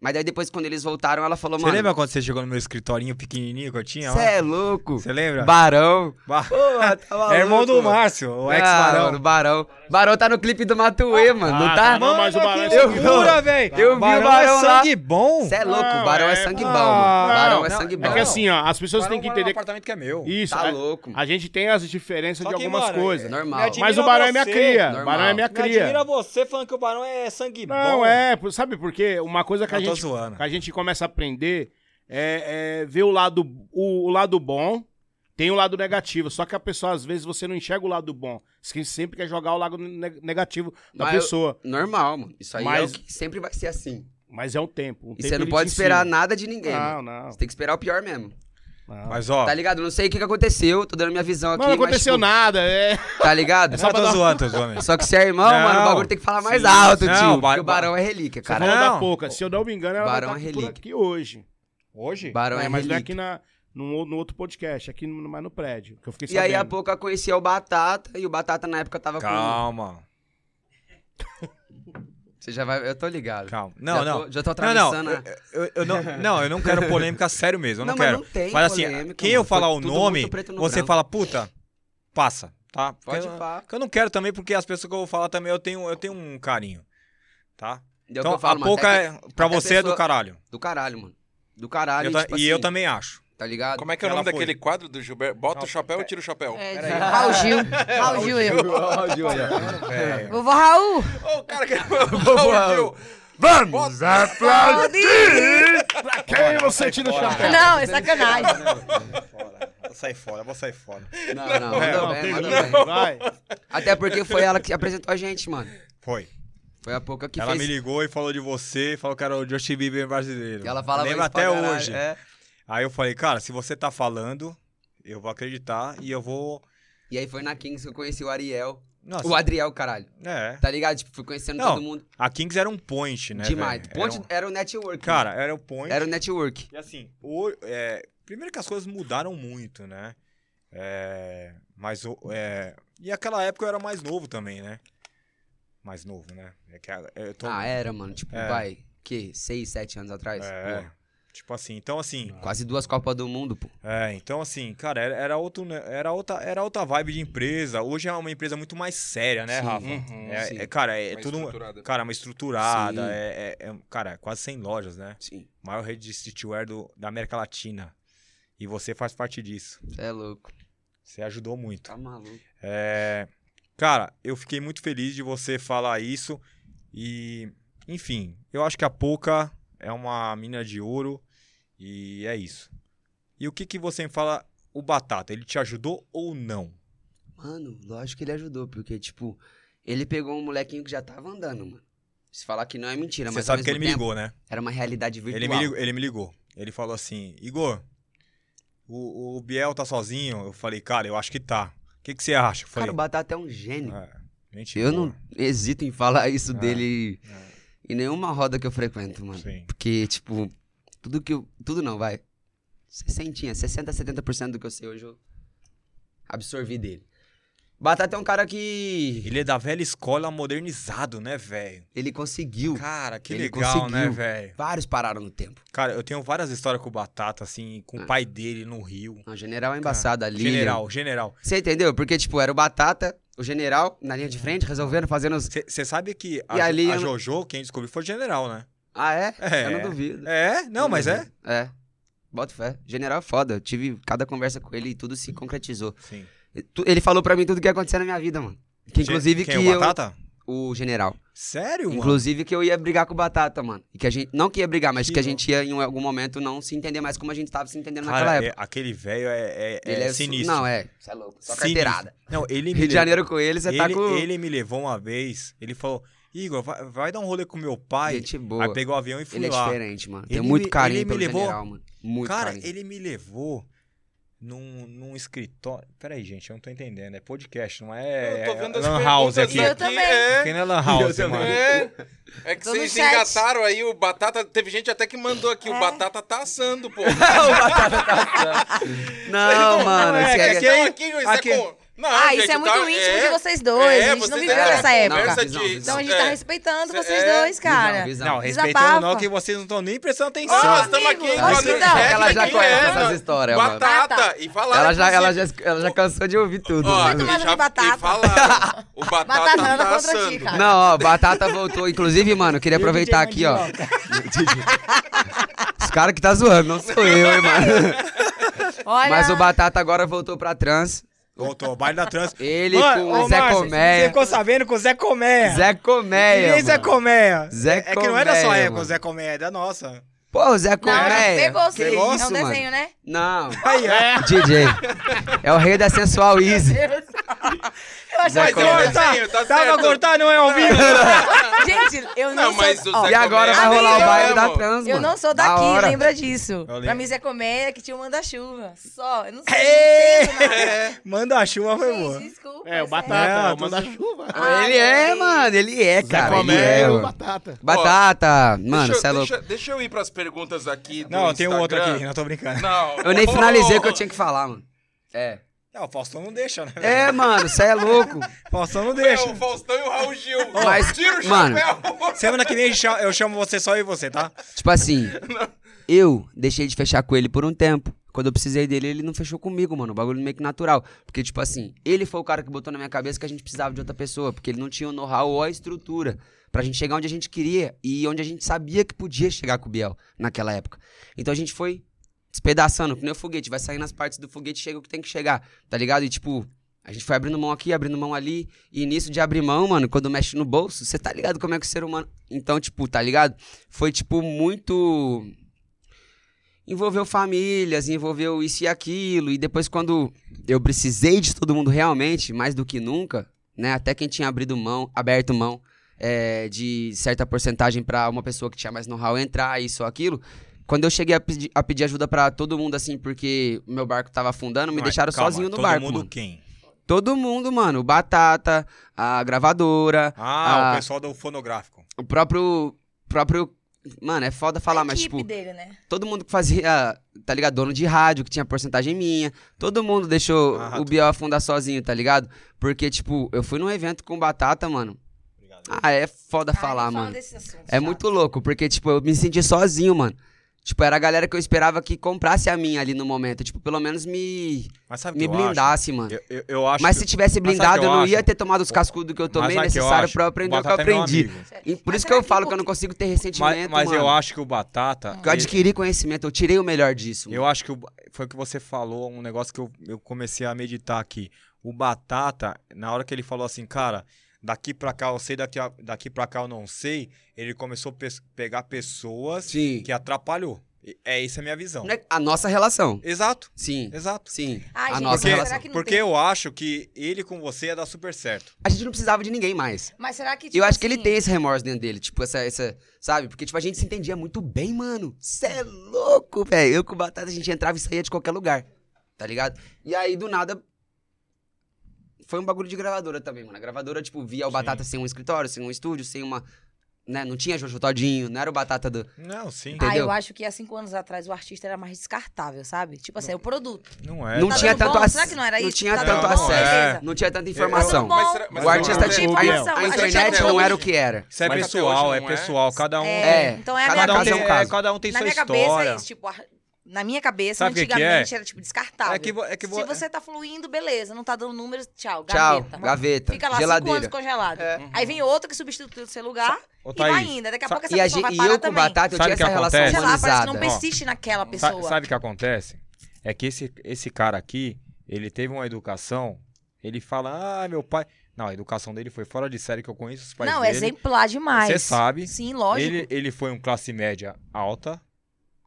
Speaker 3: Mas daí depois, quando eles voltaram, ela falou,
Speaker 1: Você
Speaker 3: mano.
Speaker 1: lembra quando você chegou no meu escritorinho pequenininho que eu tinha
Speaker 3: Você
Speaker 1: lá?
Speaker 3: é louco.
Speaker 1: Você lembra?
Speaker 3: Barão.
Speaker 1: Ba-
Speaker 3: Porra, tá maluco,
Speaker 1: <laughs> é irmão do
Speaker 3: mano.
Speaker 1: Márcio, o
Speaker 3: Ah, mano,
Speaker 1: ex-barão.
Speaker 3: Barão. Barão tá no clipe do Matuê, mano. Não
Speaker 5: Ah,
Speaker 3: tá?
Speaker 5: não, mas o Barão é
Speaker 1: que
Speaker 5: sangue
Speaker 1: loucura,
Speaker 5: bom.
Speaker 1: velho.
Speaker 3: Eu vi o
Speaker 1: é
Speaker 3: Barão lá.
Speaker 1: sangue bom.
Speaker 3: Você é louco,
Speaker 5: Não,
Speaker 3: o Barão é,
Speaker 5: é-
Speaker 3: sangue bom,
Speaker 1: não,
Speaker 3: mano. Barão é
Speaker 1: não,
Speaker 3: sangue bom.
Speaker 1: não.
Speaker 5: É que assim, ó, as pessoas têm
Speaker 1: mora
Speaker 5: que
Speaker 1: num
Speaker 5: entender... que-
Speaker 1: apartamento que é meu.
Speaker 5: Isso,
Speaker 3: Tá
Speaker 5: é-
Speaker 3: louco.
Speaker 5: a gente tem as diferenças
Speaker 1: Só
Speaker 5: de
Speaker 1: que,
Speaker 5: algumas
Speaker 1: mano,
Speaker 5: coisas.
Speaker 3: Normal.
Speaker 1: me admira
Speaker 5: Mas o Barão é minha
Speaker 1: você.
Speaker 5: cria. O
Speaker 3: Normal.
Speaker 5: Barão é minha
Speaker 1: Me admira
Speaker 5: cria.
Speaker 1: você falando que o Barão é sangue bom.
Speaker 5: Não, é, por- sabe por quê? Uma coisa que a
Speaker 1: Eu tô
Speaker 5: gente,
Speaker 1: zoando.
Speaker 5: que a gente começa a aprender é, é ver o lado, o, o lado bom Tem o lado negativo, só que a pessoa, às vezes, você não enxerga o lado bom. Você sempre quer jogar o lado ne- negativo da
Speaker 3: Mas eu-
Speaker 5: pessoa.
Speaker 3: Normal, mano. Isso aí
Speaker 5: Mas-
Speaker 3: é o que sempre vai ser assim.
Speaker 5: Mas é o tempo. O
Speaker 3: E
Speaker 5: tempo
Speaker 3: você não
Speaker 5: ele
Speaker 3: pode
Speaker 5: te
Speaker 3: esperar
Speaker 5: ensina.
Speaker 3: nada de ninguém. né? mano.
Speaker 5: Não, não.
Speaker 3: Você tem que esperar o pior mesmo.
Speaker 5: não.
Speaker 1: Mas ó,
Speaker 3: Tá ligado? Não sei o que, que aconteceu, tô dando minha visão aqui.
Speaker 5: não aconteceu
Speaker 3: mas,
Speaker 5: nada. É...
Speaker 3: tipo, Tá ligado?
Speaker 5: <laughs>
Speaker 1: é só tô zoando, tô zoando.
Speaker 3: Só que se é irmão,
Speaker 1: Não.
Speaker 3: mano, o bagulho tem que falar mais
Speaker 1: Sim.
Speaker 3: alto,
Speaker 1: Não,
Speaker 3: tio.
Speaker 1: bar-
Speaker 3: porque o barão é relíquia,
Speaker 5: Você
Speaker 1: Cara,
Speaker 5: falou
Speaker 1: não.
Speaker 3: cara.
Speaker 5: da pouca. Se eu não me engano, ela
Speaker 3: Barão
Speaker 5: vai
Speaker 3: é
Speaker 5: estar por
Speaker 3: relíquia.
Speaker 5: aqui hoje.
Speaker 1: Hoje?
Speaker 3: Barão
Speaker 5: É,
Speaker 3: é
Speaker 5: mas não é
Speaker 3: relíquia.
Speaker 5: aqui na, no, no outro podcast, é aqui no, mas no prédio. Que eu fiquei
Speaker 3: E aí, há
Speaker 5: sabendo.
Speaker 3: pouco, eu conhecia o Batata, e o Batata na época
Speaker 1: Tá
Speaker 3: tava
Speaker 1: Calma,
Speaker 3: com... Você já vai... Eu tô ligado.
Speaker 1: calma. Não,
Speaker 3: já
Speaker 1: não.
Speaker 3: Tô, já tô
Speaker 1: Não, não.
Speaker 3: atravessando... a-
Speaker 1: Eu, eu
Speaker 3: <laughs>
Speaker 1: não, não, eu não quero polêmica sério mesmo. Eu não,
Speaker 3: Não, mas
Speaker 1: quero.
Speaker 3: não tem
Speaker 1: mas assim,
Speaker 3: polêmica,
Speaker 1: quem eu
Speaker 3: mano,
Speaker 1: falar
Speaker 3: foi
Speaker 1: o
Speaker 3: tudo
Speaker 1: nome,
Speaker 3: muito preto no
Speaker 1: você
Speaker 3: branco.
Speaker 1: fala, puta, passa, tá? Porque
Speaker 3: Pode
Speaker 1: eu,
Speaker 3: pá.
Speaker 1: porque eu não quero também, porque as pessoas que eu vou falar também, eu tenho, eu tenho um carinho. Tá?
Speaker 3: É o que
Speaker 1: então,
Speaker 3: eu
Speaker 1: a
Speaker 3: falo, mano,
Speaker 1: pouca,
Speaker 3: até que-
Speaker 1: é- pra
Speaker 3: até a
Speaker 1: você é do
Speaker 3: pessoa-
Speaker 1: caralho.
Speaker 3: Do caralho, mano. Do caralho,
Speaker 1: Eu
Speaker 3: e,
Speaker 1: ta-
Speaker 3: tipo
Speaker 1: e eu
Speaker 3: assim,
Speaker 1: também
Speaker 3: <laughs>
Speaker 1: acho.
Speaker 3: Tá ligado?
Speaker 2: Como é que é o
Speaker 1: Ela
Speaker 2: nome
Speaker 1: foi.
Speaker 2: daquele quadro do Gilberto? Bota
Speaker 1: Não,
Speaker 2: o chapéu e tira o chapéu.
Speaker 4: É,
Speaker 1: Peraí.
Speaker 4: de- Raul Gil. Raul Gil, eu.
Speaker 3: Raul Gil, olha.
Speaker 1: Velho.
Speaker 4: Vovó Raul.
Speaker 2: Ô,
Speaker 1: <laughs>
Speaker 2: cara, que... Raul Gil.
Speaker 5: Vamos aplaudir! pra quem você
Speaker 1: sai
Speaker 5: tira o
Speaker 1: fora.
Speaker 5: chapéu?
Speaker 4: Não, é sacanagem.
Speaker 1: Sai fora, vou sair fora. <laughs>
Speaker 3: Não, não, não,
Speaker 5: É,
Speaker 3: mandou
Speaker 5: não,
Speaker 3: bem,
Speaker 5: tem
Speaker 3: mandou
Speaker 5: jeito,
Speaker 3: bem.
Speaker 5: vai.
Speaker 3: Até porque foi ela que apresentou a gente, mano.
Speaker 1: Foi.
Speaker 3: Foi a pouca que
Speaker 1: ela
Speaker 3: fez...
Speaker 1: me ligou e falou de você, falou que era o Justin Bieber brasileiro.
Speaker 3: Ela fala
Speaker 1: Lembra
Speaker 3: isso pra
Speaker 1: até
Speaker 3: caralho,
Speaker 1: hoje.
Speaker 3: é.
Speaker 1: Aí eu falei, cara, se você tá falando, eu vou acreditar e eu vou.
Speaker 3: E aí foi na Kings que eu conheci o Ariel.
Speaker 1: Nossa,
Speaker 3: O Adriel, caralho.
Speaker 1: é.
Speaker 3: Tá ligado? Tipo, fui conhecendo
Speaker 1: Não,
Speaker 3: todo mundo
Speaker 1: A Kings era um point, né?
Speaker 3: demais.
Speaker 1: velho?
Speaker 3: Ponte
Speaker 1: Era um-
Speaker 3: era o network.
Speaker 1: Cara, era o point.
Speaker 3: mano. Era o network.
Speaker 1: E assim, o- é, primeiro que as coisas mudaram muito, né? É, mas o- é, e aquela época eu era mais novo também, né? Mais novo, né? É que a- eu tô-
Speaker 3: Ah, era, mano. Tipo,
Speaker 1: É.
Speaker 3: vai, que? Seis, sete anos atrás?
Speaker 1: é,
Speaker 3: Pô,
Speaker 1: tipo assim, então assim,
Speaker 3: quase duas Copas do Mundo, pô.
Speaker 1: é, então assim, cara, era, era outro, né? era outra, era outra vibe de empresa. Hoje é uma empresa muito mais séria, né,
Speaker 3: Sim.
Speaker 1: Rafa?
Speaker 2: Uhum,
Speaker 1: É-
Speaker 3: sim.
Speaker 1: é, cara, é
Speaker 2: Mais
Speaker 1: tudo,
Speaker 2: estruturada.
Speaker 1: cara, uma estruturada,
Speaker 3: Sim.
Speaker 1: é, é- é- cara, quase 100 lojas, né?
Speaker 3: Sim.
Speaker 1: Maior rede de streetwear do- da América Latina. E você faz parte disso.
Speaker 3: Cê é louco.
Speaker 1: Você ajudou muito.
Speaker 3: Tá maluco.
Speaker 1: É, cara, eu fiquei muito feliz de você falar isso. E, enfim, eu acho que a Poca é uma mina de ouro. E é isso. E o que, que você me fala, o Batata, ele te ajudou ou não?
Speaker 3: Mano, lógico que ele ajudou, porque, tipo, ele pegou um molequinho que já tava andando, mano. Se falar que não é mentira,
Speaker 1: Você
Speaker 3: mas ao
Speaker 1: sabe que ele
Speaker 3: mesmo
Speaker 1: me
Speaker 3: tempo,
Speaker 1: ligou, né?
Speaker 3: Era uma realidade virtual.
Speaker 1: Ele me, ligou, ele me ligou. Ele falou assim: Igor, o, o Biel tá sozinho? Eu falei, cara, eu acho que tá. O que, que você acha? Eu
Speaker 3: Cara,
Speaker 1: falei,
Speaker 3: o Batata é um gênio.
Speaker 1: "Ah, gente
Speaker 3: eu
Speaker 1: boa."
Speaker 3: não hesito em falar isso
Speaker 1: É,
Speaker 3: dele em nenhuma roda que eu frequento, mano.
Speaker 1: Sim.
Speaker 3: Porque, tipo, tudo que eu. Tudo não, vai. 60, 60, 70% do que eu sei hoje eu absorvi dele. Batata é um cara que.
Speaker 1: Ele é da velha escola modernizado, né, velho?
Speaker 3: Ele conseguiu.
Speaker 1: Cara, que
Speaker 3: Ele
Speaker 1: legal, né,
Speaker 3: conseguiu.
Speaker 1: velho?
Speaker 3: Vários pararam no tempo.
Speaker 1: Cara, eu tenho várias histórias com o Batata, assim,
Speaker 3: Ah.
Speaker 1: com o pai dele no Rio.
Speaker 3: Não, general é embaçado ali.
Speaker 1: General, general.
Speaker 3: Você entendeu? Porque, tipo, era o Batata, o general, na linha de frente, resolvendo, fazendo os.
Speaker 1: Você sabe que a,
Speaker 3: E ali
Speaker 1: Jo- a
Speaker 3: eu-
Speaker 1: Jojo, quem descobriu foi o general, né?
Speaker 3: Ah, é?
Speaker 1: É.
Speaker 3: Eu não duvido.
Speaker 1: É? Não, mas é?
Speaker 3: É. Bota fé. General é foda. Eu tive cada conversa com ele e tudo se concretizou.
Speaker 1: Sim.
Speaker 3: Tu- Ele falou pra mim tudo que ia acontecer na minha vida, mano. Que inclusive
Speaker 1: quem, é
Speaker 3: que
Speaker 1: o
Speaker 3: eu.
Speaker 1: Batata?
Speaker 3: O general.
Speaker 1: Sério, mano?
Speaker 3: Inclusive que eu ia brigar com o Batata, mano. E que a gente. Não que ia brigar, mas
Speaker 1: Que
Speaker 3: que, a
Speaker 1: bom.
Speaker 3: gente ia em um, algum momento não se entender mais como a gente tava se entendendo naquela
Speaker 1: Cara,
Speaker 3: época.
Speaker 1: é- aquele velho é, é- é
Speaker 3: Ele su-
Speaker 1: sinistro.
Speaker 3: Não, é. Você é louco. Só
Speaker 1: Sinistro.
Speaker 3: carteirada.
Speaker 1: Não, ele me
Speaker 3: Rio de
Speaker 1: levou-
Speaker 3: Janeiro com ele, você
Speaker 1: ele,
Speaker 3: tá com.
Speaker 1: ele me levou uma vez, ele falou, Igor, vai, vai dar um rolê com meu pai.
Speaker 3: Gente boa.
Speaker 1: Aí pegou o avião e fui
Speaker 3: Ele é
Speaker 1: lá.
Speaker 3: diferente, mano. Tem
Speaker 1: Ele
Speaker 3: muito
Speaker 1: me-
Speaker 3: carinho
Speaker 1: ele me
Speaker 3: pelo
Speaker 1: levou-
Speaker 3: general, mano. Muito
Speaker 1: Cara,
Speaker 3: carinho.
Speaker 1: ele <laughs> me levou num, num escritório. Peraí, gente, eu não tô entendendo. É podcast, não é.
Speaker 2: Eu tô vendo
Speaker 1: é
Speaker 2: as
Speaker 1: Lan House
Speaker 2: perguntas
Speaker 1: aqui.
Speaker 4: Eu também.
Speaker 2: É.
Speaker 1: Quem não é Lan House,
Speaker 3: Eu
Speaker 1: mano?
Speaker 3: também.
Speaker 2: É, é que
Speaker 4: Tô no
Speaker 2: vocês
Speaker 4: chat.
Speaker 2: engataram aí o batata. Teve gente até que mandou aqui, o
Speaker 4: É.
Speaker 2: batata tá assando,
Speaker 4: <laughs>
Speaker 2: pô.
Speaker 3: <laughs> Não, mano.
Speaker 1: é,
Speaker 3: esse
Speaker 1: que
Speaker 3: é-
Speaker 1: aqui-
Speaker 2: Não, aqui, isso
Speaker 1: aqui-
Speaker 2: é com... Não,
Speaker 4: Ah,
Speaker 2: gente,
Speaker 4: isso é muito
Speaker 2: tá-
Speaker 4: íntimo
Speaker 2: é.
Speaker 4: de vocês dois. a gente
Speaker 2: vocês
Speaker 4: não viveu
Speaker 2: têm uma
Speaker 4: nessa época.
Speaker 2: conversa
Speaker 3: Não,
Speaker 2: de-
Speaker 3: visão,
Speaker 4: Então a gente tá
Speaker 2: é.
Speaker 4: respeitando vocês
Speaker 2: É.
Speaker 4: dois, cara.
Speaker 3: visão.
Speaker 1: Não,
Speaker 4: Desabafa.
Speaker 1: respeitando, não, que vocês não estão nem prestando atenção.
Speaker 2: Ah, nós
Speaker 4: Nossa,
Speaker 2: estamos aqui
Speaker 4: amigo,
Speaker 2: enquanto
Speaker 4: hoje
Speaker 2: no
Speaker 4: não.
Speaker 2: chat,
Speaker 3: Ela já
Speaker 2: aqui,
Speaker 3: conhece
Speaker 2: é,
Speaker 3: essas
Speaker 2: né?
Speaker 3: histórias, mano.
Speaker 2: Batata, e falar.
Speaker 3: Ela já, ela,
Speaker 2: inclusive.
Speaker 3: já, ela já cansou de ouvir tudo.
Speaker 2: Ó,
Speaker 3: né?
Speaker 4: Tá tomando
Speaker 2: e já-
Speaker 4: de batata.
Speaker 2: E falaram,
Speaker 4: <laughs>
Speaker 2: o batata
Speaker 4: Batata, nada
Speaker 2: tá
Speaker 4: contra ti,
Speaker 2: assando.
Speaker 4: cara.
Speaker 3: Não, ó, Batata voltou. Inclusive, mano, queria aproveitar aqui, ó. Os caras que tá zoando, não sou eu, hein, mano.
Speaker 4: Olha,
Speaker 3: Mas o Batata agora voltou pra trans.
Speaker 1: Voltou, baile da trans.
Speaker 3: <laughs> Ele
Speaker 1: Mano,
Speaker 3: com
Speaker 1: ô,
Speaker 3: o Zé
Speaker 1: Márcio, Você
Speaker 3: Colmeia.
Speaker 1: ficou sabendo com o Zé Coméia.
Speaker 3: Zé Coméia.
Speaker 1: Zé
Speaker 3: mano.
Speaker 1: Coméia.
Speaker 3: Zé
Speaker 1: é que não é da sua
Speaker 3: Colmeia,
Speaker 1: época o
Speaker 3: mano.
Speaker 1: Zé Coméia, é da nossa.
Speaker 3: Pô, Zé
Speaker 4: Não, não
Speaker 3: Colmeia.
Speaker 4: pegou sim.
Speaker 3: Pegou
Speaker 4: é
Speaker 3: isso,
Speaker 4: um
Speaker 3: mano?
Speaker 4: desenho, né?
Speaker 3: Não, <laughs>
Speaker 5: Aí, é.
Speaker 3: DJ. É o rei da sensual Easy.
Speaker 4: Eu acho
Speaker 3: Zé
Speaker 4: que
Speaker 3: Colmeia.
Speaker 4: eu-
Speaker 2: tá
Speaker 1: Tá pra cortar, não é ao vivo?
Speaker 4: <laughs> Gente, eu não,
Speaker 2: Não, mas
Speaker 4: sou...
Speaker 2: o
Speaker 4: ó,
Speaker 2: Zé
Speaker 3: E agora vai
Speaker 4: Amigo,
Speaker 3: rolar o baile da
Speaker 2: amo.
Speaker 3: trans,
Speaker 4: eu
Speaker 3: mano.
Speaker 4: não sou
Speaker 3: Da
Speaker 4: daqui,
Speaker 3: hora.
Speaker 4: lembra disso.
Speaker 1: lembro.
Speaker 4: Pra mim, Zé Colmeia que tinha o manda-chuva. Só, eu não
Speaker 1: É. <laughs> Ê!
Speaker 4: sei. não entendo nada.
Speaker 1: Manda a chuva, foi
Speaker 4: Gente,
Speaker 1: boa.
Speaker 4: desculpa.
Speaker 5: É,
Speaker 4: mas
Speaker 5: o Batata,
Speaker 1: É,
Speaker 5: o manda-chuva.
Speaker 4: Ah, Ai,
Speaker 3: Ele é,
Speaker 4: meu Deus.
Speaker 3: mano, ele é, cara. Ele
Speaker 5: Comé
Speaker 3: é,
Speaker 5: o
Speaker 3: mano.
Speaker 5: Batata.
Speaker 3: Batata, mano,
Speaker 2: Deixa,
Speaker 3: você é
Speaker 2: eu-
Speaker 3: louco.
Speaker 2: deixa, deixa eu ir pras perguntas aqui. do
Speaker 1: Não, tem um outro aqui,
Speaker 2: Instagram.
Speaker 1: não tô brincando.
Speaker 2: Não.
Speaker 3: Eu nem finalizei o que eu tinha que falar, mano. É.
Speaker 1: Não, o Faustão não deixa, né? velho?
Speaker 3: É, mano, você é louco.
Speaker 1: Faustão não
Speaker 2: É,
Speaker 1: deixa.
Speaker 2: o Faustão e o Raul Gil.
Speaker 3: Mas,
Speaker 2: Tira o
Speaker 3: mano,
Speaker 2: chapéu.
Speaker 1: Semana que vem eu cha- eu chamo você só e você, tá?
Speaker 3: Tipo assim, eu deixei de fechar com ele por um tempo. Quando eu precisei dele, ele não fechou comigo, mano. O bagulho meio que natural. Porque, tipo assim, ele foi o cara que botou na minha cabeça que a gente precisava de outra pessoa. Porque ele não tinha o know-how ou a estrutura pra gente chegar onde a gente queria e onde a gente sabia que podia chegar com o Biel naquela época. Então a gente foi despedaçando, que nem o foguete. Vai saindo as partes do foguete, chega o que tem que chegar, tá ligado? E, tipo, a gente foi abrindo mão aqui, abrindo mão ali. E nisso de abrir mão, mano, quando mexe no bolso, você tá ligado como é que o ser humano. Então, tipo, tá ligado? Foi, tipo, muito. Envolveu famílias, envolveu isso e aquilo. E depois, quando eu precisei de todo mundo realmente, mais do que nunca, né? Até quem tinha abrido mão, aberto mão é, de certa porcentagem pra uma pessoa que tinha mais know-how entrar, isso ou aquilo. Quando eu cheguei a pedir, a pedir ajuda pra todo mundo, assim, porque meu barco tava afundando, me
Speaker 1: Não, é
Speaker 3: deixaram
Speaker 1: calma,
Speaker 3: sozinho no
Speaker 1: todo
Speaker 3: barco.
Speaker 1: mundo
Speaker 3: mano.
Speaker 1: quem?
Speaker 3: Todo mundo, mano. O Batata, a gravadora,
Speaker 1: Ah,
Speaker 3: Ah.
Speaker 1: o pessoal do fonográfico.
Speaker 3: o próprio. próprio. Mano, é foda falar,
Speaker 4: a
Speaker 3: mas,
Speaker 4: equipe
Speaker 3: tipo,
Speaker 4: dele, né?
Speaker 3: todo mundo que fazia, tá ligado? Dono de rádio, que tinha porcentagem minha. Todo mundo deixou
Speaker 1: Ah,
Speaker 3: o Biel afundar sozinho, tá ligado? Porque, tipo, eu fui num evento com Batata, mano. Ah, é foda falar,
Speaker 4: Ai, não então fala
Speaker 3: mano.
Speaker 4: desses assuntos, tá.
Speaker 3: É
Speaker 4: chato.
Speaker 3: muito louco, porque, tipo, eu me senti sozinho, mano. Tipo, era a galera que eu esperava que comprasse a minha ali no momento. Tipo, pelo menos me,
Speaker 1: Mas sabe o que
Speaker 3: me
Speaker 1: eu
Speaker 3: blindasse, mano.
Speaker 1: acho? Eu, eu, eu acho
Speaker 3: Mas
Speaker 1: que-
Speaker 3: se tivesse
Speaker 1: mas sabe
Speaker 3: blindado,
Speaker 1: que
Speaker 3: eu
Speaker 1: eu
Speaker 3: não
Speaker 1: acho?
Speaker 3: ia ter tomado os cascudos que eu tomei
Speaker 1: sabe o que eu
Speaker 3: necessário
Speaker 1: acho?
Speaker 3: pra eu aprender o que eu
Speaker 1: Batata é meu
Speaker 3: aprendi.
Speaker 1: amigo.
Speaker 4: Sério.
Speaker 3: E por
Speaker 4: Mas
Speaker 3: isso que eu
Speaker 4: será tipo
Speaker 3: falo
Speaker 4: o-
Speaker 3: que eu não consigo ter
Speaker 1: Mas,
Speaker 3: ressentimento,
Speaker 1: mas
Speaker 3: mano.
Speaker 1: eu acho que o Batata.
Speaker 3: Que eu
Speaker 1: ele-
Speaker 3: adquiri conhecimento, eu tirei o melhor disso. mano.
Speaker 1: Eu acho que o- foi o que você falou, um negócio que eu, eu comecei a meditar aqui. O Batata, na hora que ele falou assim, cara, daqui pra cá eu sei, daqui, a- daqui pra cá eu não sei, ele começou a pes- pegar pessoas
Speaker 3: Sim.
Speaker 1: que é atrapalhou. E- É isso a minha visão.
Speaker 3: Não é A nossa relação.
Speaker 1: Exato,
Speaker 3: Sim.
Speaker 1: exato.
Speaker 3: Sim.
Speaker 4: Ai,
Speaker 3: a
Speaker 4: gente,
Speaker 3: nossa
Speaker 4: mas
Speaker 1: Porque,
Speaker 4: será
Speaker 3: relação.
Speaker 4: que não
Speaker 1: porque
Speaker 4: tem-
Speaker 1: eu acho que ele com você ia dar super certo.
Speaker 3: A gente não precisava de ninguém mais.
Speaker 4: Mas será que, tipo,
Speaker 3: Eu acho que ele
Speaker 4: assim,
Speaker 3: tem esse remorso dentro dele, tipo, essa, essa. Sabe? Porque, tipo, a gente se entendia muito bem, mano. Cê é louco, velho. Eu com o Batata, a gente entrava e saía de qualquer lugar. Tá ligado? E aí, do nada. Foi um bagulho de gravadora também, mano. A gravadora, tipo, via o
Speaker 1: Sim.
Speaker 3: Batata sem um escritório, sem um estúdio, sem uma. Né? Não tinha Jojo Todinho, não era o Batata do.
Speaker 1: Não, sim.
Speaker 4: Ah,
Speaker 3: entendeu?
Speaker 4: eu acho que há cinco anos atrás o artista era mais descartável, sabe? Tipo assim, é o produto.
Speaker 1: Não é.
Speaker 3: não
Speaker 4: Tá
Speaker 3: tinha
Speaker 4: dando
Speaker 3: tanto
Speaker 4: bom?
Speaker 3: acesso.
Speaker 4: Será que não era isso?
Speaker 3: tinha
Speaker 4: Tá
Speaker 3: tanto
Speaker 4: dando bom?
Speaker 3: acesso.
Speaker 4: Beleza.
Speaker 3: Não tinha tanta
Speaker 4: Tá
Speaker 3: informação.
Speaker 4: dando bom.
Speaker 2: Mas será- mas
Speaker 3: o
Speaker 2: eu
Speaker 3: artista
Speaker 2: acho-
Speaker 1: é
Speaker 3: tinha.
Speaker 4: Tipo,
Speaker 3: A,
Speaker 4: informação,
Speaker 3: a
Speaker 4: a gente
Speaker 3: internet
Speaker 4: até
Speaker 3: não
Speaker 4: hoje-
Speaker 3: era o que era.
Speaker 1: Isso é
Speaker 2: Mas até
Speaker 1: pessoal,
Speaker 2: hoje
Speaker 1: é
Speaker 2: não é.
Speaker 1: pessoal. Cada um.
Speaker 4: É,
Speaker 3: É,
Speaker 4: então é a minha
Speaker 1: Cada um,
Speaker 3: caso
Speaker 1: tem,
Speaker 3: é
Speaker 4: cabeça.
Speaker 3: um caso.
Speaker 1: cada um tem
Speaker 4: na
Speaker 1: sua
Speaker 4: minha
Speaker 1: história.
Speaker 4: cabeça é isso, tipo, a- na minha cabeça,
Speaker 1: Sabe o que que
Speaker 4: antigamente era tipo descartável.
Speaker 1: É que vo- é que vo-
Speaker 4: Se você tá fluindo, beleza, não tá dando números, tchau,
Speaker 3: Tchau,
Speaker 4: gaveta.
Speaker 3: gaveta.
Speaker 4: Fica lá cinco anos
Speaker 3: geladeira.
Speaker 4: congelado.
Speaker 3: É.
Speaker 4: Aí vem outro que substitui o seu lugar
Speaker 1: é, Ô,
Speaker 4: e vai
Speaker 1: Thaís,
Speaker 4: ainda. Daqui a
Speaker 1: sa-
Speaker 4: pouco essa
Speaker 3: E, a
Speaker 4: pessoa
Speaker 3: gente,
Speaker 4: vai
Speaker 3: e
Speaker 4: parar
Speaker 3: eu com o
Speaker 4: também.
Speaker 3: Batata, eu
Speaker 1: Sabe
Speaker 3: tinha
Speaker 1: o que
Speaker 3: essa relação
Speaker 1: acontece?
Speaker 4: Sei lá, parece que
Speaker 3: humanizada.
Speaker 4: não
Speaker 1: Ó,
Speaker 4: persiste naquela
Speaker 1: Sa-
Speaker 4: pessoa.
Speaker 1: Sabe o que acontece? É que esse, esse cara aqui, ele teve uma educação, ele fala, ah, meu pai. Não, a educação dele foi fora de série que eu conheço os pais
Speaker 4: Não,
Speaker 1: dele.
Speaker 4: exemplar demais.
Speaker 1: Você sabe.
Speaker 4: Sim, lógico.
Speaker 1: Ele, ele foi um classe média alta,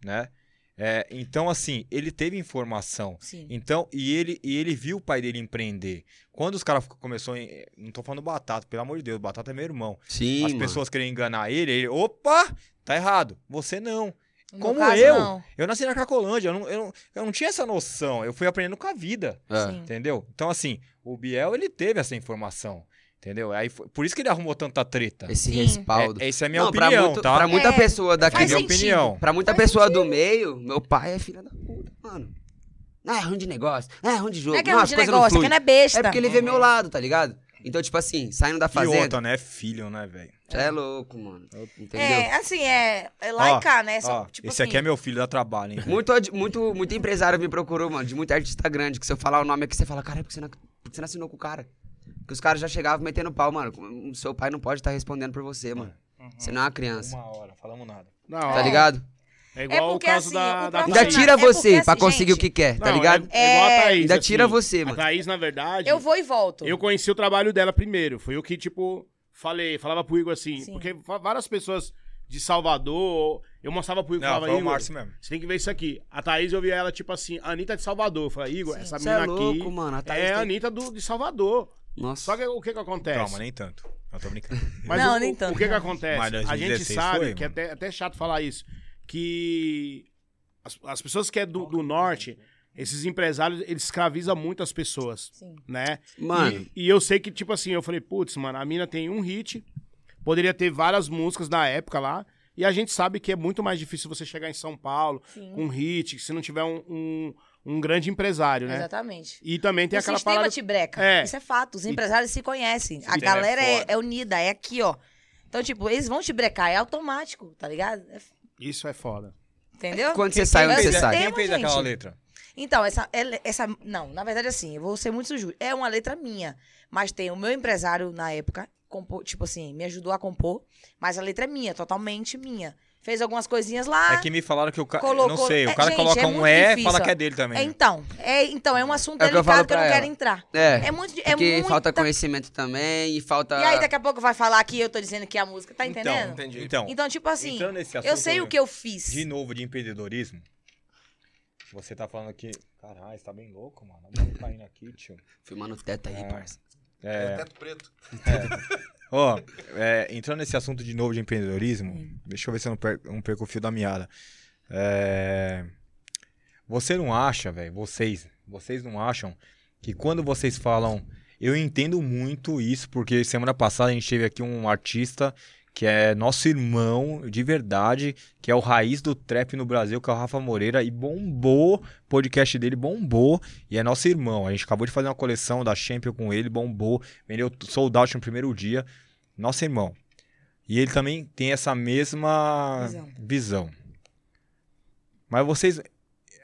Speaker 1: né? É, então, assim, ele teve informação.
Speaker 4: Sim.
Speaker 1: Então, e ele, e ele viu o pai dele empreender. Quando os caras começaram. em- Não tô falando batata, pelo amor de Deus, batata é meu irmão.
Speaker 3: Sim,
Speaker 1: As
Speaker 3: mano.
Speaker 1: pessoas querem enganar ele, ele. Opa! Tá errado. Você não.
Speaker 4: No
Speaker 1: como
Speaker 4: caso,
Speaker 1: eu,
Speaker 4: não.
Speaker 1: Eu nasci na Cracolândia, eu não, eu, não, eu não tinha essa noção. Eu fui aprendendo com a vida,
Speaker 3: É.
Speaker 4: Sim.
Speaker 1: entendeu? Então, assim, o Biel, ele teve essa informação, entendeu? Aí foi- por isso que ele arrumou tanta treta.
Speaker 3: Esse
Speaker 4: Sim.
Speaker 3: respaldo.
Speaker 1: É, essa é a minha
Speaker 3: Não, pra
Speaker 1: opinião,
Speaker 3: muito-
Speaker 1: tá?
Speaker 3: Pra muita
Speaker 4: É,
Speaker 3: pessoa
Speaker 1: É
Speaker 4: faz
Speaker 1: minha
Speaker 3: daquele.
Speaker 4: sentido.
Speaker 1: opinião.
Speaker 3: Pra muita
Speaker 4: Faz
Speaker 3: pessoa do meio, meu pai é filho da puta, mano. Não é ruim de negócio, não é ruim de jogo,
Speaker 4: Não é que é
Speaker 3: não,
Speaker 4: um
Speaker 3: as
Speaker 4: de
Speaker 3: coisas não
Speaker 4: negócio, é que
Speaker 3: fluem.
Speaker 4: não é besta.
Speaker 3: É porque ele vê meu lado, tá ligado? Então, tipo assim, saindo da
Speaker 1: E
Speaker 3: fazenda,
Speaker 1: outra, né? Filho, né, velho?
Speaker 3: já é louco, mano. Entendeu?
Speaker 4: É, assim, é, é lá
Speaker 1: Ó,
Speaker 4: e cá, né? Só,
Speaker 1: Ó,
Speaker 4: tipo
Speaker 1: esse
Speaker 4: assim,
Speaker 1: aqui é meu filho, dá trabalho, hein?
Speaker 3: Muito, ad- muito, muito empresário me procurou, mano, de muito artista grande, que se eu falar o nome aqui, você fala, cara, por que você não, por que você não assinou com o cara? Porque os caras já chegavam metendo pau, mano. O seu pai não pode estar respondendo por você, mano.
Speaker 5: Uhum.
Speaker 3: Você não é uma criança.
Speaker 1: Uma hora, falamos nada.
Speaker 5: Não,
Speaker 3: Tá ligado?
Speaker 5: É igual
Speaker 4: É
Speaker 5: o
Speaker 4: porque,
Speaker 5: caso
Speaker 4: assim,
Speaker 5: da,
Speaker 4: o
Speaker 5: da
Speaker 4: profissional-
Speaker 3: Ainda
Speaker 5: Thaís.
Speaker 3: tira
Speaker 4: É porque,
Speaker 3: você pra
Speaker 4: assim,
Speaker 3: conseguir o
Speaker 4: gente-
Speaker 3: que quer, tá
Speaker 5: Não,
Speaker 3: ligado?
Speaker 5: É, é igual a Thaís,
Speaker 3: Ainda
Speaker 5: assim.
Speaker 3: tira você,
Speaker 5: A
Speaker 3: mano.
Speaker 5: Thaís, na
Speaker 1: é
Speaker 5: verdade,
Speaker 4: Eu vou e volto.
Speaker 5: eu conheci o trabalho dela primeiro. Foi eu que, tipo, falei, falava pro Igor assim.
Speaker 4: Sim.
Speaker 5: Porque va- várias pessoas de Salvador. Eu mostrava pro Igor e
Speaker 1: Não,
Speaker 5: falava,
Speaker 1: foi o
Speaker 5: Igor,
Speaker 1: Márcio mesmo.
Speaker 5: você tem que ver isso aqui. A Thaís, eu via ela, tipo assim, a Anitta de Salvador. Eu falei, Igor, essa
Speaker 3: Você é
Speaker 5: menina
Speaker 3: louco,
Speaker 5: aqui
Speaker 3: mano. A Thaís
Speaker 5: é a
Speaker 3: tem-
Speaker 5: Anitta do, de Salvador.
Speaker 3: Nossa.
Speaker 5: Só que é o que que acontece?
Speaker 1: Calma, nem tanto. Não tô brincando.
Speaker 5: Mas
Speaker 4: Não,
Speaker 5: o,
Speaker 4: nem
Speaker 5: o-
Speaker 4: tanto.
Speaker 5: O que que acontece?
Speaker 1: Mas
Speaker 5: a gente
Speaker 1: 2016
Speaker 5: sabe,
Speaker 1: foi,
Speaker 5: que é
Speaker 1: mano.
Speaker 5: até, até chato falar isso, que as, as pessoas que é do, do norte, esses empresários, eles escravizam muito as pessoas,
Speaker 4: Sim.
Speaker 5: né?
Speaker 3: Mano.
Speaker 5: E, e eu sei que, tipo assim, eu falei, putz, mano, a mina tem um hit, poderia ter várias músicas na época lá, e a gente sabe que é muito mais difícil você chegar em São Paulo
Speaker 4: Sim.
Speaker 5: com um hit, se não tiver um, um, um grande empresário, né?
Speaker 4: Exatamente.
Speaker 5: E também tem
Speaker 4: o
Speaker 5: aquela
Speaker 4: sistema
Speaker 5: parada...
Speaker 4: te breca.
Speaker 5: É.
Speaker 4: Isso é fato. Os empresários se conhecem. A
Speaker 2: Sim,
Speaker 4: galera
Speaker 2: é
Speaker 4: é,
Speaker 2: foda.
Speaker 4: é unida, é aqui, ó. Então, tipo, eles vão te brecar, é automático, tá ligado? É f-
Speaker 5: Isso é foda.
Speaker 4: Entendeu?
Speaker 3: Quando você sai, onde
Speaker 4: Quem
Speaker 3: você
Speaker 4: fez-
Speaker 3: sai?
Speaker 4: Tema,
Speaker 1: Quem fez
Speaker 4: É, gente.
Speaker 1: aquela letra?
Speaker 4: Então, essa, ele- essa. Não, na verdade, assim, eu vou ser muito justo. É uma letra minha. Mas tem o meu empresário na época, compô, tipo assim, me ajudou a compor, mas a letra é minha, totalmente minha. Fez algumas coisinhas lá.
Speaker 1: É que me falaram que o cara. Não
Speaker 4: tá. Colocou-
Speaker 1: sei,
Speaker 4: É,
Speaker 1: o cara
Speaker 4: gente,
Speaker 1: coloca
Speaker 4: é
Speaker 1: um
Speaker 4: muito
Speaker 1: E e
Speaker 4: difícil.
Speaker 1: fala que é dele também.
Speaker 4: É, então, é, então, é um assunto
Speaker 3: É o que eu
Speaker 4: delicado que eu,
Speaker 3: falo pra
Speaker 4: não quero
Speaker 3: ela.
Speaker 4: entrar.
Speaker 3: É.
Speaker 4: É muito. É
Speaker 3: Porque
Speaker 4: muita...
Speaker 3: falta conhecimento também e falta.
Speaker 4: E aí, tá- daqui a pouco vai falar que eu tô dizendo que é a música, tá
Speaker 1: Então,
Speaker 4: entendendo? Então,
Speaker 2: Entendi.
Speaker 1: Então,
Speaker 4: tipo assim,
Speaker 1: entrando nesse
Speaker 4: eu
Speaker 1: assunto,
Speaker 4: sei o que eu fiz.
Speaker 1: De novo, de empreendedorismo. Você tá falando que. Caralho, você tá bem louco, mano. Vamos caindo tá aqui, tio.
Speaker 3: Filmando o teto aí, parça.
Speaker 2: É. Teto preto.
Speaker 1: Ó, é, entrando nesse assunto de novo de empreendedorismo, deixa eu ver se eu não per- não perco o fio da meada. É, você não acha, velho, vocês, vocês não acham que quando vocês falam, eu entendo muito isso, porque semana passada a gente teve aqui um artista que é nosso irmão de verdade, que é o raiz do trap no Brasil, que é o Rafa Moreira, e bombou, o podcast dele bombou, e é nosso irmão. A gente acabou de fazer uma coleção da Champion com ele, bombou, vendeu sold out no primeiro dia, nosso irmão. E ele também tem essa mesma
Speaker 4: Visão.
Speaker 1: visão. Mas vocês,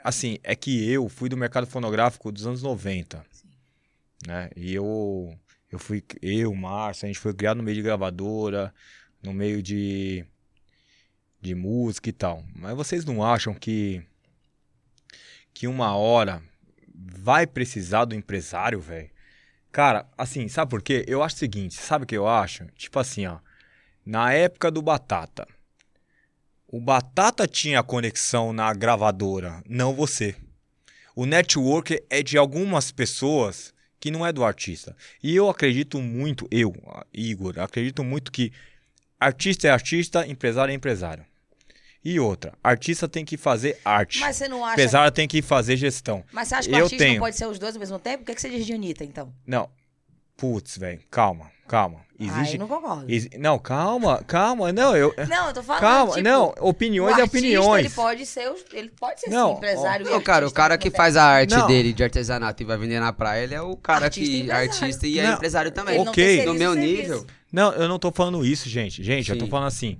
Speaker 1: assim, é que eu fui do mercado fonográfico dos anos 90, né? E eu, eu fui, eu, Márcio, a gente foi criado no meio de gravadora, no meio de, de música e tal. Mas vocês não acham que que uma hora vai precisar do empresário, velho? Cara, assim, sabe por quê? Eu acho o seguinte, sabe o que eu acho? Tipo assim, ó, na época do Batata, o Batata tinha conexão na gravadora, não você. O network é de algumas pessoas que não é do artista. E eu acredito muito, eu, Igor, acredito muito que Artista é artista, empresário é empresário. E outra, artista tem que fazer arte.
Speaker 4: Mas você não acha.
Speaker 1: Empresário tem que fazer gestão.
Speaker 4: Mas você acha que o
Speaker 1: Eu
Speaker 4: artista não
Speaker 1: tenho.
Speaker 4: pode ser os dois ao mesmo tempo? O que, é que você diz de Anitta, então?
Speaker 1: Não. Putz, velho, calma, calma.
Speaker 4: Ah,
Speaker 1: Existe.
Speaker 4: eu não concordo.
Speaker 1: exi- não, calma, calma. Não, eu.
Speaker 4: Não, eu tô falando.
Speaker 1: calma,
Speaker 4: tipo,
Speaker 1: não,
Speaker 4: o
Speaker 1: opiniões
Speaker 4: artista,
Speaker 1: é opiniões.
Speaker 4: Ele pode ser, os- ele pode ser
Speaker 1: Não,
Speaker 4: sim, empresário. e
Speaker 3: Não, cara, o
Speaker 4: artista
Speaker 3: cara
Speaker 4: ao
Speaker 3: que
Speaker 4: mesmo
Speaker 3: faz a arte
Speaker 1: Não.
Speaker 3: dele de artesanato e vai vender na praia, ele é o cara
Speaker 4: Artista e
Speaker 3: que é
Speaker 4: empresário.
Speaker 3: artista e é
Speaker 1: Não,
Speaker 3: empresário
Speaker 4: tempo. Ele
Speaker 3: também.
Speaker 4: não
Speaker 1: Ok.
Speaker 4: terceiriza
Speaker 3: No meu
Speaker 4: o serviço.
Speaker 3: nível.
Speaker 1: Não, eu não tô falando isso, gente. Gente, eu tô
Speaker 3: Sim.
Speaker 1: falando assim.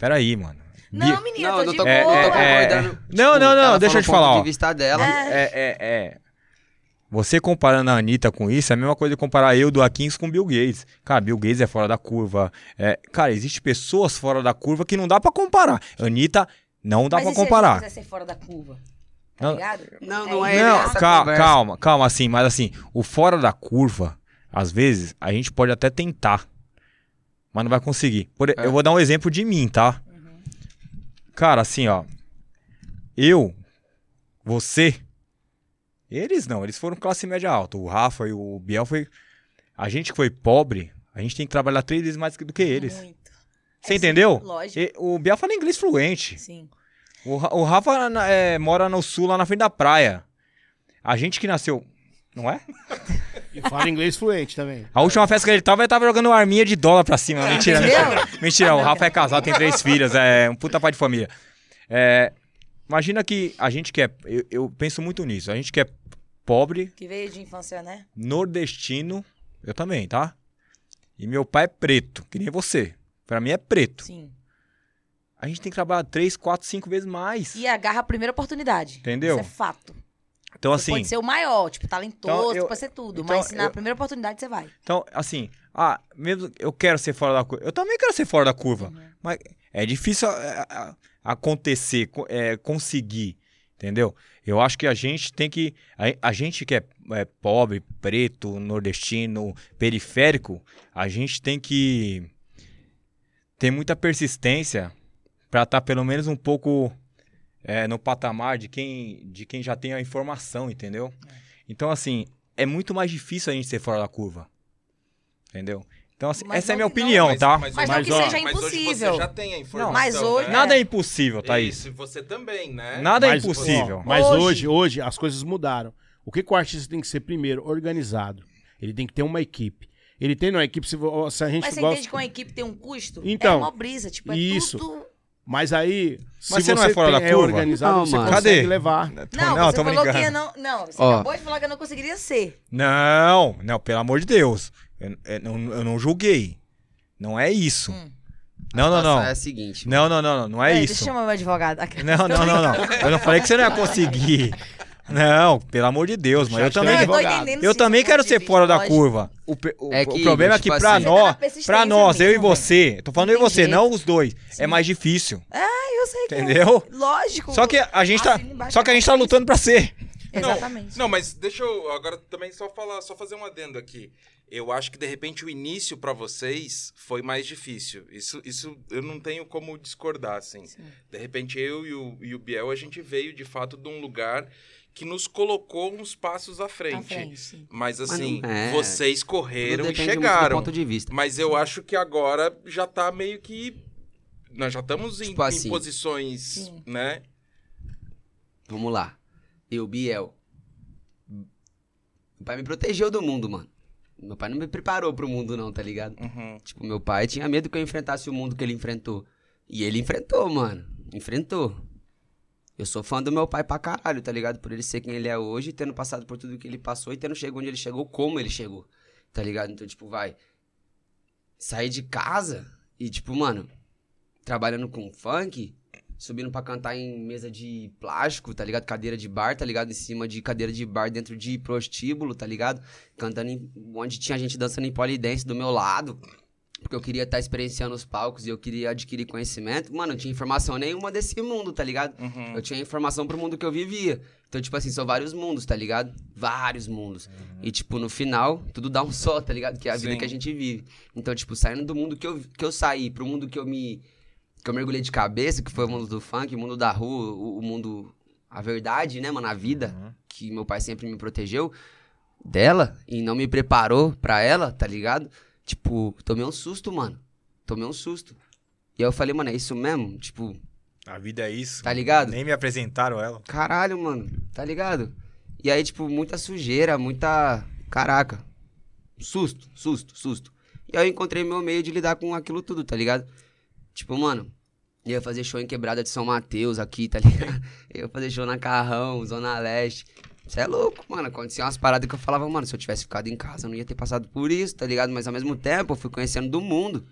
Speaker 1: Peraí, mano.
Speaker 4: Não, menina,
Speaker 3: Não, eu
Speaker 4: eu tô
Speaker 3: não
Speaker 4: de
Speaker 3: tô,
Speaker 4: boa.
Speaker 3: não tô
Speaker 1: É, é,
Speaker 3: concordando. Tipo,
Speaker 1: Não, não, não,
Speaker 3: ela
Speaker 1: deixa eu te
Speaker 3: falou o ponto
Speaker 1: falar, ó.
Speaker 3: de vista dela.
Speaker 4: É.
Speaker 1: É, é, é. Você comparando a Anitta com isso é a mesma coisa de comparar eu do Akins com Bill Gates. Cara, Bill Gates é fora da curva. É, cara, existe pessoas fora da curva que não dá pra comparar. Anitta não dá
Speaker 4: Mas
Speaker 1: pra
Speaker 4: e se ele
Speaker 1: comparar.
Speaker 4: quiser ser fora da curva, tá
Speaker 1: Não,
Speaker 4: ligado?
Speaker 3: Não, não é
Speaker 1: não,
Speaker 3: essa
Speaker 1: calma,
Speaker 3: conversa.
Speaker 1: calma, calma, assim, mas assim, o fora da curva, às vezes, a gente pode até tentar, mas não vai conseguir. Por e-
Speaker 3: É. Uhum.
Speaker 1: Eu vou dar um exemplo de mim, tá? Cara, assim, ó. Eu, você, eles não, eles foram classe média alta. O Rafa e o Biel foi. A gente que foi pobre, a gente tem que trabalhar três vezes mais do que eles.
Speaker 4: Muito.
Speaker 1: Você
Speaker 4: É, sim,
Speaker 1: entendeu?
Speaker 4: Lógico,
Speaker 1: E o Biel fala inglês fluente.
Speaker 4: sim.
Speaker 1: O, Ra- o Rafa na- é, mora no sul, lá na frente da praia. A gente que nasceu. Não é?
Speaker 5: E fala inglês fluente também.
Speaker 1: A última festa que ele tava, ele tava jogando arminha de dólar pra
Speaker 4: É
Speaker 1: cima. Mentira, mentira. Mentira, o Rafa é casado, tem três filhas, é um puta pai de família. É, imagina que a gente que é. Eu, eu penso muito nisso. A gente que é pobre,
Speaker 4: Que veio de infância, né?
Speaker 1: nordestino. Eu também, tá? E meu pai é preto, que nem você. Pra mim é preto.
Speaker 4: Sim.
Speaker 1: A gente tem que trabalhar três, quatro, cinco vezes mais.
Speaker 4: E agarra a primeira oportunidade.
Speaker 1: Entendeu?
Speaker 4: Isso é fato.
Speaker 1: Então,
Speaker 4: Você
Speaker 1: assim.
Speaker 4: pode ser o maior, tipo, talentoso,
Speaker 1: Então, eu-
Speaker 4: pode ser tudo.
Speaker 1: então,
Speaker 4: mas se na
Speaker 1: eu-
Speaker 4: primeira oportunidade você vai.
Speaker 1: Então, assim, ah, mesmo eu quero ser fora da curva. Eu também quero ser fora da curva.
Speaker 4: Uhum.
Speaker 1: Mas é difícil é, é, acontecer, co- é, conseguir. Entendeu? Eu acho que a gente tem que. A, a gente que é, é pobre, preto, nordestino, periférico, a gente tem que ter muita persistência Pra estar pelo menos um pouco é, no patamar de quem, de quem já tem a informação, entendeu?
Speaker 4: É.
Speaker 1: Então, assim, é muito mais difícil a gente ser fora da curva. Entendeu? Então, assim,
Speaker 4: Mas
Speaker 1: essa é a minha
Speaker 4: não-
Speaker 1: opinião, tá?
Speaker 4: Mas
Speaker 5: não que seja
Speaker 2: Mas hoje você
Speaker 4: impossível.
Speaker 2: já tem a informação.
Speaker 4: mas hoje-
Speaker 2: né?
Speaker 1: Nada é impossível, Thaís.
Speaker 2: Isso, você também, né?
Speaker 1: Nada é
Speaker 5: Mas-
Speaker 1: impossível.
Speaker 5: ó, Mas
Speaker 4: Hoje.
Speaker 5: hoje, hoje as coisas mudaram. O que, que o artista tem que ser primeiro? Organizado. Ele tem que ter uma equipe. Ele tem uma equipe, se, vo- se a gente
Speaker 4: Mas você
Speaker 5: gosta.
Speaker 4: entende que uma equipe tem um custo? é
Speaker 5: Então,
Speaker 4: uma brisa, tipo, é
Speaker 5: isso.
Speaker 4: tudo...
Speaker 5: Mas aí, se
Speaker 1: Mas você não é fora da
Speaker 5: tem-
Speaker 1: curva?
Speaker 5: organizado,
Speaker 3: Não,
Speaker 5: você
Speaker 3: mano.
Speaker 5: consegue
Speaker 1: Cadê?
Speaker 5: levar.
Speaker 4: Não,
Speaker 1: não,
Speaker 4: você
Speaker 1: tô
Speaker 4: falou que
Speaker 1: brincando. É
Speaker 4: eu não... Não, você
Speaker 3: Ó.
Speaker 4: acabou de falar que eu não conseguiria ser.
Speaker 1: Não, não, pelo amor de Deus. Eu, eu não, eu não julguei. Não é isso.
Speaker 4: Hum.
Speaker 1: Não, não,
Speaker 3: Situação
Speaker 1: não.
Speaker 3: É a seguinte.
Speaker 1: Não, não, não, não, não é
Speaker 4: Peraí,
Speaker 1: isso.
Speaker 4: Deixa eu chamar meu advogado.
Speaker 1: <laughs> Não, não, não, não. Eu não falei que você não ia conseguir. Não, pelo amor de Deus, mas eu
Speaker 4: Não,
Speaker 5: Chato,
Speaker 1: também,
Speaker 4: eu tô
Speaker 5: advogado.
Speaker 4: entendendo
Speaker 1: eu
Speaker 4: sim,
Speaker 1: também
Speaker 4: seu ponto
Speaker 1: quero
Speaker 4: de
Speaker 1: ser
Speaker 4: vista,
Speaker 1: fora da
Speaker 4: lógico.
Speaker 1: curva. O, pe- o-
Speaker 3: É
Speaker 1: o
Speaker 3: que,
Speaker 1: problema é que
Speaker 3: tipo
Speaker 1: pra
Speaker 3: assim-
Speaker 4: Você tá na
Speaker 1: nós,
Speaker 4: persistência
Speaker 1: pra nós, eu e
Speaker 4: mesmo, velho.
Speaker 1: você, tô falando eu e
Speaker 4: Não tem
Speaker 1: você,
Speaker 4: jeito.
Speaker 1: não os dois, é mais difícil,
Speaker 4: Ah, eu sei que é. Ah,
Speaker 1: entendeu?
Speaker 4: Lógico.
Speaker 1: Só que a gente tá,
Speaker 4: Assina embaixo
Speaker 1: só que a gente tá
Speaker 4: da
Speaker 1: lutando pra ser.
Speaker 2: Não,
Speaker 4: Exatamente.
Speaker 2: Não, mas deixa eu agora também só falar, só fazer um adendo aqui. Eu acho que de repente o início pra vocês foi mais difícil. Isso, isso eu não tenho como discordar, assim.
Speaker 4: Sim. Tá
Speaker 2: De repente eu e o, e o Biel a gente veio de fato de um lugar que nos colocou uns passos à
Speaker 4: Tá à
Speaker 2: frente.
Speaker 4: frente, sim.
Speaker 2: Mas
Speaker 3: não
Speaker 2: assim,
Speaker 3: é.
Speaker 2: vocês
Speaker 3: Tudo
Speaker 2: correram e
Speaker 3: depende muito do
Speaker 2: chegaram.
Speaker 3: ponto de vista.
Speaker 2: Mas eu acho que agora já tá meio que nós já estamos em,
Speaker 3: Tipo
Speaker 2: em
Speaker 3: assim.
Speaker 2: posições,
Speaker 4: Sim.
Speaker 2: né?
Speaker 3: Vamos lá. Eu, Biel. Meu pai me protegeu do mundo, mano. Meu pai não me preparou pro mundo, não, tá ligado?
Speaker 2: Uhum.
Speaker 3: Tipo, meu pai tinha medo que eu enfrentasse o mundo que ele enfrentou. E ele enfrentou, mano. Enfrentou. Eu sou fã do meu pai pra caralho, tá ligado? Por ele ser quem ele é hoje, tendo passado por tudo que ele passou e tendo chegado onde ele chegou, como ele chegou. Tá ligado? Então, tipo, vai. Sair de casa e, tipo, mano, trabalhando com funk, subindo pra cantar em mesa de plástico, tá ligado? Cadeira de bar, tá ligado? Em cima de cadeira de bar dentro de prostíbulo, tá ligado? Cantando em, onde tinha gente dançando em polidense do meu lado. Porque eu queria estar experienciando os palcos e eu queria adquirir conhecimento. Mano, não tinha informação nenhuma desse mundo, tá ligado?
Speaker 2: Uhum.
Speaker 3: Eu tinha informação pro mundo que eu vivia. Então, tipo assim, são vários mundos, tá ligado? Vários mundos. E, tipo, no final, tudo dá um <laughs> só, tá ligado? Que é a vida
Speaker 2: Sim.
Speaker 3: que a gente vive. Então, tipo, saindo do mundo que eu, que eu saí pro mundo que eu me. que eu mergulhei de cabeça, que foi o mundo do funk, o mundo da rua, o, o mundo. a verdade, né, mano? A vida,
Speaker 1: Uhum.
Speaker 3: que meu pai sempre me protegeu dela e não me preparou pra ela, tá ligado? Tipo, tomei um susto, mano. Tomei um susto. E aí eu falei, mano, é isso mesmo? Tipo,
Speaker 1: A vida é isso.
Speaker 3: Tá ligado?
Speaker 1: Nem me apresentaram ela.
Speaker 3: Caralho, mano, tá ligado? E aí, tipo, muita sujeira, muita. Caraca. Susto, susto, susto. E aí eu encontrei meu meio de lidar com aquilo tudo, tá ligado? Tipo, mano, ia fazer show em quebrada de São Mateus aqui, tá ligado? <laughs> Eu ia fazer show na Carrão, Zona Leste. Você é louco, mano. Acontecia umas paradas que eu falava, mano, se eu tivesse ficado em casa, eu não ia ter passado por isso, tá ligado? Mas ao mesmo tempo, eu fui conhecendo do mundo.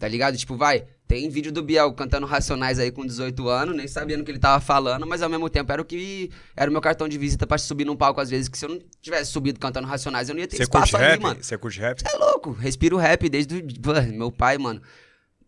Speaker 3: Tá ligado? Tipo, vai, tem vídeo do Biel cantando Racionais aí com 18 anos, nem sabendo o que ele tava falando, mas ao mesmo tempo era o que era o meu cartão de visita pra subir num palco às vezes, que se eu não tivesse subido cantando Racionais, eu não ia ter
Speaker 1: Você curte
Speaker 3: espaço ali,
Speaker 1: rap?
Speaker 3: mano.
Speaker 1: Você curte rap?
Speaker 3: Você é louco, respiro rap desde o, Pô, meu pai, mano.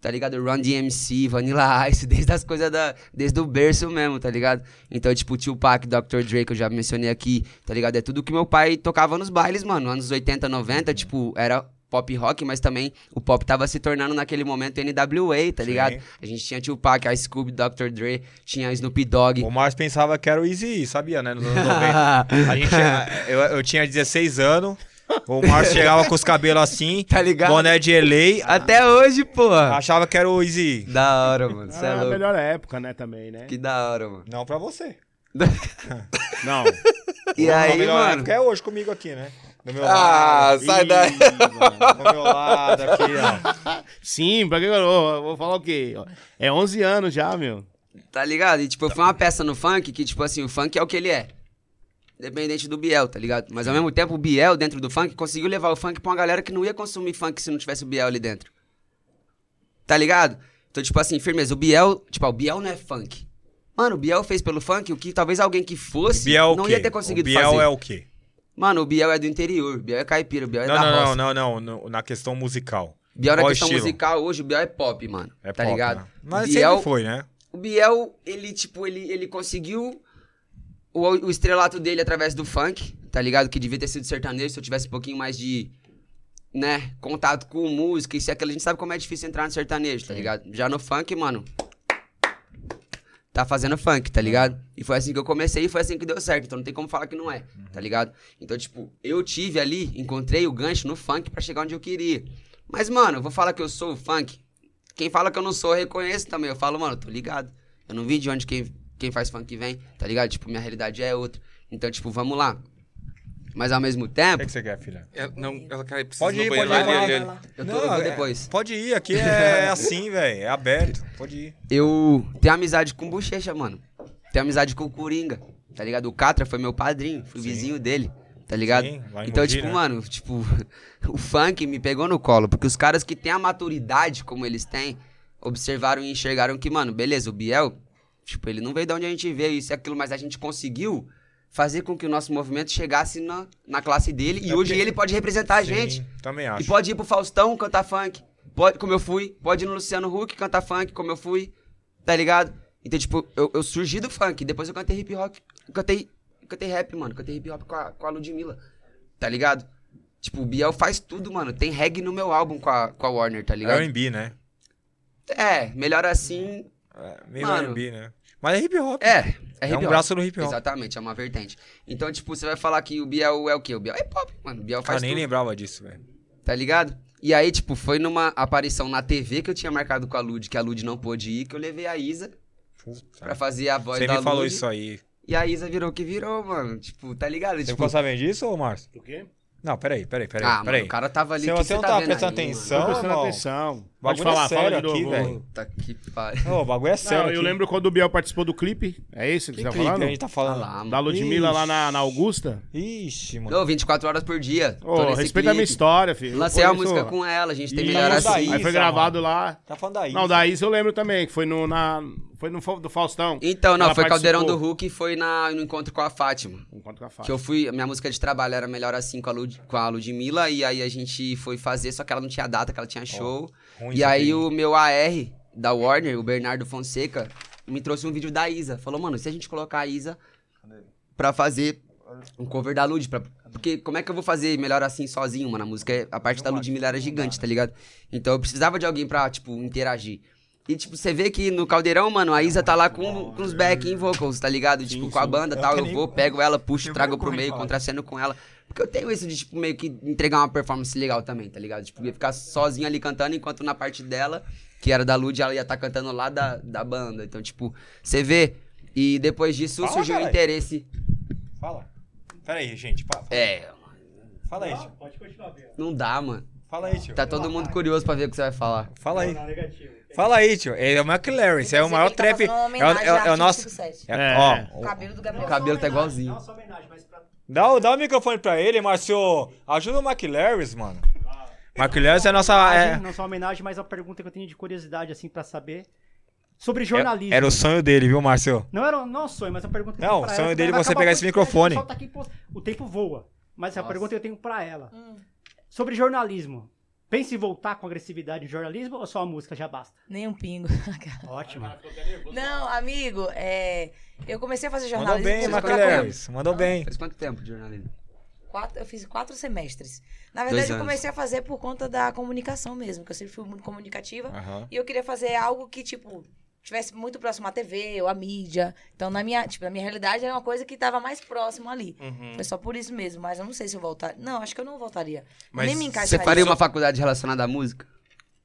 Speaker 3: Tá ligado? Run DMC, Vanilla Ice, <laughs> desde as coisas da. Desde o berço mesmo, tá ligado? Então, tipo, Tio Pac, Dr. Dre, que eu já mencionei aqui, tá ligado? É tudo que meu pai tocava nos bailes, mano. Anos 80, 90, tipo, era pop rock, mas também o pop tava se tornando naquele momento NWA, tá
Speaker 1: Sim.
Speaker 3: ligado? A gente tinha Tio Pac, Ice Cube, Dr. Dre, tinha Snoop Dogg.
Speaker 1: O Márcio pensava que era o Easy, sabia, né? Nos anos 90.
Speaker 3: <laughs>
Speaker 1: A gente, eu, eu tinha 16 anos, o
Speaker 3: <laughs>
Speaker 1: Márcio chegava com os cabelos assim,
Speaker 3: tá ligado? Ah.
Speaker 1: boné Ah. de LA,
Speaker 3: Até hoje, porra.
Speaker 1: achava que era o Easy.
Speaker 3: Da hora, mano.
Speaker 1: Ah,
Speaker 3: Cê é
Speaker 5: Era a
Speaker 3: louco.
Speaker 5: Ah, melhor época, né, também, né?
Speaker 3: Que da hora, mano.
Speaker 1: Não pra você.
Speaker 5: <laughs> Não.
Speaker 3: E
Speaker 1: a
Speaker 3: aí,
Speaker 1: melhor
Speaker 3: mano.
Speaker 1: época é hoje comigo aqui, né? Do meu
Speaker 2: Ah,
Speaker 1: lado.
Speaker 2: sai
Speaker 1: Ih,
Speaker 2: daí.
Speaker 1: Do meu lado aqui,
Speaker 3: <laughs>
Speaker 1: ó.
Speaker 5: Sim, pra que eu vou, vou falar o quê? É 11 anos já, meu.
Speaker 3: Tá ligado? E, tipo, foi uma peça no funk que, tipo assim, o funk é o que ele é. Dependente do Biel, tá ligado? Mas ao mesmo tempo, o Biel, dentro do funk, conseguiu levar o funk pra uma galera que não ia consumir funk se não tivesse o Biel ali dentro. Tá ligado? Então, tipo assim, firmeza. O Biel, tipo, ah, o Biel não é funk. Mano, o Biel fez pelo funk o que talvez alguém que fosse
Speaker 1: Biel é o
Speaker 3: não
Speaker 1: quê?
Speaker 3: ia ter conseguido
Speaker 1: o Biel
Speaker 3: fazer.
Speaker 1: é o quê?
Speaker 3: Mano, o Biel é do interior, o Biel é caipira, o Biel é
Speaker 1: Não,
Speaker 3: da roça.
Speaker 1: não, não, não, não, no- na questão musical.
Speaker 3: Biel na
Speaker 1: Qual
Speaker 3: questão
Speaker 1: estilo?
Speaker 3: musical hoje, o Biel é pop, mano.
Speaker 1: É
Speaker 3: tá
Speaker 1: pop,
Speaker 3: ligado?
Speaker 1: né? Mas
Speaker 3: Biel,
Speaker 1: sempre foi, né?
Speaker 3: O Biel, ele, tipo, ele, ele conseguiu o, o estrelato dele através do funk, tá ligado? Que devia ter sido sertanejo se eu tivesse um pouquinho mais de, né, contato com música, isso e aquilo. A gente sabe como é difícil entrar no sertanejo, tá ligado? Já no funk, mano, tá fazendo funk, tá ligado? E foi assim que eu comecei e foi assim que deu certo. Então não tem como falar que não é, tá ligado? Então, tipo, eu tive ali, encontrei o gancho no funk pra chegar onde eu queria. Mas, mano, eu vou falar que eu sou o funk. Quem fala que eu não sou, eu reconheço também. Eu falo, mano, eu tô ligado. Eu não vi de onde quem, quem faz funk vem, tá ligado? Tipo, minha realidade é outra. Então, tipo, vamos lá. Mas ao mesmo
Speaker 1: O
Speaker 3: tempo,
Speaker 1: que, que você quer, filha?
Speaker 2: É, não, ela cara, precisa
Speaker 1: Pode
Speaker 2: ir
Speaker 1: ir,
Speaker 2: no
Speaker 1: pode ir.
Speaker 2: banheiro.
Speaker 1: vai
Speaker 2: vai,
Speaker 1: lá,
Speaker 2: Eliane.
Speaker 1: vai lá.
Speaker 3: Eu tô- eu vou
Speaker 1: é,
Speaker 3: depois.
Speaker 1: pode ir,
Speaker 3: <laughs>
Speaker 1: aqui é assim, velho. É aberto. Pode ir.
Speaker 3: eu tenho amizade com o Bochecha, mano. Tenho amizade com o Coringa, tá ligado? O Catra foi meu padrinho, fui
Speaker 1: Sim.
Speaker 3: vizinho dele, tá ligado?
Speaker 1: Sim, lá em
Speaker 3: então,
Speaker 1: Mogi,
Speaker 3: tipo,
Speaker 1: né?
Speaker 3: mano, tipo, <laughs> o funk me pegou no colo, porque os caras que têm a maturidade como eles têm, observaram e enxergaram que, mano, beleza, o Biel, tipo, ele não veio de onde a gente veio, isso e aquilo, mas a gente conseguiu fazer com que o nosso movimento chegasse na, na classe dele e
Speaker 1: É
Speaker 3: hoje
Speaker 1: porque-
Speaker 3: ele pode representar a
Speaker 1: Sim,
Speaker 3: Tá, gente.
Speaker 1: Também
Speaker 3: E
Speaker 1: acho.
Speaker 3: pode tá ir pro Faustão cantar funk, pode, como eu fui. Pode ir no Luciano Huck cantar funk, como eu fui. Tá ligado? Então, tipo, eu, eu surgi do funk, depois eu cantei hip hop. Cantei, cantei rap, mano. Cantei hip hop com a, com a Ludmilla. Tá ligado? Tipo, o Biel faz tudo, mano. Tem reggae no meu álbum com a, com a Warner, tá
Speaker 1: É
Speaker 3: ligado?
Speaker 1: R&B, né?
Speaker 3: É, melhor assim.
Speaker 1: É meio
Speaker 3: Mano.
Speaker 1: R&B, né? Mas é hip hop.
Speaker 3: É, é
Speaker 1: É
Speaker 3: hip hop.
Speaker 1: um braço no hip hop.
Speaker 3: Exatamente, é uma vertente. Então, tipo, você vai falar que o Biel é o quê? O Biel é pop, mano. O Biel
Speaker 1: Cara,
Speaker 3: faz
Speaker 1: Ah, nem
Speaker 3: tudo.
Speaker 1: lembrava disso, velho.
Speaker 3: tá ligado? E aí, tipo, foi numa aparição na TV que eu tinha marcado com a Lud, que a Lud não pôde ir, que eu levei a Isa pra
Speaker 1: Puta.
Speaker 3: fazer a voz
Speaker 1: Você
Speaker 3: da
Speaker 1: me falou
Speaker 3: Lud,
Speaker 1: isso aí.
Speaker 3: E a Isa virou o que virou, mano. Tipo, tá ligado?
Speaker 1: Você
Speaker 3: Tipo,
Speaker 1: ficou sabendo disso, ô Márcio?
Speaker 5: O quê?
Speaker 1: Não, peraí, peraí, peraí.
Speaker 3: ah, mano,
Speaker 1: peraí.
Speaker 3: o cara tava ali.
Speaker 1: Se
Speaker 3: que
Speaker 1: você não
Speaker 3: tá
Speaker 1: tava
Speaker 3: vendo
Speaker 1: prestando
Speaker 3: aí, mano?
Speaker 1: atenção,
Speaker 5: Tô prestando
Speaker 1: irmão.
Speaker 5: atenção. Pode
Speaker 1: bagulho
Speaker 5: falar,
Speaker 1: é
Speaker 5: fala
Speaker 1: sério
Speaker 5: de novo.
Speaker 1: aqui, velho.
Speaker 3: Puta que pariu.
Speaker 1: Ô, o bagulho é sério.
Speaker 5: Não, eu
Speaker 1: aqui.
Speaker 5: lembro quando o Biel participou do clipe. É esse que
Speaker 1: que
Speaker 5: você tá
Speaker 1: clipe que a
Speaker 5: falando?
Speaker 1: gente tá falando.
Speaker 3: Tá lá, mano.
Speaker 5: Da Ludmilla lá na, na Augusta?
Speaker 1: Ixi, mano.
Speaker 3: Ô, 24 horas por dia. tô
Speaker 5: Ô,
Speaker 3: nesse
Speaker 5: respeita a minha
Speaker 3: clipe.
Speaker 5: história, filho.
Speaker 3: Lancei
Speaker 5: Pô,
Speaker 3: a
Speaker 5: isso,
Speaker 3: música com ela, a gente tem
Speaker 5: Ih,
Speaker 3: melhor
Speaker 1: isso
Speaker 3: assim.
Speaker 5: Aí foi gravado lá.
Speaker 1: Tá falando daí.
Speaker 5: Não, da Isa eu lembro também, que foi no, na, foi no Fa- do Faustão.
Speaker 3: Então, não,
Speaker 5: Ela
Speaker 3: foi Caldeirão do
Speaker 5: participou.
Speaker 3: Hulk e foi na, no encontro com a Fátima.
Speaker 5: Enquanto que eu
Speaker 3: Que eu fui, a minha música de trabalho era melhor assim com a, Lud, com a Ludmilla, e aí a gente foi fazer, só que ela não tinha data, que ela tinha show.
Speaker 1: ruim
Speaker 3: e
Speaker 1: isso
Speaker 3: aí
Speaker 1: aqui.
Speaker 3: o meu AR da Warner, o Bernardo Fonseca, me trouxe um vídeo da Isa. Falou, mano, se a gente colocar a Isa pra fazer um cover da Lud, pra- porque como é que eu vou fazer melhor assim sozinho, mano? A música, é- a parte da Ludmilla era gigante, tá ligado? Então eu precisava de alguém pra, tipo, interagir. E, tipo, você vê que no Caldeirão, mano, a Isa tá lá com, com os backing vocals, tá ligado? tipo, com a banda e tal, eu vou, pego ela, puxo, trago pro meio, contracendo com ela. Porque eu tenho isso de, tipo, meio que entregar uma performance legal também, tá ligado? Tipo, ia ficar sozinha ali cantando, enquanto na parte dela, que era da Lud, ela ia estar cantando lá da, da banda. Então, tipo, você vê. E depois disso
Speaker 1: Fala,
Speaker 3: surgiu o
Speaker 1: caralho.
Speaker 3: interesse.
Speaker 1: Fala. Peraí, gente. pa-
Speaker 3: É,
Speaker 1: Fala aí, tio.
Speaker 3: não dá, mano.
Speaker 1: Fala aí, tio.
Speaker 3: Tá todo mundo curioso pra ver o que você vai falar.
Speaker 1: Fala aí. Fala aí, tio. É o McLaren, é o maior trap. É, o- é, o- é o nosso. É,
Speaker 5: É.
Speaker 1: Ó,
Speaker 4: O cabelo do
Speaker 3: O
Speaker 4: Gabriel.
Speaker 3: cabelo tá igualzinho.
Speaker 1: Dá, o- dá o microfone pra ele, Márcio. Ajuda o McLaren, mano. McLaren é a nossa. é-
Speaker 6: Não só homenagem, mas a pergunta que eu tenho de curiosidade, assim, pra saber. Sobre
Speaker 1: é-
Speaker 6: jornalismo.
Speaker 1: era o sonho dele, viu, Márcio?
Speaker 6: Não era o nosso sonho, mas é uma pergunta que eu
Speaker 1: Não,
Speaker 6: tenho pra
Speaker 1: o sonho
Speaker 6: ela,
Speaker 1: dele é
Speaker 6: vai
Speaker 1: você
Speaker 6: acabar
Speaker 1: pegar
Speaker 6: o
Speaker 1: esse
Speaker 6: podcast,
Speaker 1: microfone.
Speaker 6: o pessoal tá aqui, pô, o tempo voa. Mas é a
Speaker 3: Nossa.
Speaker 6: pergunta que eu tenho pra ela.
Speaker 3: Hum.
Speaker 6: Sobre jornalismo. Pensa em voltar com agressividade no jornalismo ou só a música já basta?
Speaker 4: Nem um pingo. <laughs>
Speaker 6: Ótimo.
Speaker 4: Não, amigo, é, eu comecei a fazer
Speaker 1: Mandou
Speaker 4: jornalismo.
Speaker 1: bem,
Speaker 4: quando eu tava
Speaker 1: McLaren. Mandou bem.
Speaker 3: Faz quanto tempo de jornalismo?
Speaker 4: com quatro- eu fiz quatro semestres. Na verdade, eu
Speaker 3: anos.
Speaker 4: comecei a fazer por conta da comunicação mesmo, que eu sempre fui muito comunicativa.
Speaker 1: Aham.
Speaker 4: E eu queria fazer algo que, tipo, tivesse muito próximo à TV ou à mídia. Então, na minha, tipo, na minha realidade, era uma coisa que estava mais próximo ali.
Speaker 2: Uhum.
Speaker 4: Foi só por isso mesmo, mas eu não sei se eu voltar. Não, acho que eu não voltaria.
Speaker 2: Mas
Speaker 4: Nem me
Speaker 2: você
Speaker 3: Você
Speaker 4: encaixaria.
Speaker 3: faria uma faculdade relacionada à música?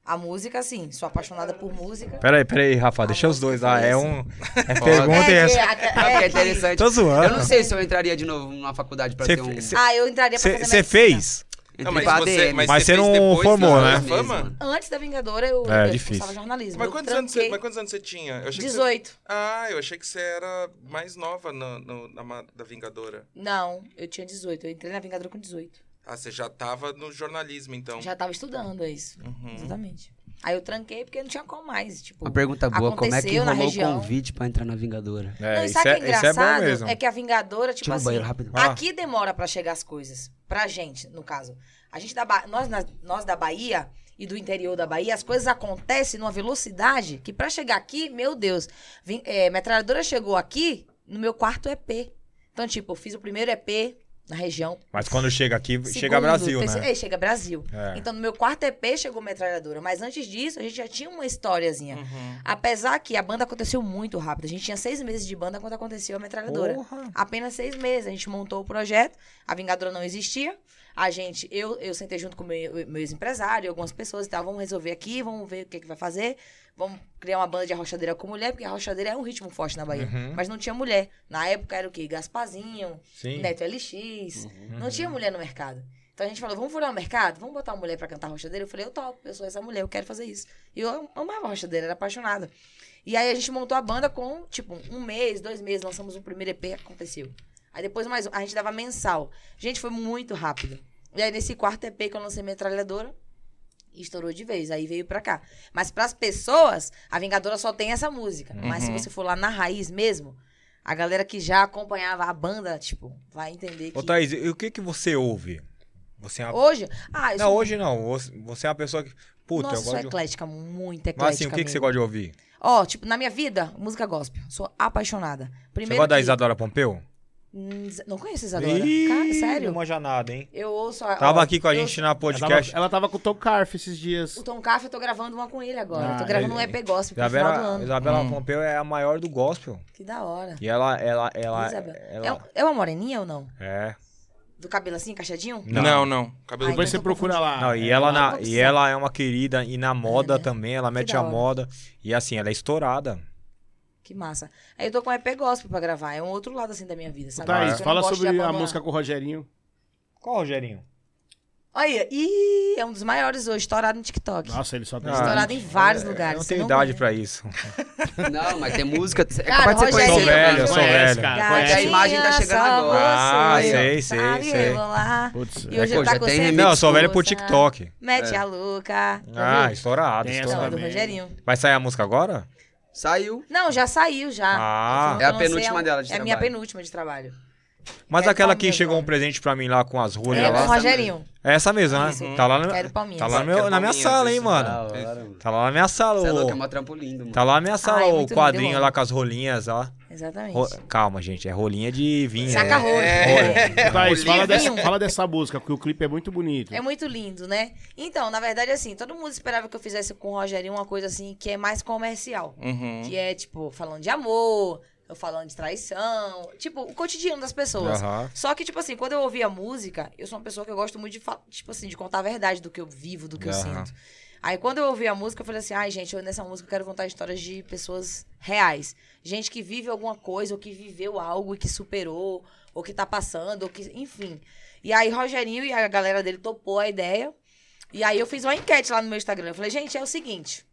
Speaker 4: A música, sim. Sou apaixonada por música.
Speaker 1: Peraí, peraí, Rafa. Deixa os dois lá. É um. É pergunta e
Speaker 4: É,
Speaker 1: essa.
Speaker 4: que-
Speaker 3: Não,
Speaker 4: é
Speaker 2: Tá
Speaker 3: porque é
Speaker 4: que-
Speaker 3: interessante.
Speaker 1: Tô zoando.
Speaker 3: Eu não sei se eu entraria de novo numa faculdade pra
Speaker 1: Cê
Speaker 3: ter um.
Speaker 1: fe- cê-
Speaker 4: Ah, eu entraria pra fazer
Speaker 1: Você
Speaker 4: medicina.
Speaker 1: fez?
Speaker 3: Entrei
Speaker 2: Não, mas
Speaker 3: pra
Speaker 2: você, é
Speaker 3: ADM.
Speaker 2: mas
Speaker 1: Mas
Speaker 2: você
Speaker 1: você não
Speaker 2: fez depois
Speaker 1: formou,
Speaker 2: da
Speaker 1: né?
Speaker 3: Dois meses,
Speaker 2: Fama?
Speaker 3: mano.
Speaker 4: Antes da Vingadora, eu,
Speaker 1: É,
Speaker 4: eu
Speaker 1: difícil.
Speaker 4: cursava jornalismo.
Speaker 2: Mas
Speaker 4: Eu
Speaker 2: quantos, anos você,
Speaker 4: tranquei
Speaker 2: mas quantos anos você tinha? Eu achei que você-
Speaker 4: 18.
Speaker 2: Ah, eu achei que você era mais nova no, no- na ma- da Vingadora.
Speaker 4: Não, eu tinha 18. Eu entrei na Vingadora com 18.
Speaker 2: Ah, você já tava no jornalismo, então. Uhum.
Speaker 4: Já tava estudando, é isso. Exatamente. Aí eu tranquei porque não tinha como mais, tipo...
Speaker 3: Uma pergunta boa: como é que
Speaker 4: aconteceu na
Speaker 3: rolou o
Speaker 4: região.
Speaker 3: convite pra entrar na Vingadora?
Speaker 1: É,
Speaker 4: não, e
Speaker 1: isso
Speaker 4: sabe o
Speaker 1: é-
Speaker 4: que é
Speaker 1: isso é bom
Speaker 4: engraçado? É,
Speaker 1: mesmo.
Speaker 4: que a Vingadora, tipo
Speaker 3: Tira o
Speaker 4: assim,
Speaker 3: banheiro rápido.
Speaker 1: Vai lá.
Speaker 4: aqui demora pra chegar as coisas. Pra gente, no caso. A gente da Ba- nós, na- nós da Bahia e do interior da Bahia, as coisas acontecem numa velocidade que pra chegar aqui, meu Deus, Vim, é, metralhadora chegou aqui no meu quarto EP. Então, tipo, eu fiz o primeiro EP, na região.
Speaker 1: Mas quando chega aqui, chega
Speaker 4: Segundo,
Speaker 1: Brasil,
Speaker 4: terceiro-
Speaker 1: né?
Speaker 4: é, chega Brasil.
Speaker 1: É.
Speaker 4: Então, no meu quarto EP chegou metralhadora. Mas antes disso, a gente já tinha uma historiazinha.
Speaker 1: Uhum.
Speaker 4: Apesar que a banda aconteceu muito rápido. A gente tinha seis meses de banda quando aconteceu a metralhadora.
Speaker 1: Porra.
Speaker 4: Apenas seis meses. A gente montou o projeto. A Vingadora não existia. A gente, eu, eu sentei junto com meu, meus empresários, algumas pessoas e tal. Vamos resolver aqui, vamos ver o que, que vai fazer. Vamos criar uma banda de arrochadeira com mulher, porque a arrochadeira é um ritmo forte na Bahia.
Speaker 1: Uhum.
Speaker 4: Mas não tinha mulher. Na época era o quê? Gaspazinho,
Speaker 1: Sim. Uhum.
Speaker 4: Neto LX. Não tinha mulher no mercado. Então a gente falou, vamos furar o mercado? Vamos botar uma mulher pra cantar rochadeira? Eu falei, eu topo, eu sou essa mulher, eu quero fazer isso. E eu am- amava rochadeira, era apaixonada. E aí a gente montou a banda com, tipo, um mês, dois meses, lançamos o primeiro EP, aconteceu. Aí depois mais um, a gente dava mensal. Gente, foi muito rápido. E aí nesse quarto EP que eu lancei Metralhadora, estourou de vez, aí veio pra cá. Mas pras pessoas, a Vingadora só tem essa música. Mas se
Speaker 2: Uhum.
Speaker 4: você for lá na raiz mesmo, a galera que já acompanhava a banda, tipo, vai entender que...
Speaker 1: Ô, Thaís, e o que que você ouve? Você é uma...
Speaker 4: Hoje? Ah, eu
Speaker 1: Não,
Speaker 4: sou...
Speaker 1: hoje não. Você- Você é uma pessoa que... Puta, eu
Speaker 4: Nossa, eu
Speaker 1: gosto
Speaker 4: sou
Speaker 1: de... um
Speaker 4: eclética, muito eclética
Speaker 1: Mas assim, o que, que você
Speaker 4: mesmo.
Speaker 1: gosta de ouvir?
Speaker 4: Ó, tipo, na minha vida, música gospel. Sou apaixonada.
Speaker 1: Você
Speaker 4: Primeiro
Speaker 1: gosta da
Speaker 4: que-
Speaker 1: Isadora Pompeu?
Speaker 4: Hum, Z- Não conheço Isadora.
Speaker 1: Ih,
Speaker 4: Cara,
Speaker 1: Não
Speaker 4: sério?
Speaker 1: manja nada, hein?
Speaker 4: Eu ouço a...
Speaker 1: Tava
Speaker 4: ó,
Speaker 1: aqui com a
Speaker 4: eu-
Speaker 1: gente na
Speaker 5: Ela tava,
Speaker 1: podcast.
Speaker 5: ela tava com o Tom Carf esses dias.
Speaker 4: O Tom Caff, eu tô gravando uma com ele agora.
Speaker 5: Ah,
Speaker 4: eu tô gravando um
Speaker 1: é-
Speaker 4: EP gospel pro final do
Speaker 1: Isabela,
Speaker 4: ano.
Speaker 1: Isabela
Speaker 2: Hum.
Speaker 1: Pompeu é a maior do gospel.
Speaker 4: Que da hora.
Speaker 1: E ela, ela, ela,
Speaker 4: Isabela.
Speaker 1: ela-
Speaker 4: É, um- é uma moreninha ou não?
Speaker 1: é.
Speaker 4: Do cabelo assim, encaixadinho?
Speaker 1: Não.
Speaker 2: Não, não. Cabelo
Speaker 4: Ai,
Speaker 5: Depois
Speaker 4: então
Speaker 5: você
Speaker 4: tô
Speaker 5: procura lá.
Speaker 1: Não, e
Speaker 5: É,
Speaker 1: ela,
Speaker 4: ela-
Speaker 1: na,
Speaker 4: Ela
Speaker 1: e
Speaker 4: sabe.
Speaker 1: ela é uma querida e na moda
Speaker 4: né?
Speaker 1: também, ela mete
Speaker 4: da
Speaker 1: a
Speaker 4: hora.
Speaker 1: moda. E assim, ela é estourada.
Speaker 4: Que massa. Aí eu tô com um EP gospel pra gravar. É um outro lado assim da minha vida,
Speaker 1: Tá,
Speaker 4: sabe?
Speaker 5: Thaís,
Speaker 4: Eu não
Speaker 5: Tá, fala
Speaker 4: gosto de
Speaker 5: sobre a
Speaker 4: abandonar.
Speaker 5: música com o Rogerinho.
Speaker 1: Qual, Rogerinho?
Speaker 4: Olha, ih, é um dos maiores hoje, estourado no TikTok.
Speaker 5: Nossa, ele só tem.
Speaker 1: Ah,
Speaker 4: estourado em vários
Speaker 1: Eu
Speaker 4: lugares.
Speaker 1: não
Speaker 4: você
Speaker 1: tenho idade
Speaker 4: conhece.
Speaker 1: pra isso.
Speaker 3: Não, mas tem música. É
Speaker 4: Cara,
Speaker 3: capaz de você
Speaker 4: Rogério,
Speaker 1: Sou
Speaker 3: conhecer. é.
Speaker 4: eu
Speaker 1: velho,
Speaker 4: não
Speaker 1: eu sou
Speaker 5: conheço,
Speaker 1: velho.
Speaker 5: cara.
Speaker 3: Porque a
Speaker 5: Conhece.
Speaker 3: imagem tá chegando agora.
Speaker 1: Ah,
Speaker 4: você,
Speaker 1: sei, sei,
Speaker 4: sabe,
Speaker 1: sei.
Speaker 4: eu vou lá.
Speaker 5: Putz,
Speaker 4: E hoje
Speaker 3: pô,
Speaker 4: ele tá
Speaker 3: já
Speaker 4: com
Speaker 3: tem
Speaker 4: você.
Speaker 3: remix.
Speaker 1: Não, eu sou velho por
Speaker 4: escuta,
Speaker 1: TikTok. É.
Speaker 4: Mete a louca.
Speaker 1: Ah,
Speaker 4: Já viu?
Speaker 1: estourado,
Speaker 5: Tem essa
Speaker 4: Não, é
Speaker 1: estourado.
Speaker 4: do
Speaker 5: também.
Speaker 4: Rogerinho.
Speaker 1: Vai sair a música agora?
Speaker 3: Saiu.
Speaker 4: Não, já saiu, já.
Speaker 1: Ah.
Speaker 4: Eu
Speaker 3: É a
Speaker 4: lancei
Speaker 3: penúltima dela de
Speaker 4: É a minha
Speaker 3: trabalho.
Speaker 4: penúltima de trabalho.
Speaker 1: Mas
Speaker 4: Quero
Speaker 1: aquela que
Speaker 4: palminha
Speaker 1: chegou um
Speaker 4: agora.
Speaker 1: presente pra mim lá com as
Speaker 4: É,
Speaker 1: rolhas
Speaker 3: Olha
Speaker 4: com o
Speaker 1: lá.
Speaker 4: Rogerinho.
Speaker 1: É essa mesmo, né?
Speaker 4: Isso.
Speaker 1: Tá lá, na-
Speaker 4: Quero palminhas.
Speaker 1: tá lá no meu-
Speaker 2: Quero
Speaker 1: na minha
Speaker 2: palminhas,
Speaker 1: sala, hein,
Speaker 2: é isso.
Speaker 1: mano. Tá lá na minha sala,
Speaker 3: Ah, Você é louco, é
Speaker 1: ô.
Speaker 3: mó trampo lindo, mano.
Speaker 1: Tá lá na minha sala
Speaker 4: Ai,
Speaker 1: o
Speaker 4: muito
Speaker 1: quadrinho
Speaker 4: lindo.
Speaker 1: lá com as rolinhas, ó.
Speaker 4: Exatamente.
Speaker 1: Ro- Calma, gente, é rolinha de vinho. né?
Speaker 4: Saca rola.
Speaker 1: É.
Speaker 5: Thaís, Tá, fala
Speaker 4: Rolinho.
Speaker 5: dessa, fala dessa música, porque o clipe é muito bonito.
Speaker 4: É muito lindo, né? Então, na verdade, assim, todo mundo esperava que eu fizesse com o Rogerinho uma coisa assim que é mais comercial.
Speaker 2: Uhum.
Speaker 4: Que é, tipo, falando de amor, eu falando de traição. Tipo, o cotidiano das pessoas.
Speaker 1: Aham.
Speaker 4: Só que, tipo assim, quando eu ouvi a música, eu sou uma pessoa que eu gosto muito de, fa- tipo assim, de contar a verdade do que eu vivo, do que eu
Speaker 1: Aham.
Speaker 4: sinto. Aí, quando eu ouvi a música, eu falei assim, ai, gente, eu, nessa música eu quero contar histórias de pessoas reais. Gente que vive alguma coisa, ou que viveu algo e que superou, ou que tá passando, ou que... Enfim. E aí, Rogerinho e a galera dele topou a ideia. E aí, eu fiz uma enquete lá no meu Instagram. Eu falei, gente, é o seguinte...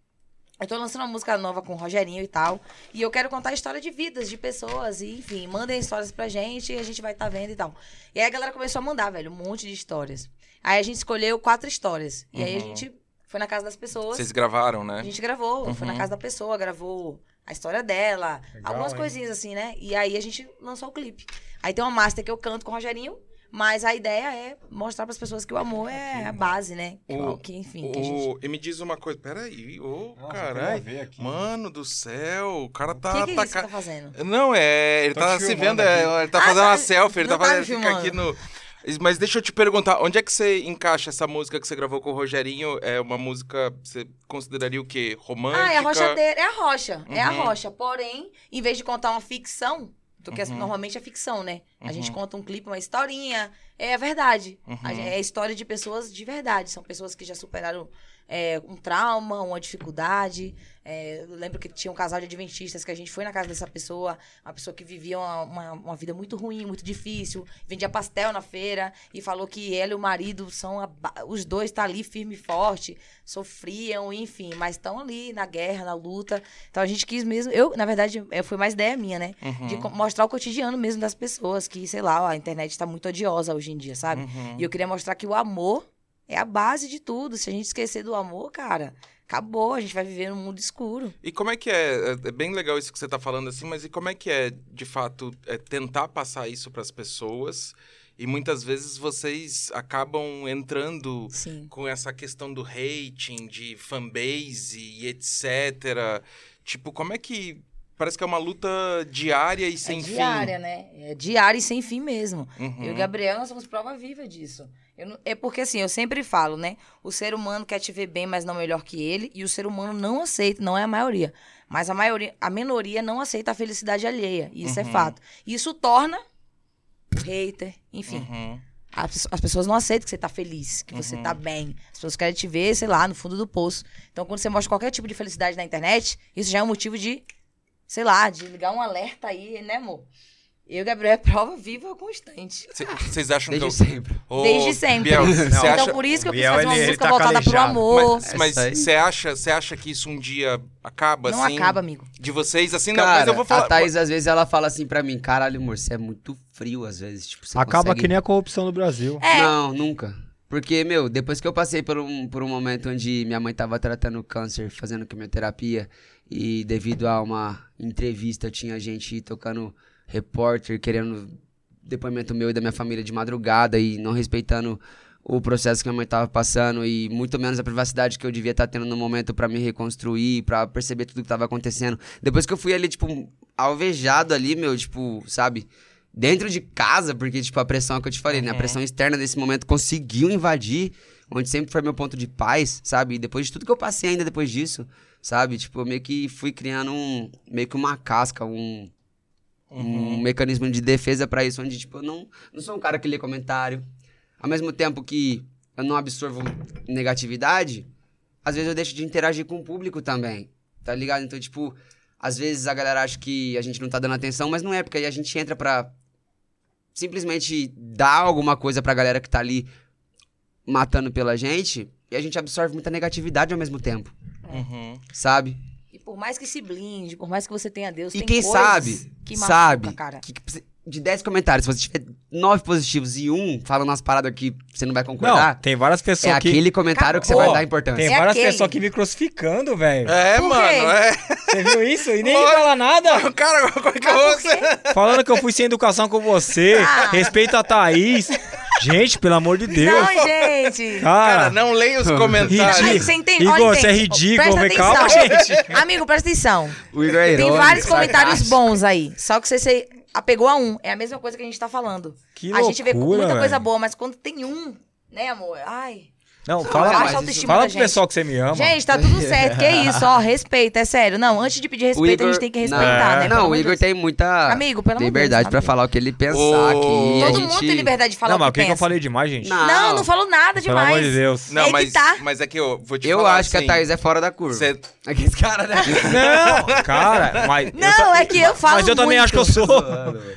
Speaker 4: Eu tô lançando uma música nova com o Rogerinho e tal. E eu quero contar a história de vidas de pessoas. E, enfim, mandem histórias pra gente e a gente vai tá vendo e tal. E aí a galera começou a mandar, velho, um monte de histórias. Aí a gente escolheu quatro histórias. E aí a
Speaker 2: Uhum.
Speaker 4: gente foi na casa das pessoas.
Speaker 2: Vocês gravaram,
Speaker 4: A
Speaker 2: né?
Speaker 4: gente gravou, foi na
Speaker 2: Uhum.
Speaker 4: casa da pessoa, gravou a história dela,
Speaker 1: Legal,
Speaker 4: algumas
Speaker 1: hein?
Speaker 4: coisinhas assim, né? E aí a gente lançou o clipe. Aí tem uma master que eu canto com o Rogerinho, mas a ideia é mostrar pras pessoas que o amor é a base, né?
Speaker 2: O-
Speaker 4: que, enfim, que a gente...
Speaker 2: Ô, E me diz uma coisa. Peraí, ô, caralho. Mano do céu, o cara
Speaker 4: O
Speaker 2: tá.
Speaker 4: que, que é
Speaker 2: tá
Speaker 4: isso que
Speaker 2: ca-
Speaker 4: tá fazendo?
Speaker 2: Não, é. Ele
Speaker 1: Tô
Speaker 2: tá
Speaker 1: te
Speaker 2: se vendo,
Speaker 1: filmando
Speaker 2: é, ele tá
Speaker 4: Ah,
Speaker 2: fazendo
Speaker 4: tá,
Speaker 2: uma selfie, ele
Speaker 4: não
Speaker 2: tá
Speaker 4: tá
Speaker 2: fazendo.
Speaker 4: me
Speaker 2: Fica aqui no. Mas deixa eu te perguntar, onde é que você encaixa essa música que você gravou com o Rogerinho? É uma música, você consideraria o quê? Romântica?
Speaker 4: Ah, é a rochadeira, é a rocha, é a
Speaker 2: Uhum.
Speaker 4: rocha. Porém, em vez de contar uma ficção, do que as-
Speaker 2: Uhum.
Speaker 4: normalmente é ficção, né? A gente
Speaker 2: Uhum.
Speaker 4: conta um clipe, uma historinha, é a verdade.
Speaker 2: Uhum.
Speaker 4: A gen- é a história de pessoas de verdade. São pessoas que já superaram é, um trauma, uma dificuldade. É, eu lembro que tinha um casal de adventistas que a gente foi na casa dessa pessoa, uma pessoa que vivia uma, uma- uma vida muito ruim, muito difícil, vendia pastel na feira e falou que ela e o marido são. a ba- os dois tá ali firme e forte, sofriam, enfim, mas estão ali na guerra, na luta. Então a gente quis mesmo. Eu, na verdade, é, foi mais ideia minha, né?
Speaker 2: Uhum.
Speaker 4: De co- mostrar o cotidiano mesmo das pessoas, que, sei lá, a internet tá muito odiosa hoje em dia, sabe?
Speaker 2: Uhum.
Speaker 4: E eu queria mostrar que o amor é a base de tudo. Se a gente esquecer do amor, cara, acabou. A gente vai viver num mundo escuro.
Speaker 2: E como é que é? É é bem legal isso que você tá falando assim, mas e como é que é, de fato, é tentar passar isso pras pessoas? E muitas vezes vocês acabam entrando
Speaker 4: Sim.
Speaker 2: com essa questão do rating, de fanbase e etc. Tipo, como é que parece que é uma luta diária e sem
Speaker 4: é
Speaker 2: fim.
Speaker 4: diária, né? É diária e sem fim mesmo.
Speaker 2: Uhum.
Speaker 4: Eu e o Gabriel, nós somos prova viva disso. Eu não- é porque assim, eu sempre falo, né? O ser humano quer te ver bem, mas não melhor que ele. E o ser humano não aceita, não é a maioria. Mas a maioria, a minoria não aceita a felicidade alheia. e Isso
Speaker 2: Uhum.
Speaker 4: é fato. E isso torna o hater, enfim.
Speaker 2: Uhum.
Speaker 4: As, as pessoas não aceitam que você tá feliz, que você
Speaker 2: Uhum.
Speaker 4: tá bem. As pessoas querem te ver, sei lá, no fundo do poço. Então, quando você mostra qualquer tipo de felicidade na internet, isso já é um motivo de, sei lá, de ligar um alerta aí, né, amor? Eu e o Gabriel é prova viva constante.
Speaker 2: Cê- Vocês acham
Speaker 3: Desde
Speaker 2: que eu...
Speaker 3: sempre.
Speaker 2: Ô,
Speaker 4: Ah, Desde sempre.
Speaker 2: Biel, você
Speaker 1: Não,
Speaker 4: então,
Speaker 2: acha...
Speaker 4: por isso que eu quis
Speaker 1: Biel,
Speaker 4: fazer uma
Speaker 1: ele- ele
Speaker 4: música
Speaker 1: tá
Speaker 4: voltada pro
Speaker 1: calejado.
Speaker 4: amor.
Speaker 2: Mas- Mas
Speaker 3: Essa É aí.
Speaker 2: você acha, você acha que isso um dia acaba,
Speaker 4: não
Speaker 2: assim?
Speaker 4: acaba, amigo.
Speaker 2: De vocês, assim? não, mas
Speaker 3: Cara, ah, tá,
Speaker 2: eu vou falar...
Speaker 3: a Thaís, às vezes, ela fala assim pra mim, caralho, amor, você é muito frio, às vezes. Tipo, você
Speaker 7: Acaba
Speaker 3: consegue...
Speaker 7: que nem a corrupção no Brasil.
Speaker 4: É.
Speaker 3: Não, nunca. Porque, meu, depois que eu passei por um, por um momento onde minha mãe tava tratando câncer, fazendo quimioterapia, e devido a uma entrevista tinha gente tocando repórter, querendo depoimento meu e da minha família de madrugada e não respeitando o processo que minha mãe tava passando e muito menos a privacidade que eu devia estar tendo no momento pra me reconstruir, pra perceber tudo que tava acontecendo. Depois que eu fui ali, tipo, alvejado ali, meu, tipo, sabe? Dentro de casa, porque, tipo, a pressão que eu te falei, né? A pressão externa desse momento conseguiu invadir, onde sempre foi meu ponto de paz, sabe? E depois de tudo que eu passei ainda depois disso, sabe? Tipo, eu meio que fui criando um... meio que uma casca, um um mecanismo de defesa pra isso, onde, tipo, eu não, não sou um cara que lê comentário. Ao mesmo tempo que eu não absorvo negatividade, às vezes eu deixo de interagir com o público também, tá ligado? Então, tipo, às vezes a galera acha que a gente não tá dando atenção, mas não é, porque aí a gente entra pra simplesmente dar alguma coisa pra galera que tá ali matando pela gente, e a gente absorve muita negatividade ao mesmo tempo,
Speaker 2: Uhum.
Speaker 3: sabe?
Speaker 4: E por mais que se blinde, por mais que você tenha Deus,
Speaker 3: E
Speaker 4: tem
Speaker 3: quem
Speaker 4: coisas
Speaker 3: sabe,
Speaker 4: que machuca,
Speaker 3: sabe,
Speaker 4: cara.
Speaker 3: que- que- de 10 comentários, se você tiver 9 positivos e um falando umas paradas que você não vai
Speaker 1: Não,
Speaker 3: concordar,
Speaker 1: tem várias
Speaker 3: é
Speaker 1: pessoas que.
Speaker 3: aquele comentário que você
Speaker 1: Ô,
Speaker 3: vai dar importância.
Speaker 1: Tem
Speaker 4: É
Speaker 1: várias
Speaker 4: aquele.
Speaker 1: pessoas que me crucificando, velho.
Speaker 2: É,
Speaker 4: Por quê?
Speaker 2: mano, é.
Speaker 1: Você viu isso? E nem
Speaker 2: Lógico.
Speaker 1: fala nada.
Speaker 2: Cara, como é que eu
Speaker 4: Mas
Speaker 2: vou...
Speaker 4: Ah, por quê?
Speaker 1: Falando que eu fui sem educação com você.
Speaker 4: Ah.
Speaker 1: Respeita a Thaís. Gente, pelo amor de Deus.
Speaker 4: Não, gente.
Speaker 2: Cara,
Speaker 1: Cara,
Speaker 2: não leia os
Speaker 3: <laughs>
Speaker 4: Não,
Speaker 1: Ridículo.
Speaker 2: comentários.
Speaker 4: mas você entende,
Speaker 1: Igor,
Speaker 4: olha,
Speaker 1: você é
Speaker 4: entende.
Speaker 1: ridículo,
Speaker 4: Presta
Speaker 1: vem, calma,
Speaker 4: atenção. Amigo, presta atenção.
Speaker 3: O Igor
Speaker 4: Tem vários comentários bons aí. Só que você se apegou a um. É a mesma coisa que a gente tá falando.
Speaker 1: que
Speaker 4: a gente vê
Speaker 1: loucura,
Speaker 4: muita coisa
Speaker 1: velho.
Speaker 4: boa, mas quando tem um, né, amor? Ai.
Speaker 1: Não,
Speaker 4: baixa
Speaker 1: fala,
Speaker 4: a autoestima
Speaker 1: fala
Speaker 4: da
Speaker 1: pro
Speaker 4: gente.
Speaker 1: pessoal que você me ama.
Speaker 4: Gente,
Speaker 1: <laughs>
Speaker 4: tá tudo certo. Que isso, ó. Respeita, é sério. Não, antes de pedir respeito, a gente tem que respeitar,
Speaker 3: não,
Speaker 4: né? Pelo
Speaker 3: Não,
Speaker 4: amor
Speaker 3: o
Speaker 4: de
Speaker 3: Igor
Speaker 4: Deus.
Speaker 3: tem muita
Speaker 4: Amigo, pelo amor de
Speaker 3: liberdade
Speaker 4: Deus,
Speaker 3: pra
Speaker 4: amigo.
Speaker 3: falar o que ele pensar
Speaker 2: Ô,
Speaker 3: aqui.
Speaker 4: Todo
Speaker 3: a gente...
Speaker 4: mundo tem liberdade de falar
Speaker 1: não, mas
Speaker 4: o
Speaker 1: o
Speaker 4: que
Speaker 1: que, que eu
Speaker 4: pensa.
Speaker 1: falei demais, gente?
Speaker 3: Não.
Speaker 4: Não, não falou nada
Speaker 1: Pelo
Speaker 4: demais.
Speaker 1: amor de Deus.
Speaker 4: Não,
Speaker 2: Não,
Speaker 4: é
Speaker 2: mas,
Speaker 4: que tá.
Speaker 2: mas é que eu vou te
Speaker 3: Eu
Speaker 2: falar
Speaker 3: acho que a
Speaker 2: assim,
Speaker 3: Thaís é fora da curva.
Speaker 2: Cê,
Speaker 3: Aqueles caras, né?
Speaker 1: Não,
Speaker 3: <laughs>
Speaker 1: cara, mas. eu
Speaker 4: Não,
Speaker 1: ta-
Speaker 4: é que eu falo
Speaker 1: Mas eu também
Speaker 4: muito.
Speaker 1: acho que eu sou.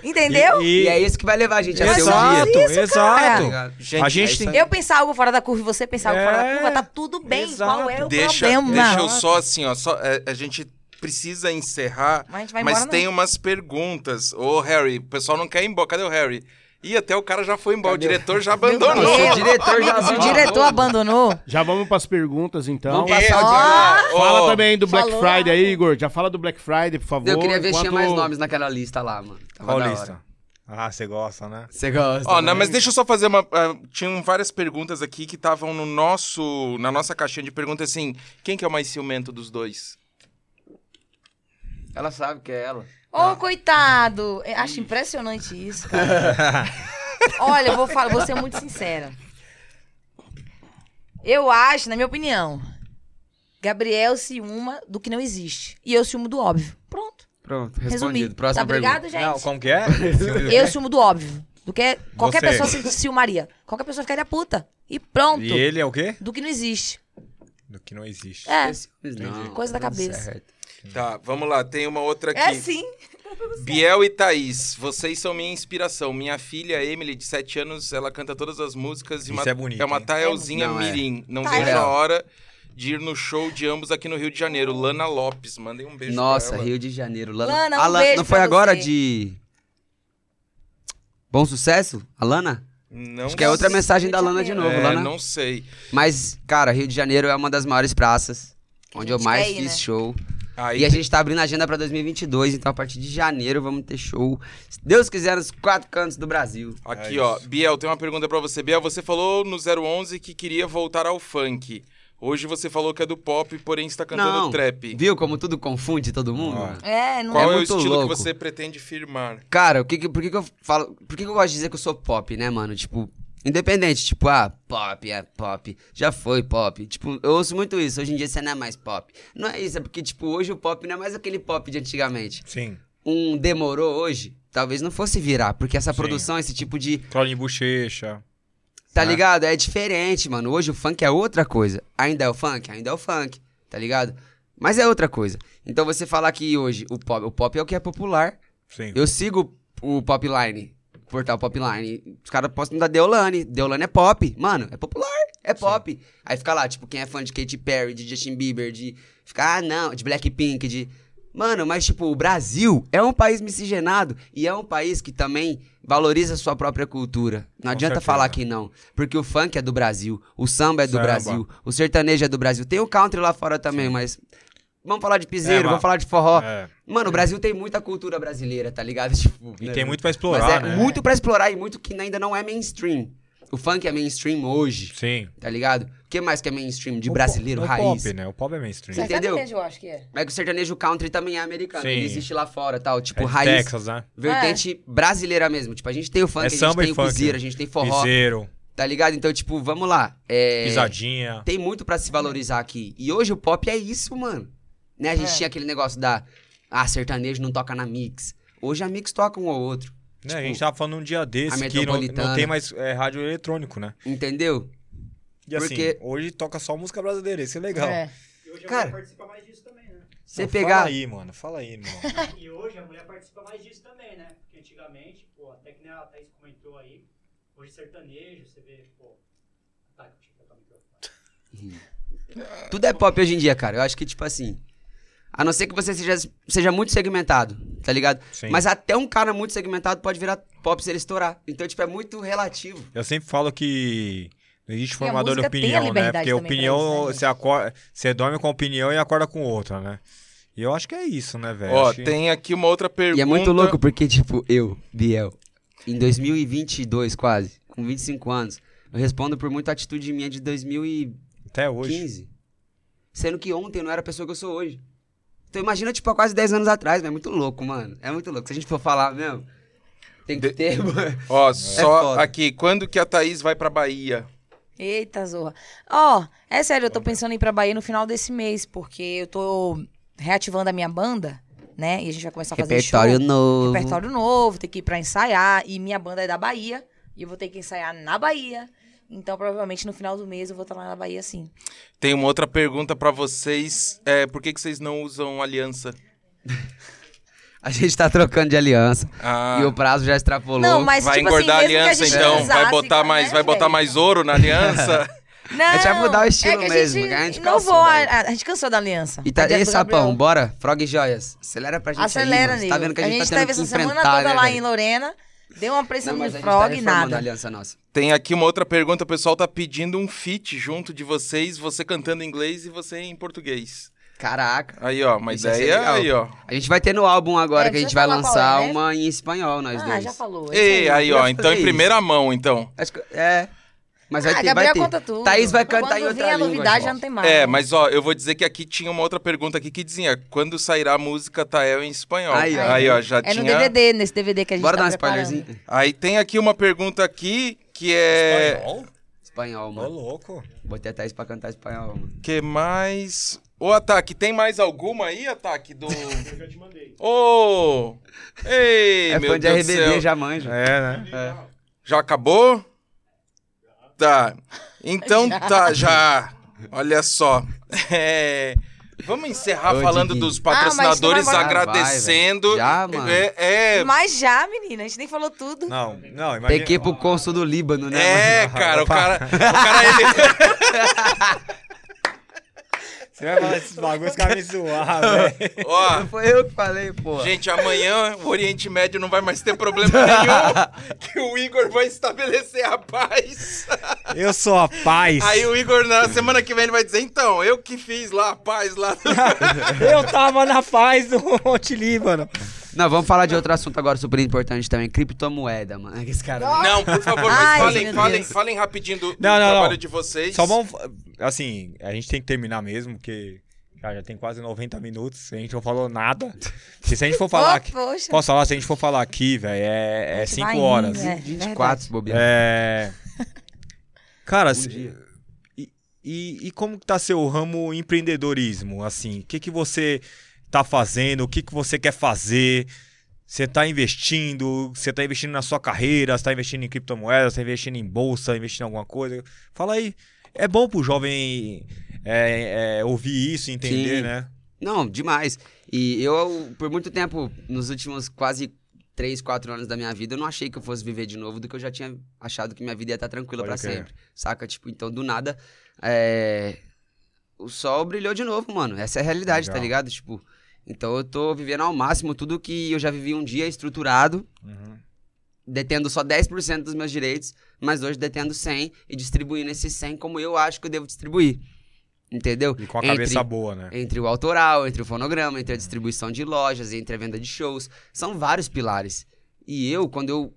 Speaker 4: Entendeu?
Speaker 1: E,
Speaker 3: E
Speaker 1: e-
Speaker 3: é isso que vai levar a gente a ser um dia.
Speaker 1: exato,
Speaker 4: isso, cara.
Speaker 3: tá
Speaker 1: exato.
Speaker 3: ligado?
Speaker 1: a
Speaker 2: gente,
Speaker 1: gente
Speaker 3: isso
Speaker 1: tem.
Speaker 3: aí.
Speaker 4: Eu pensar algo fora da curva e você pensar algo fora da
Speaker 1: É,
Speaker 4: curva, tá tudo bem. Qual é o
Speaker 2: deixa,
Speaker 4: problema?
Speaker 2: deixa eu só assim, ó, só, é, a gente precisa encerrar,
Speaker 4: Mas a gente vai
Speaker 2: mas
Speaker 4: embora,
Speaker 2: tem
Speaker 4: não.
Speaker 2: umas perguntas. Ô, Harry, o pessoal não quer ir embora. Cadê o Harry? Ih, até o cara já foi embora, o diretor já abandonou.
Speaker 4: Meu Deus.
Speaker 3: O diretor já
Speaker 4: Se o diretor abandonou,
Speaker 5: Já vamos pras perguntas, então.
Speaker 3: Vamos
Speaker 2: É,
Speaker 3: passar o dia.
Speaker 2: ó,
Speaker 5: Fala também do Black
Speaker 4: Falou.
Speaker 5: Friday aí, Igor. Já fala do Black Friday, por favor.
Speaker 3: Eu queria ver se tinha
Speaker 5: enquanto-
Speaker 3: mais nomes naquela lista lá, mano. Tava da hora.
Speaker 1: Paulista. Ah, você gosta, né?
Speaker 3: Você gosta.
Speaker 2: Ó,
Speaker 3: né?
Speaker 2: não, mas deixa eu só fazer uma. ah, tinham várias perguntas aqui que estavam no nosso. Na nossa caixinha de perguntas assim. Quem que é o mais ciumento dos dois?
Speaker 3: Ela sabe que é ela.
Speaker 4: Ô, coitado! Eu acho impressionante isso, cara. <laughs> Olha, eu vou, falar, vou ser muito sincera. Eu acho, na minha opinião, Gabriel ciúma do que não existe. E eu ciúmo do óbvio. Pronto,
Speaker 3: Pronto,
Speaker 4: resumi.
Speaker 3: respondido.
Speaker 4: Tá
Speaker 3: Próxima pergunta.
Speaker 4: obrigado, gente?
Speaker 1: Não, como que
Speaker 3: <laughs>
Speaker 1: é?
Speaker 4: Eu ciúmo do óbvio. Do que qualquer
Speaker 1: Você.
Speaker 4: pessoa se ciumaria. Qualquer pessoa ficaria puta. E pronto.
Speaker 1: E ele é o quê?
Speaker 4: Do que não existe.
Speaker 1: Do que não existe.
Speaker 4: É.
Speaker 3: Não,
Speaker 4: Coisa da
Speaker 3: tá
Speaker 4: cabeça.
Speaker 3: certo.
Speaker 2: Tá, vamos lá, tem uma outra aqui.
Speaker 4: É sim.
Speaker 2: Biel e Thaís, vocês são minha inspiração. Minha filha, Emily, de 7 anos, ela canta todas as músicas
Speaker 1: Isso
Speaker 2: e uma,
Speaker 1: é bonito,
Speaker 2: uma
Speaker 1: hein?
Speaker 2: Taelzinha
Speaker 3: Não, é.
Speaker 2: Mirim. Não
Speaker 4: Tael.
Speaker 2: vejo a hora de ir no show de ambos aqui no Rio de Janeiro. Lana Lopes, mandem um beijo
Speaker 3: Nossa,
Speaker 2: pra ela.
Speaker 3: Rio de Janeiro. Lana,
Speaker 4: Lana, um
Speaker 3: A Lan-
Speaker 4: beijo
Speaker 3: Não foi
Speaker 4: pra
Speaker 3: agora
Speaker 4: você.
Speaker 3: de... Bom sucesso? A Lana?
Speaker 2: Não
Speaker 3: Acho que é outra
Speaker 2: sei.
Speaker 3: mensagem da
Speaker 4: Rio de
Speaker 3: Lana de novo,
Speaker 2: É,
Speaker 3: Lana.
Speaker 2: não sei.
Speaker 3: Mas, cara, Rio de Janeiro é uma das maiores praças. Onde eu
Speaker 4: gente
Speaker 3: mais
Speaker 4: quer ir,
Speaker 3: fiz
Speaker 4: né?
Speaker 3: show.
Speaker 2: Aí
Speaker 3: E a gente tá abrindo a agenda pra 2022, então a partir de janeiro vamos ter show. Se Deus quiser, nos quatro cantos do Brasil.
Speaker 2: Aqui,
Speaker 1: É
Speaker 2: ó.
Speaker 1: isso.
Speaker 2: Biel, tem uma pergunta pra você. Biel, você falou no 011 que queria voltar ao funk. Hoje você falou que é do pop, porém está cantando
Speaker 3: Não.
Speaker 2: trap.
Speaker 3: Viu como tudo confunde todo mundo?
Speaker 1: Ah.
Speaker 4: É, não
Speaker 2: Qual
Speaker 3: É
Speaker 2: é, o
Speaker 3: muito
Speaker 2: estilo
Speaker 3: louco.
Speaker 2: que você pretende firmar?
Speaker 3: Cara, o que que- por que, que eu falo. Por que, que eu gosto de dizer que eu sou pop, né, mano? Tipo, independente, tipo, ah, pop, é pop, já foi pop. Tipo, eu ouço muito isso. Hoje em dia você não é mais pop. Não é isso, é porque, tipo, hoje o pop não é mais aquele pop de antigamente.
Speaker 1: Sim.
Speaker 3: Um demorou hoje, talvez não fosse virar, porque essa produção, esse tipo de.
Speaker 1: Claudinho Bochecha.
Speaker 3: Tá
Speaker 1: né?
Speaker 3: ligado? É diferente, mano. Hoje o funk é outra coisa. Ainda é o funk? Ainda é o funk, tá ligado? Mas é outra coisa. Então você falar que hoje o pop, o pop é o que é popular.
Speaker 1: Sim.
Speaker 3: Eu sigo o Popline, o portal Popline. Os caras postam da Deolane. Deolane é pop. Mano, é popular. É pop. Aí fica lá, tipo, quem é fã de Katy Perry, de Justin Bieber, de. Fica, ah, não, de Blackpink, de. Mano, mas, tipo, o Brasil é um país miscigenado e é um país que também valoriza a sua própria cultura. Não adianta
Speaker 1: certeza.
Speaker 3: falar que não. Porque o funk é do Brasil, o samba é do
Speaker 1: Samba.
Speaker 3: Brasil, o sertanejo é do Brasil. Tem o country lá fora também, mas. Vamos falar de piseiro,
Speaker 1: É, mas-
Speaker 3: vamos falar de forró.
Speaker 1: É.
Speaker 3: Mano, o Brasil tem muita cultura brasileira, tá ligado? <laughs> Tipo,
Speaker 1: E
Speaker 3: né?
Speaker 1: tem muito pra explorar,
Speaker 3: Mas é
Speaker 1: né?
Speaker 3: muito pra explorar e muito que ainda não é mainstream. O funk é mainstream hoje,
Speaker 1: né? Sim.
Speaker 3: tá ligado? O que mais que é mainstream de
Speaker 1: O
Speaker 3: brasileiro
Speaker 1: pop-
Speaker 3: raiz?
Speaker 1: O pop, né? O pop é mainstream.
Speaker 3: Sim. entendeu?
Speaker 4: eu acho que é.
Speaker 3: É que o sertanejo country também é americano,
Speaker 1: Sim.
Speaker 3: ele existe lá fora, tal, tipo
Speaker 1: É de
Speaker 3: raiz,
Speaker 1: Texas, né?
Speaker 3: vertente brasileira mesmo. Tipo, a gente tem o funk,
Speaker 1: É
Speaker 3: a gente
Speaker 1: samba e
Speaker 3: tem o
Speaker 1: funk,
Speaker 3: piseiro,
Speaker 1: né?
Speaker 3: a gente tem forró,
Speaker 1: Piseiro,
Speaker 3: tá ligado? Então, tipo, vamos lá. É...
Speaker 1: pisadinha.
Speaker 3: Tem muito pra se valorizar aqui. E hoje o pop é isso, mano. Né? A gente
Speaker 4: É.
Speaker 3: tinha aquele negócio da ah, sertanejo não toca na mix. Hoje a mix toca um ou outro.
Speaker 1: Né, a gente tava falando um dia desse
Speaker 3: a
Speaker 1: que não, não
Speaker 3: Metropolitana.
Speaker 1: tem mais é, rádio eletrônico, né?
Speaker 3: Entendeu?
Speaker 1: E assim,
Speaker 3: Porque-
Speaker 1: hoje toca só música brasileira, isso é legal.
Speaker 4: É.
Speaker 6: E hoje a
Speaker 3: Cara.
Speaker 6: mulher participa mais disso também, né?
Speaker 3: Você
Speaker 1: Então,
Speaker 3: pegar.
Speaker 1: Fala aí, mano. Fala aí, irmão.
Speaker 3: <laughs>
Speaker 6: E hoje a mulher participa mais disso também, né? Porque antigamente, pô, até que nem a Thaís comentou aí, hoje é sertanejo, você vê, pô, tá, deixa eu colocar o microfone.
Speaker 3: Tudo é pop hoje em dia, cara. Eu acho que, tipo assim. A não ser que você seja, seja muito segmentado, tá ligado?
Speaker 1: Sim.
Speaker 3: Mas até um cara muito segmentado pode virar pop se ele estourar. Então, tipo, é muito relativo.
Speaker 1: Eu sempre falo que não existe
Speaker 4: E a
Speaker 1: formador de
Speaker 4: música tem a
Speaker 1: opinião, né? Porque
Speaker 4: liberdade também pra
Speaker 1: opinião,
Speaker 4: isso, né,
Speaker 1: você, acorda, você dorme com a opinião e acorda com outra, né? E eu acho que é isso, né, velho?
Speaker 2: Ó,
Speaker 1: Acho que-
Speaker 2: tem aqui uma outra pergunta.
Speaker 3: E é muito louco porque, tipo, eu, Biel, em 2022 quase, com 25 anos, eu respondo por muita atitude minha de 2015.
Speaker 1: Até hoje.
Speaker 3: Sendo que ontem eu não era a pessoa que eu sou hoje. Então imagina, tipo, há quase 10 anos atrás, mas é muito louco, mano. É muito louco. Se a gente for falar mesmo, tem que ter, <laughs> mano.
Speaker 2: Ó, só
Speaker 3: foda.
Speaker 2: aqui, quando que a Thaís vai pra Bahia?
Speaker 4: Eita, zorra. Ó, é sério, eu
Speaker 3: né?
Speaker 4: tô pensando em ir pra Bahia no final desse mês, porque eu tô reativando a minha banda, né? E a gente vai começar a fazer show.
Speaker 3: novo.
Speaker 4: repertório novo, ter que ir pra ensaiar. E minha banda é da Bahia. E eu vou ter que ensaiar na Bahia. Então, provavelmente, no final do mês eu vou estar lá na Bahia, sim.
Speaker 2: Tem uma outra pergunta pra vocês. É, por que, que vocês não usam aliança?
Speaker 3: A gente tá trocando de aliança
Speaker 2: Ah,
Speaker 3: e o prazo já extrapolou.
Speaker 4: Não, mas
Speaker 2: vai
Speaker 4: tipo
Speaker 2: engordar
Speaker 4: assim,
Speaker 2: a
Speaker 4: mesmo
Speaker 2: aliança
Speaker 4: que a gente
Speaker 2: então?
Speaker 4: usasse,
Speaker 2: vai botar mais,
Speaker 4: né,
Speaker 2: vai botar
Speaker 4: velho?
Speaker 2: mais ouro na
Speaker 3: <laughs>
Speaker 2: aliança?
Speaker 4: Não,
Speaker 3: A gente vai tipo mudar o estilo
Speaker 4: é que a
Speaker 3: mesmo,
Speaker 4: gente
Speaker 3: que a gente cansou,
Speaker 4: inovou, a,
Speaker 3: velho.
Speaker 4: a gente cansou da aliança.
Speaker 3: E, tá,
Speaker 4: Adianta
Speaker 3: e
Speaker 4: do
Speaker 3: sapão,
Speaker 4: Gabriel.
Speaker 3: bora? Frog e joias. Acelera pra gente aí,
Speaker 4: Acelera,
Speaker 3: mano. Você
Speaker 4: nego.
Speaker 3: Tá vendo que a gente, tá tendo
Speaker 4: teve
Speaker 3: que
Speaker 4: essa semana
Speaker 3: enfrentar,
Speaker 4: toda
Speaker 3: né,
Speaker 4: lá
Speaker 3: velho?
Speaker 4: em Lorena, deu uma pressão
Speaker 3: Não,
Speaker 4: no
Speaker 3: mas a gente tá
Speaker 4: frog e
Speaker 3: reformando a
Speaker 4: nada.
Speaker 3: aliança nossa.
Speaker 2: Tem aqui uma outra pergunta, o pessoal tá pedindo um feat junto de vocês, você cantando em inglês e você em português.
Speaker 3: Caraca.
Speaker 2: Aí, ó, uma
Speaker 3: Isso ia ser
Speaker 2: ideia
Speaker 3: legal.
Speaker 2: aí, ó.
Speaker 3: A gente vai ter no álbum agora
Speaker 4: É,
Speaker 3: que a gente
Speaker 4: deixa eu
Speaker 3: vai
Speaker 4: falar qual
Speaker 3: lançar
Speaker 4: é, né?
Speaker 3: uma em espanhol, nós
Speaker 4: Ah,
Speaker 3: dois.
Speaker 4: já falou. é
Speaker 2: Ei,
Speaker 4: isso aí.
Speaker 2: aí, ó, então em
Speaker 3: isso.
Speaker 2: primeira mão, então.
Speaker 3: Acho que, é. Mas vai
Speaker 4: ah,
Speaker 3: ter,
Speaker 4: Gabriel
Speaker 3: vai ter.
Speaker 4: conta tudo.
Speaker 3: Thaís vai cantar
Speaker 4: Quando
Speaker 3: em outra
Speaker 4: vir a
Speaker 3: língua,
Speaker 4: novidade
Speaker 3: gente.
Speaker 4: já não tem mais. né?
Speaker 2: É, mas ó, eu vou dizer que aqui tinha uma outra pergunta aqui que dizia, quando sairá a música Tael em espanhol?
Speaker 3: Aí, ó.
Speaker 2: Aí, ó, já
Speaker 4: É
Speaker 2: tinha...
Speaker 4: no DVD, nesse DVD que a gente
Speaker 3: Bora
Speaker 4: tá
Speaker 3: dar um
Speaker 4: preparando.
Speaker 3: spoilerzinho.
Speaker 2: Aí tem aqui uma pergunta aqui que é...
Speaker 1: Espanhol?
Speaker 3: Espanhol,
Speaker 1: Tá Ô,
Speaker 3: mano.
Speaker 1: louco.
Speaker 3: Botei a Thaís pra cantar espanhol, mano.
Speaker 2: Que mais... Ô, Ataque, tem mais alguma aí, Ataque,
Speaker 3: <laughs>
Speaker 2: do...
Speaker 5: Eu já te mandei.
Speaker 2: Ô! Ei,
Speaker 3: é
Speaker 2: meu
Speaker 3: fã de
Speaker 2: Deus do
Speaker 3: RBD,
Speaker 2: céu.
Speaker 3: já manja.
Speaker 1: É, né?
Speaker 2: Já acabou? Tá. Então tá, já. Olha só. É, Vamos encerrar
Speaker 3: Ô,
Speaker 2: falando
Speaker 3: Diguinho.
Speaker 2: dos
Speaker 4: Ah, mas então tu vai
Speaker 2: patrocinadores
Speaker 4: embora.
Speaker 2: agradecendo.
Speaker 3: Já Ah, vai, velho. Já, mano.
Speaker 2: É, é,
Speaker 4: Mas já, menina, a gente nem falou tudo.
Speaker 1: Não, não, imagina.
Speaker 3: Peguei pro cônsul do Líbano, né, mano?
Speaker 2: é,
Speaker 1: mano?
Speaker 2: cara, o cara, o cara ele,
Speaker 4: <laughs>
Speaker 1: Você vai falar esses bagulhos, os caras me zoar, <laughs> velho.
Speaker 2: ó,
Speaker 3: Não foi eu que falei, pô.
Speaker 2: gente, amanhã o Oriente Médio não vai mais ter
Speaker 4: <laughs>
Speaker 2: problema nenhum, que o Igor vai estabelecer a paz.
Speaker 1: Eu sou a paz.
Speaker 2: Aí o Igor na semana que vem ele vai dizer, então, eu que fiz lá a paz lá.
Speaker 4: <laughs>
Speaker 1: Eu tava na paz do <laughs> Monte Líbano.
Speaker 3: Não, vamos falar de outro assunto agora super importante também. Criptomoeda, mano. Esse cara...
Speaker 2: Não, por favor, mas
Speaker 4: Ai,
Speaker 2: falem,
Speaker 4: meu
Speaker 2: falem,
Speaker 4: Deus.
Speaker 2: falem rapidinho do, do
Speaker 1: Não, não,
Speaker 2: trabalho
Speaker 1: não.
Speaker 2: de vocês.
Speaker 1: Só vamos. assim, a gente tem que terminar mesmo, porque já, já tem quase 90 minutos, a gente não falou nada. Porque se a gente for falar
Speaker 4: Oh,
Speaker 1: aqui.
Speaker 4: poxa.
Speaker 1: Posso falar? Se a gente for falar aqui, velho, é- é 5
Speaker 4: vai indo,
Speaker 1: horas.
Speaker 4: é,
Speaker 3: 24 se bobear.
Speaker 1: É. <laughs> Cara,
Speaker 3: Bom
Speaker 1: se-
Speaker 3: dia.
Speaker 1: e, e, e como que tá seu ramo empreendedorismo? Assim, o que, que você tá fazendo? O que, que você quer fazer? Você tá investindo? Você tá investindo na sua carreira? Você tá investindo em criptomoedas? Você tá investindo em bolsa? Investindo em alguma coisa? Fala aí. É bom pro jovem é, é, ouvir isso e entender,
Speaker 3: Sim.
Speaker 1: né?
Speaker 3: Não, demais. E eu, por muito tempo, nos últimos quase 3, 4 anos da minha vida, eu não achei que eu fosse viver de novo do que eu já tinha achado que minha vida ia estar tranquila
Speaker 1: Pode
Speaker 3: pra
Speaker 1: crer.
Speaker 3: sempre. Saca? Tipo, então, do nada, é, o sol brilhou de novo, mano. Essa é a realidade, tá
Speaker 1: Legal.
Speaker 3: ligado? Tipo, então eu tô vivendo ao máximo tudo que eu já vivi um dia estruturado,
Speaker 1: Uhum.
Speaker 3: detendo só 10% dos meus direitos, mas hoje detendo 100 e distribuindo esses 100 como eu acho que eu devo distribuir. Entendeu?
Speaker 1: E com a
Speaker 3: Entre-
Speaker 1: cabeça boa, né?
Speaker 3: entre o autoral, entre o fonograma, entre a distribuição de lojas, entre a venda de shows. São vários pilares. E eu, quando eu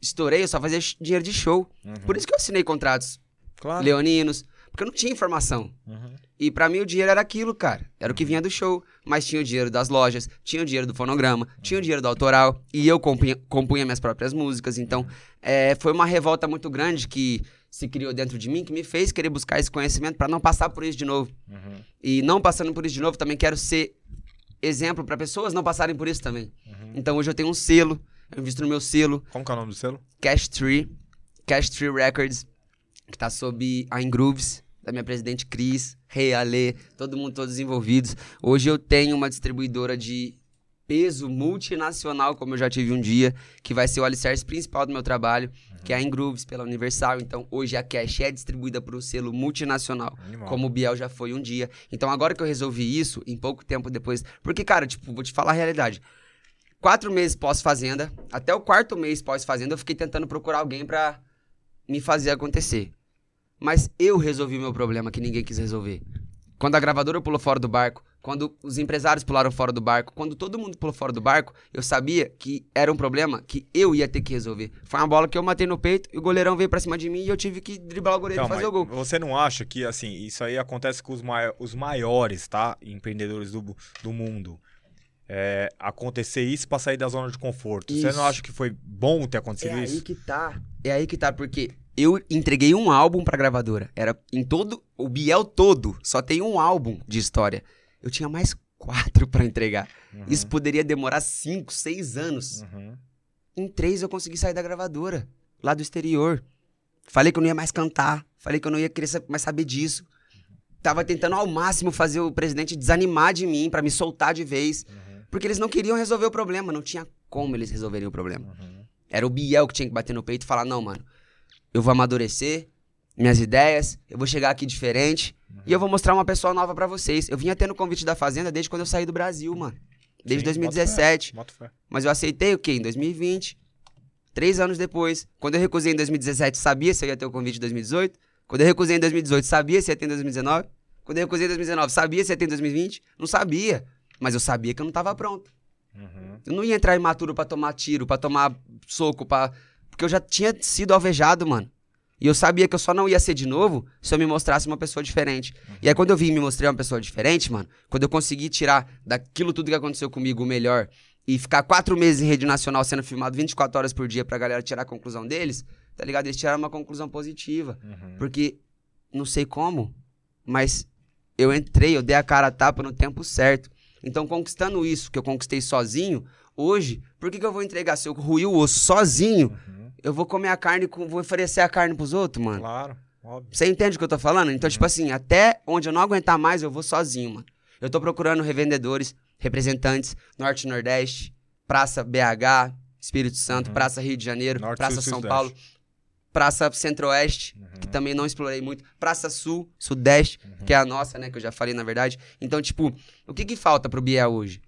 Speaker 3: estourei, eu só fazia sh- dinheiro de show.
Speaker 1: Uhum.
Speaker 3: Por isso que eu assinei contratos
Speaker 1: Claro.
Speaker 3: leoninos, porque eu não tinha informação.
Speaker 1: Uhum.
Speaker 3: E pra mim o dinheiro era aquilo, cara. Era o que vinha do show. Mas tinha o dinheiro das lojas, tinha o dinheiro do fonograma, tinha o dinheiro do autoral. E eu compunha, compunha minhas próprias músicas. Então, é, foi uma revolta muito grande que se criou dentro de mim, que me fez querer buscar esse conhecimento pra não passar por isso de novo.
Speaker 1: Uhum.
Speaker 3: E não passando por isso de novo, também quero ser exemplo pra pessoas não passarem por isso também.
Speaker 1: Uhum.
Speaker 3: Então hoje eu tenho um selo, eu invisto no meu selo,
Speaker 1: Como que é o nome do selo?
Speaker 3: Cash Tree, Cash Tree Records, que tá sob a Ingrooves, da minha presidente Cris, Rei Ale, todo mundo, todos os envolvidos. Hoje eu tenho uma distribuidora de peso multinacional, como eu já tive um dia, que vai ser o alicerce principal do meu trabalho, que é a Ingrooves, pela Universal. Então hoje a Cash é distribuída por um selo multinacional
Speaker 1: Animal.
Speaker 3: como o Biel já foi um dia. Então, agora que eu resolvi isso, em pouco tempo depois. Porque, cara, tipo, vou te falar a realidade. Quatro meses pós-fazenda, até o quarto mês pós-fazenda, eu fiquei tentando procurar alguém pra me fazer acontecer. Mas eu resolvi o meu problema que ninguém quis resolver. Quando a gravadora pulou fora do barco, quando os empresários pularam fora do barco, quando todo mundo pulou fora do barco, eu sabia que era um problema que eu ia ter que resolver. Foi uma bola que eu matei no peito e o goleirão veio pra cima de mim e eu tive que driblar o goleiro
Speaker 1: Então,
Speaker 3: e fazer
Speaker 1: mas
Speaker 3: o gol.
Speaker 1: Você não acha que, assim, isso aí acontece com os, mai- os maiores, tá? Empreendedores do, bu- do mundo. É, acontecer isso pra sair da zona de conforto. Você
Speaker 3: Isso.
Speaker 1: não acha que foi bom ter
Speaker 3: É
Speaker 1: acontecido
Speaker 3: aí
Speaker 1: isso?
Speaker 3: que tá. É aí que tá, porque eu entreguei um álbum pra gravadora. Era em todo. O Biel todo só tem um álbum de história. Eu tinha mais quatro pra entregar.
Speaker 1: Uhum,
Speaker 3: Isso poderia demorar cinco, seis anos.
Speaker 1: uhum.
Speaker 3: Em três eu consegui sair da gravadora, lá do exterior. Falei que eu não ia mais cantar. Falei que eu não ia querer sa- mais saber disso. Tava tentando ao máximo fazer o presidente desanimar de mim, pra me soltar de vez. Porque eles não queriam resolver o problema. Não tinha como eles resolverem o problema. Era o Biel que tinha que bater no peito e falar: não, mano, eu vou amadurecer minhas ideias, eu vou chegar aqui diferente e eu vou mostrar uma pessoa nova pra vocês. Eu vinha tendo convite da Fazenda desde quando eu saí do Brasil, mano. Desde
Speaker 1: Sim,
Speaker 3: 2017.
Speaker 1: Bota fé.
Speaker 3: Mas eu aceitei o quê? Em 2020. Três anos depois. Quando eu recusei em 2017, sabia se eu ia ter o convite em 2018. Quando eu recusei em 2018, sabia se ia ter em 2019. Quando eu recusei em 2019, sabia se ia ter em 2020. Não sabia. Mas eu sabia que eu não tava pronto.
Speaker 1: Uhum,
Speaker 3: Eu não ia entrar imaturo pra tomar tiro, pra tomar soco, pra... Porque eu já tinha sido alvejado, mano. E eu sabia que eu só não ia ser de novo se eu me mostrasse uma pessoa diferente. E aí, quando eu vim e me mostrei uma pessoa diferente, mano, quando eu consegui tirar daquilo tudo que aconteceu comigo o melhor e ficar quatro meses em rede nacional sendo filmado 24 horas por dia pra galera tirar a conclusão deles, tá ligado? Eles tiraram uma conclusão positiva.
Speaker 1: uhum.
Speaker 3: Porque, não sei como, mas eu entrei, eu dei a cara a tapa no tempo certo. Então, conquistando isso que eu conquistei sozinho, hoje, por que, que eu vou entregar? Se eu ruir o osso sozinho,
Speaker 1: uhum.
Speaker 3: eu vou comer a carne, com, vou oferecer a carne pros outros, mano.
Speaker 1: Claro, óbvio.
Speaker 3: Você entende o que eu tô falando? Então,
Speaker 1: Uhum.
Speaker 3: tipo assim, até onde eu não aguentar mais, eu vou sozinho, mano. Eu tô procurando revendedores, representantes, Norte e Nordeste, Praça BH, Espírito Santo,
Speaker 1: Uhum.
Speaker 3: Praça Rio de Janeiro,
Speaker 1: Norte,
Speaker 3: Praça
Speaker 1: Sul e
Speaker 3: São
Speaker 1: Sudeste.
Speaker 3: Paulo, Praça Centro-Oeste,
Speaker 1: Uhum.
Speaker 3: que também não explorei muito. Praça Sul, Sudeste, que é a nossa, né? Que eu já falei, na verdade. Então, tipo, o que que falta pro Biel hoje?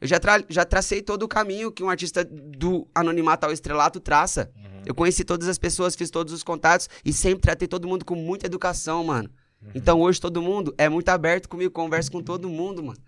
Speaker 3: Eu já, tra- já tracei todo o caminho que um artista do anonimato ao estrelato traça. Eu conheci todas as pessoas, fiz todos os contatos e sempre tratei todo mundo com muita educação, mano. Então hoje todo mundo é muito aberto comigo, converso com todo mundo, mano.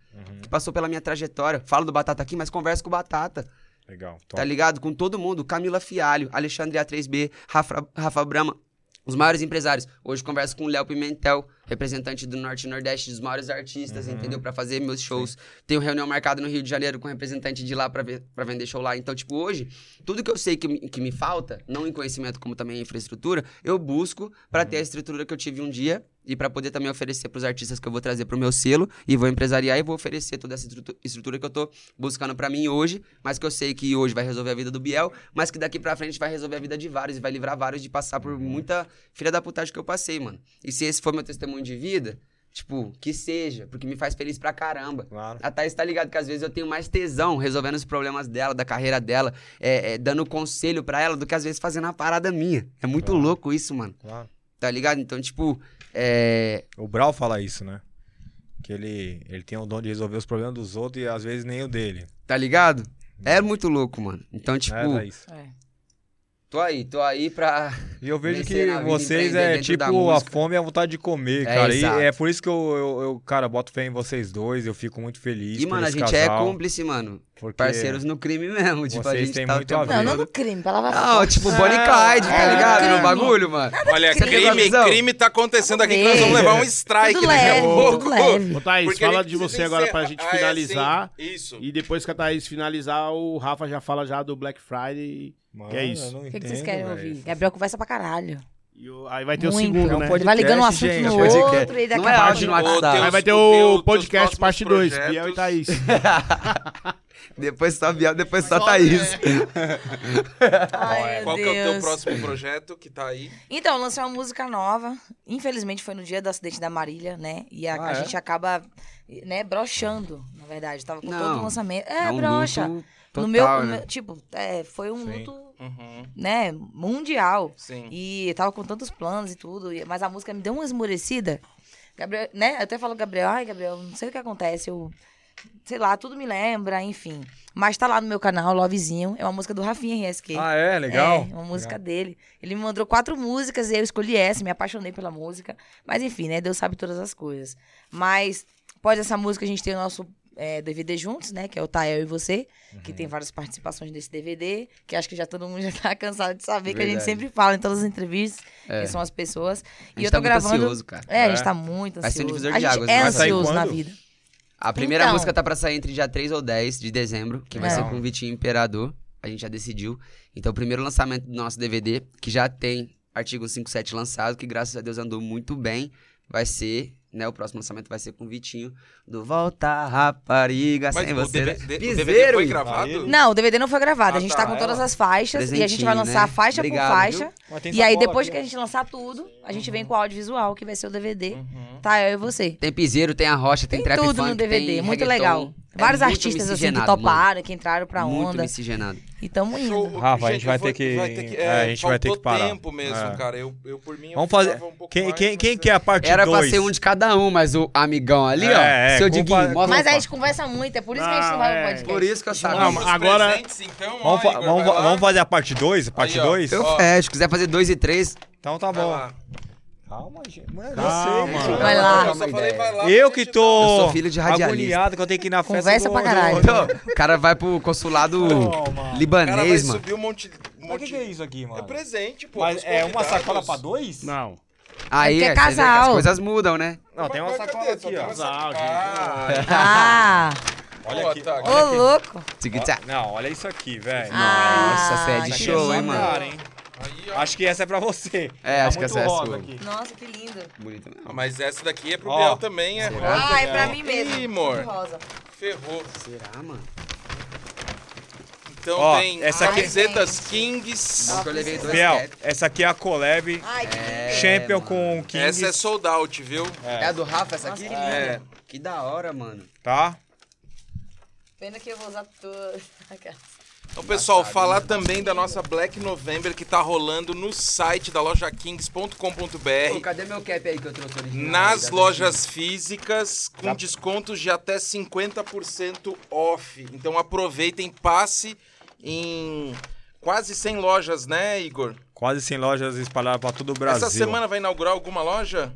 Speaker 3: Que passou pela minha trajetória. Falo do Batata aqui, mas converso com o Batata.
Speaker 1: Legal. top.
Speaker 3: Tá ligado? Com todo mundo. Camila Fialho, Alexandre A3B, Rafa, Rafa Brama, os maiores empresários. Hoje converso com o Léo Pimentel, representante do Norte e Nordeste, dos maiores artistas, entendeu? Pra fazer meus shows. Tenho reunião marcada no Rio de Janeiro com representante de lá pra, ver, pra vender show lá. Então, tipo, hoje, tudo que eu sei que, me- que me falta, não em conhecimento como também em infraestrutura, eu busco pra ter a estrutura que eu tive um dia e pra poder também oferecer pros artistas que eu vou trazer pro meu selo e vou empresariar e vou oferecer toda essa estrutu- estrutura que eu tô buscando pra mim hoje, mas que eu sei que hoje vai resolver a vida do Biel, mas que daqui pra frente vai resolver a vida de vários e vai livrar vários de passar por muita filha da putagem que eu passei, mano. E se esse for meu testemunho de vida, tipo, que seja, porque me faz feliz pra caramba.
Speaker 1: Claro.
Speaker 3: A Thaís tá ligado que às vezes eu tenho mais tesão resolvendo os problemas dela, da carreira dela, é, é, dando conselho pra ela, do que às vezes fazendo uma parada minha. É muito
Speaker 1: Claro.
Speaker 3: louco isso, mano.
Speaker 1: claro.
Speaker 3: Tá ligado? Então, tipo, é.
Speaker 1: O Brau fala isso, né? Que ele, ele tem o dom de resolver os problemas dos outros e às vezes nem o dele.
Speaker 3: Tá ligado? É muito louco, mano. Então, tipo,
Speaker 1: né, Thaís?
Speaker 4: É.
Speaker 3: tô aí, tô aí pra.
Speaker 1: E eu vejo que
Speaker 3: vencer na vida,
Speaker 1: vocês
Speaker 3: empreender
Speaker 1: é
Speaker 3: dentro da
Speaker 1: tipo a
Speaker 3: música.
Speaker 1: fome e a vontade de comer,
Speaker 3: É,
Speaker 1: cara. E
Speaker 3: exato.
Speaker 1: é por isso que eu, eu, eu, cara, boto fé em vocês dois. Eu fico muito feliz.
Speaker 3: E,
Speaker 1: por
Speaker 3: mano, a
Speaker 1: esse
Speaker 3: gente é
Speaker 1: casal,
Speaker 3: cúmplice, mano.
Speaker 1: porque-
Speaker 3: Parceiros no crime mesmo. Tipo, a
Speaker 1: Vocês
Speaker 3: gente
Speaker 1: têm
Speaker 3: tá o
Speaker 1: muito
Speaker 3: tempo
Speaker 1: a ver.
Speaker 4: Não,
Speaker 3: todo-
Speaker 4: não no crime, palavra
Speaker 3: Não, tipo, Bonnie e
Speaker 1: É,
Speaker 3: Clyde, tá
Speaker 1: é,
Speaker 3: ligado?
Speaker 4: um crime.
Speaker 3: No bagulho, mano.
Speaker 2: Olha,
Speaker 4: crime.
Speaker 2: crime,
Speaker 3: Visão.
Speaker 2: crime tá acontecendo aqui que nós vamos levar um strike
Speaker 4: Tudo
Speaker 2: daqui a
Speaker 4: leve,
Speaker 2: pouco.
Speaker 4: tudo leve.
Speaker 5: Ô, Thaís,
Speaker 2: Porque
Speaker 5: É fala
Speaker 2: ele
Speaker 5: de você
Speaker 2: precisa
Speaker 5: agora
Speaker 2: encerrar.
Speaker 5: pra gente
Speaker 2: Ah, é,
Speaker 5: finalizar.
Speaker 2: sim, Isso.
Speaker 3: assim.
Speaker 5: E depois que a Thaís finalizar, o Rafa já fala já do Black Friday.
Speaker 1: Mano,
Speaker 5: Que é isso?
Speaker 1: eu não
Speaker 4: O que, que
Speaker 1: entendo,
Speaker 4: vocês querem
Speaker 1: velho.
Speaker 4: ouvir? Gabriel conversa pra caralho.
Speaker 5: E o- aí vai ter o
Speaker 4: Muito.
Speaker 5: segundo,
Speaker 1: Não
Speaker 5: né?
Speaker 1: pode-
Speaker 4: Ele vai ligando um
Speaker 1: Podcast,
Speaker 4: assunto
Speaker 1: gente,
Speaker 4: no
Speaker 1: podcast.
Speaker 4: outro e dá
Speaker 3: Não é áudio no
Speaker 4: acaba.
Speaker 3: WhatsApp.
Speaker 5: Aí vai ter
Speaker 2: Os-
Speaker 5: o
Speaker 2: teus-
Speaker 5: podcast
Speaker 2: teus próximos
Speaker 5: parte 2,
Speaker 2: projetos.
Speaker 5: Biel e <laughs> Thaís.
Speaker 3: Depois só Biel, depois só
Speaker 2: Só-
Speaker 3: Thaís.
Speaker 4: é, Ai, meu
Speaker 2: Qual que é o teu
Speaker 4: Deus.
Speaker 2: próximo projeto que tá aí?
Speaker 4: Então, eu lancei uma música nova. Infelizmente foi no dia do acidente da Marília, né? E a,
Speaker 1: Ah,
Speaker 4: a
Speaker 1: é?
Speaker 4: gente acaba, né, broxando, na verdade. Tava com todo
Speaker 3: Não.
Speaker 4: o lançamento.
Speaker 3: É
Speaker 4: É,
Speaker 3: um
Speaker 4: brocha.
Speaker 3: luto
Speaker 4: no meu,
Speaker 3: total,
Speaker 4: no
Speaker 3: né?
Speaker 4: meu- tipo, é, foi um
Speaker 1: Sim.
Speaker 4: luto,
Speaker 2: Uhum,
Speaker 4: né, mundial.
Speaker 2: sim.
Speaker 4: E eu tava com tantos planos e tudo, e- mas a música me deu uma esmurecida. Gabriel, né? Eu até falo, Gabriel, ai, Gabriel, não sei o que acontece, eu. Sei lá, tudo me lembra, enfim. Mas tá lá no meu canal, Lovezinho. É uma música do Rafinha RSQ.
Speaker 1: Ah, é? Legal.
Speaker 4: É, uma música dele. Ele me mandou quatro músicas e eu escolhi essa, me apaixonei pela música. Mas enfim, né? Deus sabe todas as coisas. Mas após essa música, a gente tem o nosso é, DVD juntos, né? Que é o Tael e Você, que
Speaker 3: Uhum.
Speaker 4: tem várias participações desse DVD, que acho que já todo mundo já tá <laughs> cansado de saber, que a gente
Speaker 3: Verdade.
Speaker 4: sempre fala em todas as entrevistas,
Speaker 3: É.
Speaker 4: que são as pessoas.
Speaker 3: A
Speaker 4: E
Speaker 3: gente
Speaker 4: eu
Speaker 3: tá
Speaker 4: tô
Speaker 3: muito
Speaker 4: gravando.
Speaker 3: ansioso, cara.
Speaker 4: É, a
Speaker 1: É.
Speaker 4: gente tá muito
Speaker 3: Vai ser
Speaker 4: ansioso.
Speaker 3: um divisor de
Speaker 4: a gente
Speaker 3: águas,
Speaker 4: é
Speaker 3: vai
Speaker 1: sair
Speaker 4: ansioso na
Speaker 1: quando?
Speaker 4: vida.
Speaker 3: A primeira
Speaker 4: Então.
Speaker 3: música tá pra sair entre dia 3 ou 10 de dezembro, que vai
Speaker 4: É.
Speaker 3: ser com o Vitinho Imperador. A gente já decidiu. Então, o primeiro lançamento do nosso DVD, que já tem artigo 57 lançado, que graças a Deus andou muito bem, vai ser, né? O próximo lançamento vai ser com o Vitinho, do Volta Rapariga,
Speaker 2: Mas
Speaker 3: sem
Speaker 2: o
Speaker 3: você.
Speaker 2: DVD,
Speaker 3: né?
Speaker 2: de- o DVD foi
Speaker 3: Piseiro,
Speaker 2: gravado?
Speaker 4: Não, o DVD não foi gravado.
Speaker 2: Ah,
Speaker 4: a gente
Speaker 2: tá,
Speaker 4: tá, com
Speaker 2: é
Speaker 4: todas
Speaker 2: lá.
Speaker 4: as faixas e a gente vai
Speaker 3: Presentinho,
Speaker 4: lançar
Speaker 3: né?
Speaker 4: faixa
Speaker 3: Obrigado,
Speaker 4: por faixa.
Speaker 3: viu?
Speaker 1: Mas tem
Speaker 4: E aí,
Speaker 1: sacola
Speaker 4: depois
Speaker 1: aqui,
Speaker 4: que a gente lançar tudo, a gente
Speaker 3: Uhum.
Speaker 4: vem com o audiovisual, que vai ser o DVD.
Speaker 1: Uhum.
Speaker 4: Tá, eu e você.
Speaker 3: Tem piseiro, tem a rocha, tem,
Speaker 4: Tem
Speaker 3: trap
Speaker 4: tudo
Speaker 3: funk,
Speaker 4: no DVD,
Speaker 3: tem
Speaker 4: muito
Speaker 3: reggaeton.
Speaker 4: legal.
Speaker 3: É
Speaker 4: Vários
Speaker 3: muito
Speaker 4: artistas assim que
Speaker 3: miscigenado, mano.
Speaker 4: toparam, que entraram pra
Speaker 3: Muito
Speaker 4: onda.
Speaker 3: miscigenado.
Speaker 4: E tamo
Speaker 2: Show.
Speaker 4: indo.
Speaker 1: Rafa, a gente vai
Speaker 2: foi-
Speaker 1: ter que-
Speaker 2: é,
Speaker 1: é, a gente vai ter
Speaker 2: faltou
Speaker 1: que parar.
Speaker 2: tempo mesmo,
Speaker 1: É.
Speaker 2: cara. Eu, eu, por mim, eu
Speaker 1: Vamos fazer.
Speaker 2: ficava um pouco
Speaker 1: Quem,
Speaker 2: mais,
Speaker 1: quem,
Speaker 2: mas
Speaker 1: quem
Speaker 2: eu-
Speaker 1: que é a parte 2?
Speaker 3: Era pra ser um de cada um, mas o amigão ali,
Speaker 1: É,
Speaker 3: ó.
Speaker 1: é,
Speaker 3: seu
Speaker 1: culpa-
Speaker 3: Diguinho, mostra
Speaker 4: Mas
Speaker 3: opa.
Speaker 4: aí a gente conversa muito, é por isso que a gente não
Speaker 5: Não,
Speaker 4: vai
Speaker 5: é.
Speaker 4: no podcast.
Speaker 3: Por isso que eu sabia.
Speaker 5: Não,
Speaker 2: Os
Speaker 5: mas agora-
Speaker 2: presentes, então, ó,
Speaker 1: Vamos, fa-
Speaker 2: Igor,
Speaker 1: vamos,
Speaker 2: vai lá.
Speaker 1: vamos fazer a parte 2? Parte
Speaker 2: Aí, ó.
Speaker 1: 2?
Speaker 3: Eu
Speaker 2: Ó.
Speaker 3: fecho, quiser fazer dois e três,
Speaker 1: Então tá
Speaker 2: Vai
Speaker 1: bom.
Speaker 2: lá.
Speaker 1: Calma, gente. Mano, eu
Speaker 5: Calma.
Speaker 1: sei.
Speaker 4: Vai lá.
Speaker 2: Eu só falei, vai lá,
Speaker 1: Eu
Speaker 2: pra
Speaker 1: que
Speaker 2: gente
Speaker 1: tô
Speaker 2: dar-
Speaker 3: Eu sou filho de radialista.
Speaker 1: agoniado que eu tenho que ir na festa
Speaker 4: Conversa
Speaker 1: do-
Speaker 4: pra
Speaker 1: do-
Speaker 4: caralho.
Speaker 3: Então, o cara vai pro consulado
Speaker 1: Toma.
Speaker 2: O cara vai
Speaker 3: libanês, mano.
Speaker 2: subir um monte... um
Speaker 1: Mas o
Speaker 2: monte-
Speaker 1: que, que é isso aqui, mano?
Speaker 2: É presente, pô.
Speaker 1: Mas
Speaker 2: pros
Speaker 1: é uma
Speaker 2: convidados.
Speaker 1: sacola pra dois?
Speaker 5: Não.
Speaker 3: Aí
Speaker 4: porque é
Speaker 3: você vê que as
Speaker 4: casal.
Speaker 3: coisas mudam, né?
Speaker 1: Não, tem uma
Speaker 2: Mas cadê?
Speaker 1: sacola
Speaker 2: Só
Speaker 1: aqui,
Speaker 2: tem
Speaker 1: ó.
Speaker 2: uma sacola.
Speaker 5: Casal,
Speaker 2: Ah,
Speaker 4: Ah!
Speaker 1: Olha
Speaker 2: Ó,
Speaker 1: aqui.
Speaker 2: tá.
Speaker 4: Ô,
Speaker 1: olha aqui.
Speaker 4: louco!
Speaker 3: Tic-tac.
Speaker 1: Não, olha isso aqui, velho.
Speaker 4: Ah,
Speaker 3: Nossa, você é de
Speaker 4: que
Speaker 3: show, hein,
Speaker 4: lindo.
Speaker 3: mano?
Speaker 1: Cara, hein?
Speaker 2: aí, ó.
Speaker 1: Acho que essa é pra você.
Speaker 3: É,
Speaker 1: Tá
Speaker 3: acho que
Speaker 1: muito
Speaker 3: essa é a
Speaker 1: rosa
Speaker 3: sua.
Speaker 1: aqui.
Speaker 4: Nossa, que lindo.
Speaker 3: Bonito né? mesmo.
Speaker 2: Ah, Mas essa daqui é pro
Speaker 1: Ó.
Speaker 2: Biel também, é rosa.
Speaker 4: Ah, é pra mim mesmo.
Speaker 2: Ih, amor.
Speaker 4: Rosa.
Speaker 2: Ferrou.
Speaker 3: Será, mano?
Speaker 2: Então
Speaker 1: Ó,
Speaker 2: tem
Speaker 1: essa aqui-
Speaker 2: camisetas Kings.
Speaker 3: Acho que eu levei dois
Speaker 1: Biel,
Speaker 3: cat.
Speaker 1: essa aqui é a collab
Speaker 4: Ai, que
Speaker 3: É.
Speaker 4: lindo.
Speaker 1: Champion
Speaker 3: mano.
Speaker 1: com o King,
Speaker 2: Essa é sold out, viu?
Speaker 3: É a do Rafa essa aqui?
Speaker 4: Nossa, que
Speaker 3: É. Que da hora, mano.
Speaker 1: tá?
Speaker 4: Pena que eu vou usar todas.
Speaker 2: Então, pessoal, falar
Speaker 1: né?
Speaker 2: também da nossa Black November que tá rolando no site da loja
Speaker 3: Pô,
Speaker 2: kings.com.br.
Speaker 3: cadê meu cap aí que eu trouxe original?
Speaker 2: É. Nas
Speaker 3: Ainda bem
Speaker 2: lojas físicas, com descontos de até 50% off. Então aproveitem, passe em quase 100 lojas, né, Igor?
Speaker 1: Quase 100 lojas espalhadas pra todo o Brasil.
Speaker 2: Essa semana vai inaugurar alguma loja?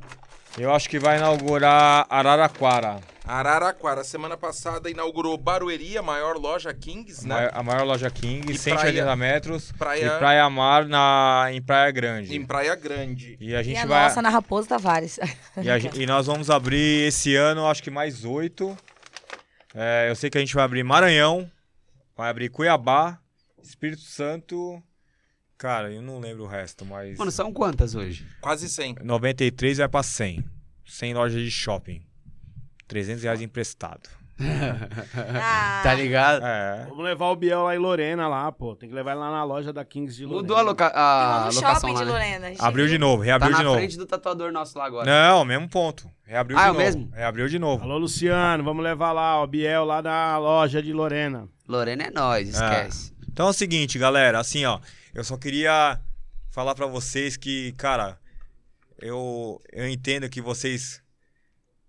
Speaker 1: Eu acho que vai inaugurar Araraquara.
Speaker 2: Araraquara, semana passada, inaugurou Barueri, a maior loja Kings,
Speaker 1: A
Speaker 2: né?
Speaker 1: maior, a maior loja King,
Speaker 2: E
Speaker 1: 180
Speaker 2: praia-
Speaker 1: metros.
Speaker 2: praia-
Speaker 1: E Praia Mar na, em Praia Grande.
Speaker 2: Em Praia Grande.
Speaker 1: E a
Speaker 4: E
Speaker 1: gente
Speaker 4: a
Speaker 1: vai.
Speaker 4: nossa na Raposa Tavares. <laughs>
Speaker 1: E, a gen- e nós vamos abrir esse ano, acho que mais oito. É, eu sei que a gente vai abrir Maranhão, vai abrir Cuiabá, Espírito Santo. Cara, eu não lembro o resto, mas.
Speaker 3: Mano, são quantas hoje?
Speaker 2: Quase 100.
Speaker 1: 93 vai pra 100. 100 lojas de shopping. 300 reais emprestado.
Speaker 4: Ah,
Speaker 3: Tá ligado?
Speaker 1: É.
Speaker 5: Vamos levar o Biel lá em Lorena, lá, pô. Tem que levar ele lá na loja da Kings de Lorena.
Speaker 3: Mudou a, loca a
Speaker 4: no
Speaker 3: locação
Speaker 4: um shopping
Speaker 3: lá,
Speaker 4: de
Speaker 3: né?
Speaker 4: Lorena. a gente
Speaker 1: Abriu de novo,
Speaker 3: Tá
Speaker 1: reabriu
Speaker 3: na
Speaker 1: de novo. Né?
Speaker 3: frente do tatuador nosso lá agora.
Speaker 1: Não, mesmo ponto. Reabriu
Speaker 3: Ah,
Speaker 1: de
Speaker 3: é o
Speaker 1: novo.
Speaker 3: mesmo?
Speaker 1: Reabriu de novo.
Speaker 5: Alô, Luciano, vamos levar lá o Biel lá na loja de Lorena.
Speaker 3: Lorena é nós, esquece.
Speaker 1: Então é o seguinte, galera, assim, ó, eu só queria falar pra vocês que, cara, eu eu entendo que vocês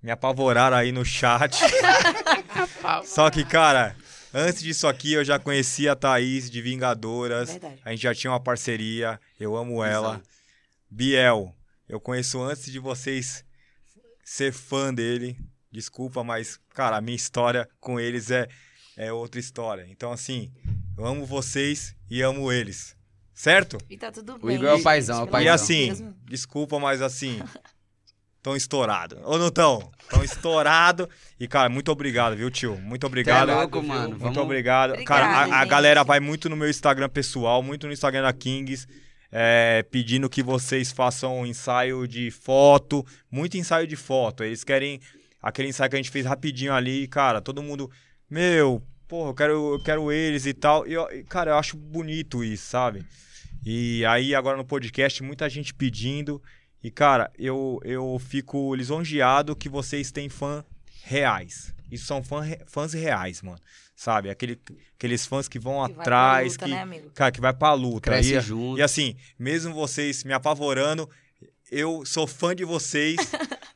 Speaker 1: me apavoraram aí no chat. só que, cara, antes disso aqui eu já conhecia a Thaís de Vingadoras.
Speaker 4: Verdade.
Speaker 1: A gente já tinha uma parceria, eu amo
Speaker 3: Exato.
Speaker 1: ela. Biel, eu conheço antes de vocês ser fã dele. Desculpa, mas, cara, a minha história com eles é, é outra história. Então, assim, eu amo vocês e amo eles. Certo?
Speaker 4: E tá tudo bem.
Speaker 3: O Igor é o
Speaker 4: gente,
Speaker 3: paizão, é o
Speaker 4: pelo
Speaker 1: E
Speaker 3: paizão.
Speaker 4: amor de
Speaker 1: assim,
Speaker 4: Deus.
Speaker 1: desculpa, mas assim. Tão estourado. Ou não tão? Tão estourado. E, cara, muito obrigado, viu, tio? Muito
Speaker 3: Cê é
Speaker 1: obrigado.
Speaker 3: louco, mano.
Speaker 1: Muito
Speaker 3: Vamos... né,
Speaker 1: obrigado.
Speaker 4: Obrigada,
Speaker 1: Cara, a- a,
Speaker 4: gente.
Speaker 1: galera vai muito no meu Instagram pessoal, muito no Instagram da Kings, é, pedindo que vocês façam um ensaio de foto, muito ensaio de foto. Eles querem aquele ensaio que a gente fez rapidinho ali, cara, todo mundo, meu, porra, eu quero, eu quero eles e tal. E, eu- e, cara, eu acho bonito isso, sabe? E aí, agora no podcast, muita gente pedindo. E, cara, eu, eu fico lisonjeado que vocês têm fã reais. Isso são fã, fãs reais, mano. Sabe? Aquele, aqueles fãs que vão
Speaker 4: Que vai pra
Speaker 1: um atrás,
Speaker 4: luta,
Speaker 1: que,
Speaker 4: né, amigo?
Speaker 1: cara, que vai pra luta.
Speaker 3: Cresce
Speaker 1: E-
Speaker 3: junto.
Speaker 1: e assim, mesmo vocês me apavorando, eu sou fã de vocês,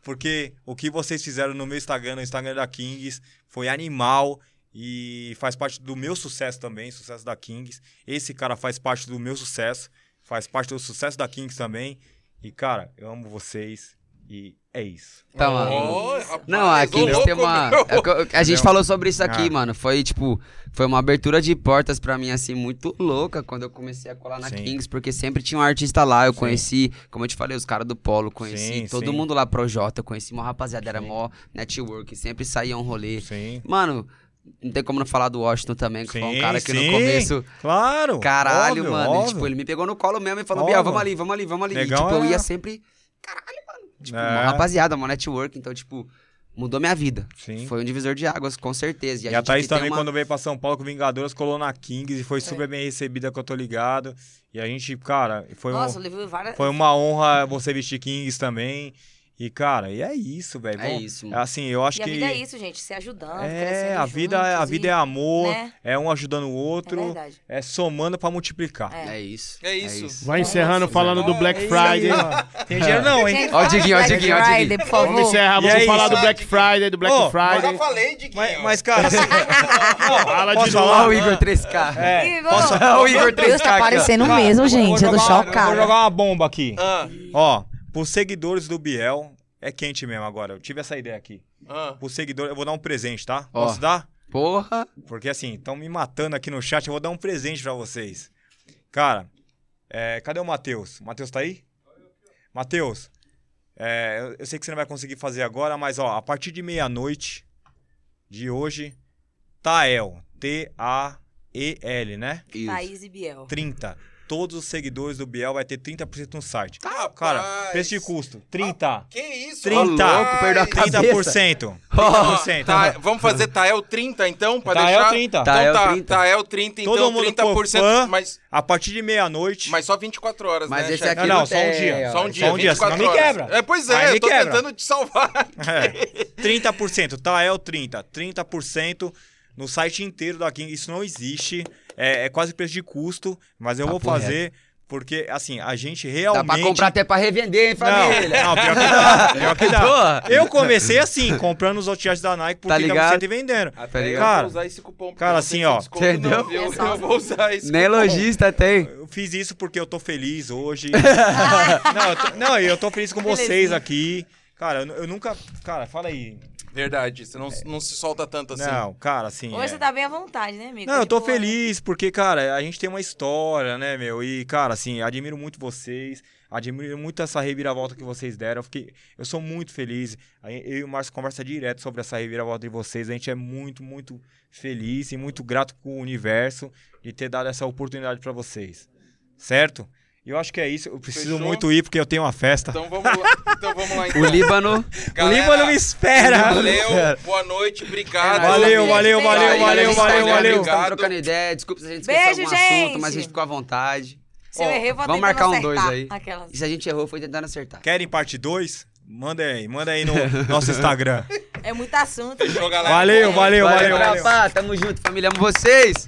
Speaker 1: porque o que vocês fizeram no meu Instagram, no Instagram da Kings, foi animal e faz parte do meu sucesso também, sucesso da Kings. Esse cara faz parte do meu sucesso, faz parte do sucesso da Kings também. E cara, eu amo vocês e é isso.
Speaker 3: Tá, mano.
Speaker 2: Ó, rapaz,
Speaker 3: Não, a
Speaker 2: ô
Speaker 3: Kings
Speaker 2: louco,
Speaker 3: tem uma.
Speaker 2: meu.
Speaker 3: é o que eu- A gente
Speaker 1: Entendeu?
Speaker 3: falou sobre isso aqui,
Speaker 1: Ah.
Speaker 3: mano. Foi tipo, foi uma abertura de portas pra mim, assim, muito louca quando eu comecei a colar na
Speaker 1: Sim.
Speaker 3: Kings, porque sempre tinha um artista lá. Eu
Speaker 1: Sim.
Speaker 3: conheci, como eu te falei, os caras do Polo, conheci
Speaker 1: Sim,
Speaker 3: todo
Speaker 1: sim.
Speaker 3: mundo lá pro Jota, eu conheci uma rapaziada, era mó network, sempre saía um rolê.
Speaker 1: Sim.
Speaker 3: Mano, não tem como não falar do Washington também, que foi
Speaker 1: Sim,
Speaker 3: um cara que
Speaker 1: sim.
Speaker 3: no começo.
Speaker 1: Claro.
Speaker 3: Caralho,
Speaker 1: óbvio,
Speaker 3: mano. Ele,
Speaker 1: óbvio.
Speaker 3: tipo, ele me pegou no colo mesmo e falou,
Speaker 1: Óbvio.
Speaker 3: Biel, vamos ali, vamos ali, vamos ali.
Speaker 1: Negão
Speaker 3: e, tipo, eu
Speaker 1: é-
Speaker 3: ia sempre. Caralho, mano. Tipo, uma
Speaker 1: É.
Speaker 3: rapaziada, uma network. Então, tipo, mudou minha vida.
Speaker 1: Sim.
Speaker 3: Foi um divisor de águas, com certeza.
Speaker 1: E
Speaker 3: E
Speaker 1: a,
Speaker 3: a, gente
Speaker 1: Thaís
Speaker 3: aqui tem
Speaker 1: tá também,
Speaker 3: uma-
Speaker 1: quando veio pra São Paulo com Vingadores, colou na Kings
Speaker 4: É.
Speaker 1: e foi super bem recebida, que eu tô ligado. E a gente, cara, foi, um-
Speaker 4: Nossa, eu levei várias.
Speaker 1: foi uma honra você vestir Kings também. E, cara, e é isso, velho.
Speaker 3: É
Speaker 1: Bom,
Speaker 3: isso,
Speaker 1: é
Speaker 3: mano.
Speaker 1: Assim, eu acho
Speaker 4: E a
Speaker 1: que.
Speaker 4: vida é isso, gente. Se ajudando,
Speaker 1: É,
Speaker 4: crescendo
Speaker 1: a vida, é- a
Speaker 4: juntos
Speaker 1: vida
Speaker 4: e-
Speaker 1: é amor,
Speaker 4: né?
Speaker 1: é um ajudando o
Speaker 4: É
Speaker 1: outro,
Speaker 4: verdade.
Speaker 1: é, somando pra multiplicar.
Speaker 4: É.
Speaker 3: É isso.
Speaker 2: É isso.
Speaker 5: Vai encerrando falando do Black Friday.
Speaker 1: Tem dinheiro não, hein?
Speaker 4: Gente,
Speaker 3: Ó o Diguinho, ó o
Speaker 4: Black
Speaker 3: Diguinho, ó o
Speaker 4: Friday,
Speaker 3: Diguinho.
Speaker 4: por
Speaker 5: Vamos
Speaker 4: favor.
Speaker 5: encerrar,
Speaker 1: E
Speaker 5: vamos
Speaker 1: é
Speaker 5: falar
Speaker 1: isso.
Speaker 5: do Black Friday, do Black
Speaker 1: Ô,
Speaker 5: Friday.
Speaker 2: falei, Diguinho.
Speaker 1: Mas, mas, cara,
Speaker 4: <laughs>
Speaker 1: assim,
Speaker 5: Fala
Speaker 1: posso
Speaker 5: de
Speaker 1: falar?
Speaker 5: novo.
Speaker 3: Ó, o Igor 3K.
Speaker 1: É,
Speaker 4: Igor!
Speaker 1: posso...
Speaker 3: <laughs> o Igor
Speaker 4: Deus
Speaker 3: 3K
Speaker 4: tá
Speaker 3: aqui, ó.
Speaker 4: parecendo
Speaker 1: Cara,
Speaker 4: mesmo,
Speaker 1: vou- vou
Speaker 4: gente. Eu tô
Speaker 1: jogar uma- Vou
Speaker 4: chocada.
Speaker 1: jogar uma bomba aqui.
Speaker 2: Ah,
Speaker 1: Ó, pros seguidores do Biel, é quente mesmo agora. Eu tive essa ideia aqui.
Speaker 2: ah.
Speaker 1: Pros seguidores, eu vou dar um presente, tá?
Speaker 3: Ó.
Speaker 1: Posso dar?
Speaker 3: Porra.
Speaker 1: Porque assim, estão me matando aqui no chat, eu vou dar um presente pra vocês. Cara, é, cadê o Matheus? Matheus tá aí? Matheus, é, eu- eu sei que você não vai conseguir fazer agora, mas ó, a partir de meia-noite de hoje, Tael, T-A-E-L, né?
Speaker 3: Isso.
Speaker 4: Thaís e Biel.
Speaker 1: 30. Todos os seguidores do Biel vai ter 30% no site.
Speaker 2: Rapaz.
Speaker 1: Cara, preço de custo, 30.
Speaker 2: Que isso,
Speaker 1: 30.
Speaker 2: rapaz.
Speaker 1: Ô,
Speaker 3: louco, perdeu a cabeça.
Speaker 1: 30%.
Speaker 2: Ó,
Speaker 1: 30%.
Speaker 2: tá, vamos fazer Tael 30, então, pra
Speaker 1: Tael
Speaker 2: deixar...
Speaker 1: 30.
Speaker 2: Então
Speaker 3: Tael
Speaker 2: tá,
Speaker 3: 30.
Speaker 2: Tael 30, então
Speaker 1: Todo mundo
Speaker 2: 30%,
Speaker 1: for fã.
Speaker 2: mas,
Speaker 1: A partir de meia-noite.
Speaker 2: mas só 24 horas,
Speaker 3: Mas
Speaker 2: né,
Speaker 3: esse
Speaker 2: chefe?
Speaker 3: aqui é
Speaker 1: Não, não,
Speaker 3: não
Speaker 1: só um
Speaker 3: tem,
Speaker 1: dia.
Speaker 3: ó.
Speaker 2: Só um dia,
Speaker 1: só um dia,
Speaker 2: 24
Speaker 1: senão me
Speaker 2: horas.
Speaker 1: quebra.
Speaker 2: É, pois é,
Speaker 1: Aí me
Speaker 2: eu tô
Speaker 1: quebra.
Speaker 2: tentando te salvar.
Speaker 3: Tá
Speaker 2: <laughs>
Speaker 1: É. 30%, tá? É o 30%. 30% no site inteiro da King. Isso não existe. É, é quase preço de custo, mas eu vou
Speaker 3: Papo
Speaker 1: fazer porque, assim, a gente
Speaker 3: Dá
Speaker 1: realmente.
Speaker 3: pra comprar até pra revender, hein,
Speaker 1: <laughs>
Speaker 3: família?
Speaker 1: Não, não, pior que dá. Pior que dá.
Speaker 3: Porra.
Speaker 1: Eu comecei assim, comprando os outfits da Nike por
Speaker 3: Tá
Speaker 1: 30%
Speaker 3: ligado?
Speaker 1: e vendendo.
Speaker 3: Tá
Speaker 2: eu
Speaker 3: ligado?
Speaker 1: Cara,
Speaker 2: vou usar esse cupom. porque
Speaker 1: cara,
Speaker 2: eu não
Speaker 1: assim,
Speaker 2: sei se
Speaker 1: ó.
Speaker 2: desconto não,
Speaker 3: Entendeu?
Speaker 2: viu?
Speaker 4: É só-
Speaker 2: Eu vou usar esse
Speaker 3: Nem
Speaker 2: cupom.
Speaker 3: lojista tem.
Speaker 1: Eu fiz isso porque eu tô feliz hoje. não, eu tô, não, eu tô feliz com vocês
Speaker 4: Belezinha.
Speaker 1: aqui. Cara, eu, nu- eu nunca. Cara, fala aí.
Speaker 2: Verdade, você não, não se solta tanto assim.
Speaker 1: Não, cara, assim.
Speaker 7: Hoje
Speaker 1: é-
Speaker 7: você tá bem à vontade, né, amigo?
Speaker 1: Não, eu tô
Speaker 7: Tipo,
Speaker 1: feliz, porque, cara, a gente tem uma história, né, meu? E, cara, assim, admiro muito vocês, admiro muito essa reviravolta que vocês deram. Eu, fiquei, eu sou muito feliz. Aí Eu e o Márcio conversa direto sobre essa reviravolta de vocês. A gente é muito, muito feliz e muito grato com o universo de ter dado essa oportunidade pra vocês. Certo? E Eu acho que é isso. Eu preciso
Speaker 2: Fechou?
Speaker 1: muito ir, porque eu tenho uma festa.
Speaker 2: Então vamos lá. Então vamos
Speaker 1: <laughs>
Speaker 2: lá, então.
Speaker 3: O Líbano.
Speaker 1: o
Speaker 2: Galera,
Speaker 1: Lima não me espera!
Speaker 2: Valeu, boa noite, obrigado.
Speaker 1: Ah,
Speaker 7: Tá
Speaker 1: Valeu, valeu,
Speaker 7: aí,
Speaker 1: valeu, valeu,
Speaker 3: Galera,
Speaker 1: valeu,
Speaker 3: Instagram,
Speaker 1: valeu.
Speaker 3: Estamos
Speaker 2: Obrigado.
Speaker 3: trocando ideia. Desculpa se a gente esqueceu
Speaker 7: Beijo,
Speaker 3: algum
Speaker 7: gente.
Speaker 3: assunto, mas a gente ficou à vontade.
Speaker 7: Se eu
Speaker 3: Ó,
Speaker 7: errei, eu vou
Speaker 3: vamos
Speaker 7: tentando
Speaker 3: marcar um
Speaker 7: acertar
Speaker 3: dois aí.
Speaker 7: Aquelas.
Speaker 3: E se a gente errou, foi tentando acertar.
Speaker 1: <laughs> Querem parte 2? Manda aí, manda aí no nosso Instagram.
Speaker 7: É muito assunto.
Speaker 3: <laughs>
Speaker 2: Fechou, galera.
Speaker 1: Valeu, valeu, valeu. valeu.
Speaker 3: Papá. Tamo junto, família. Amo vocês.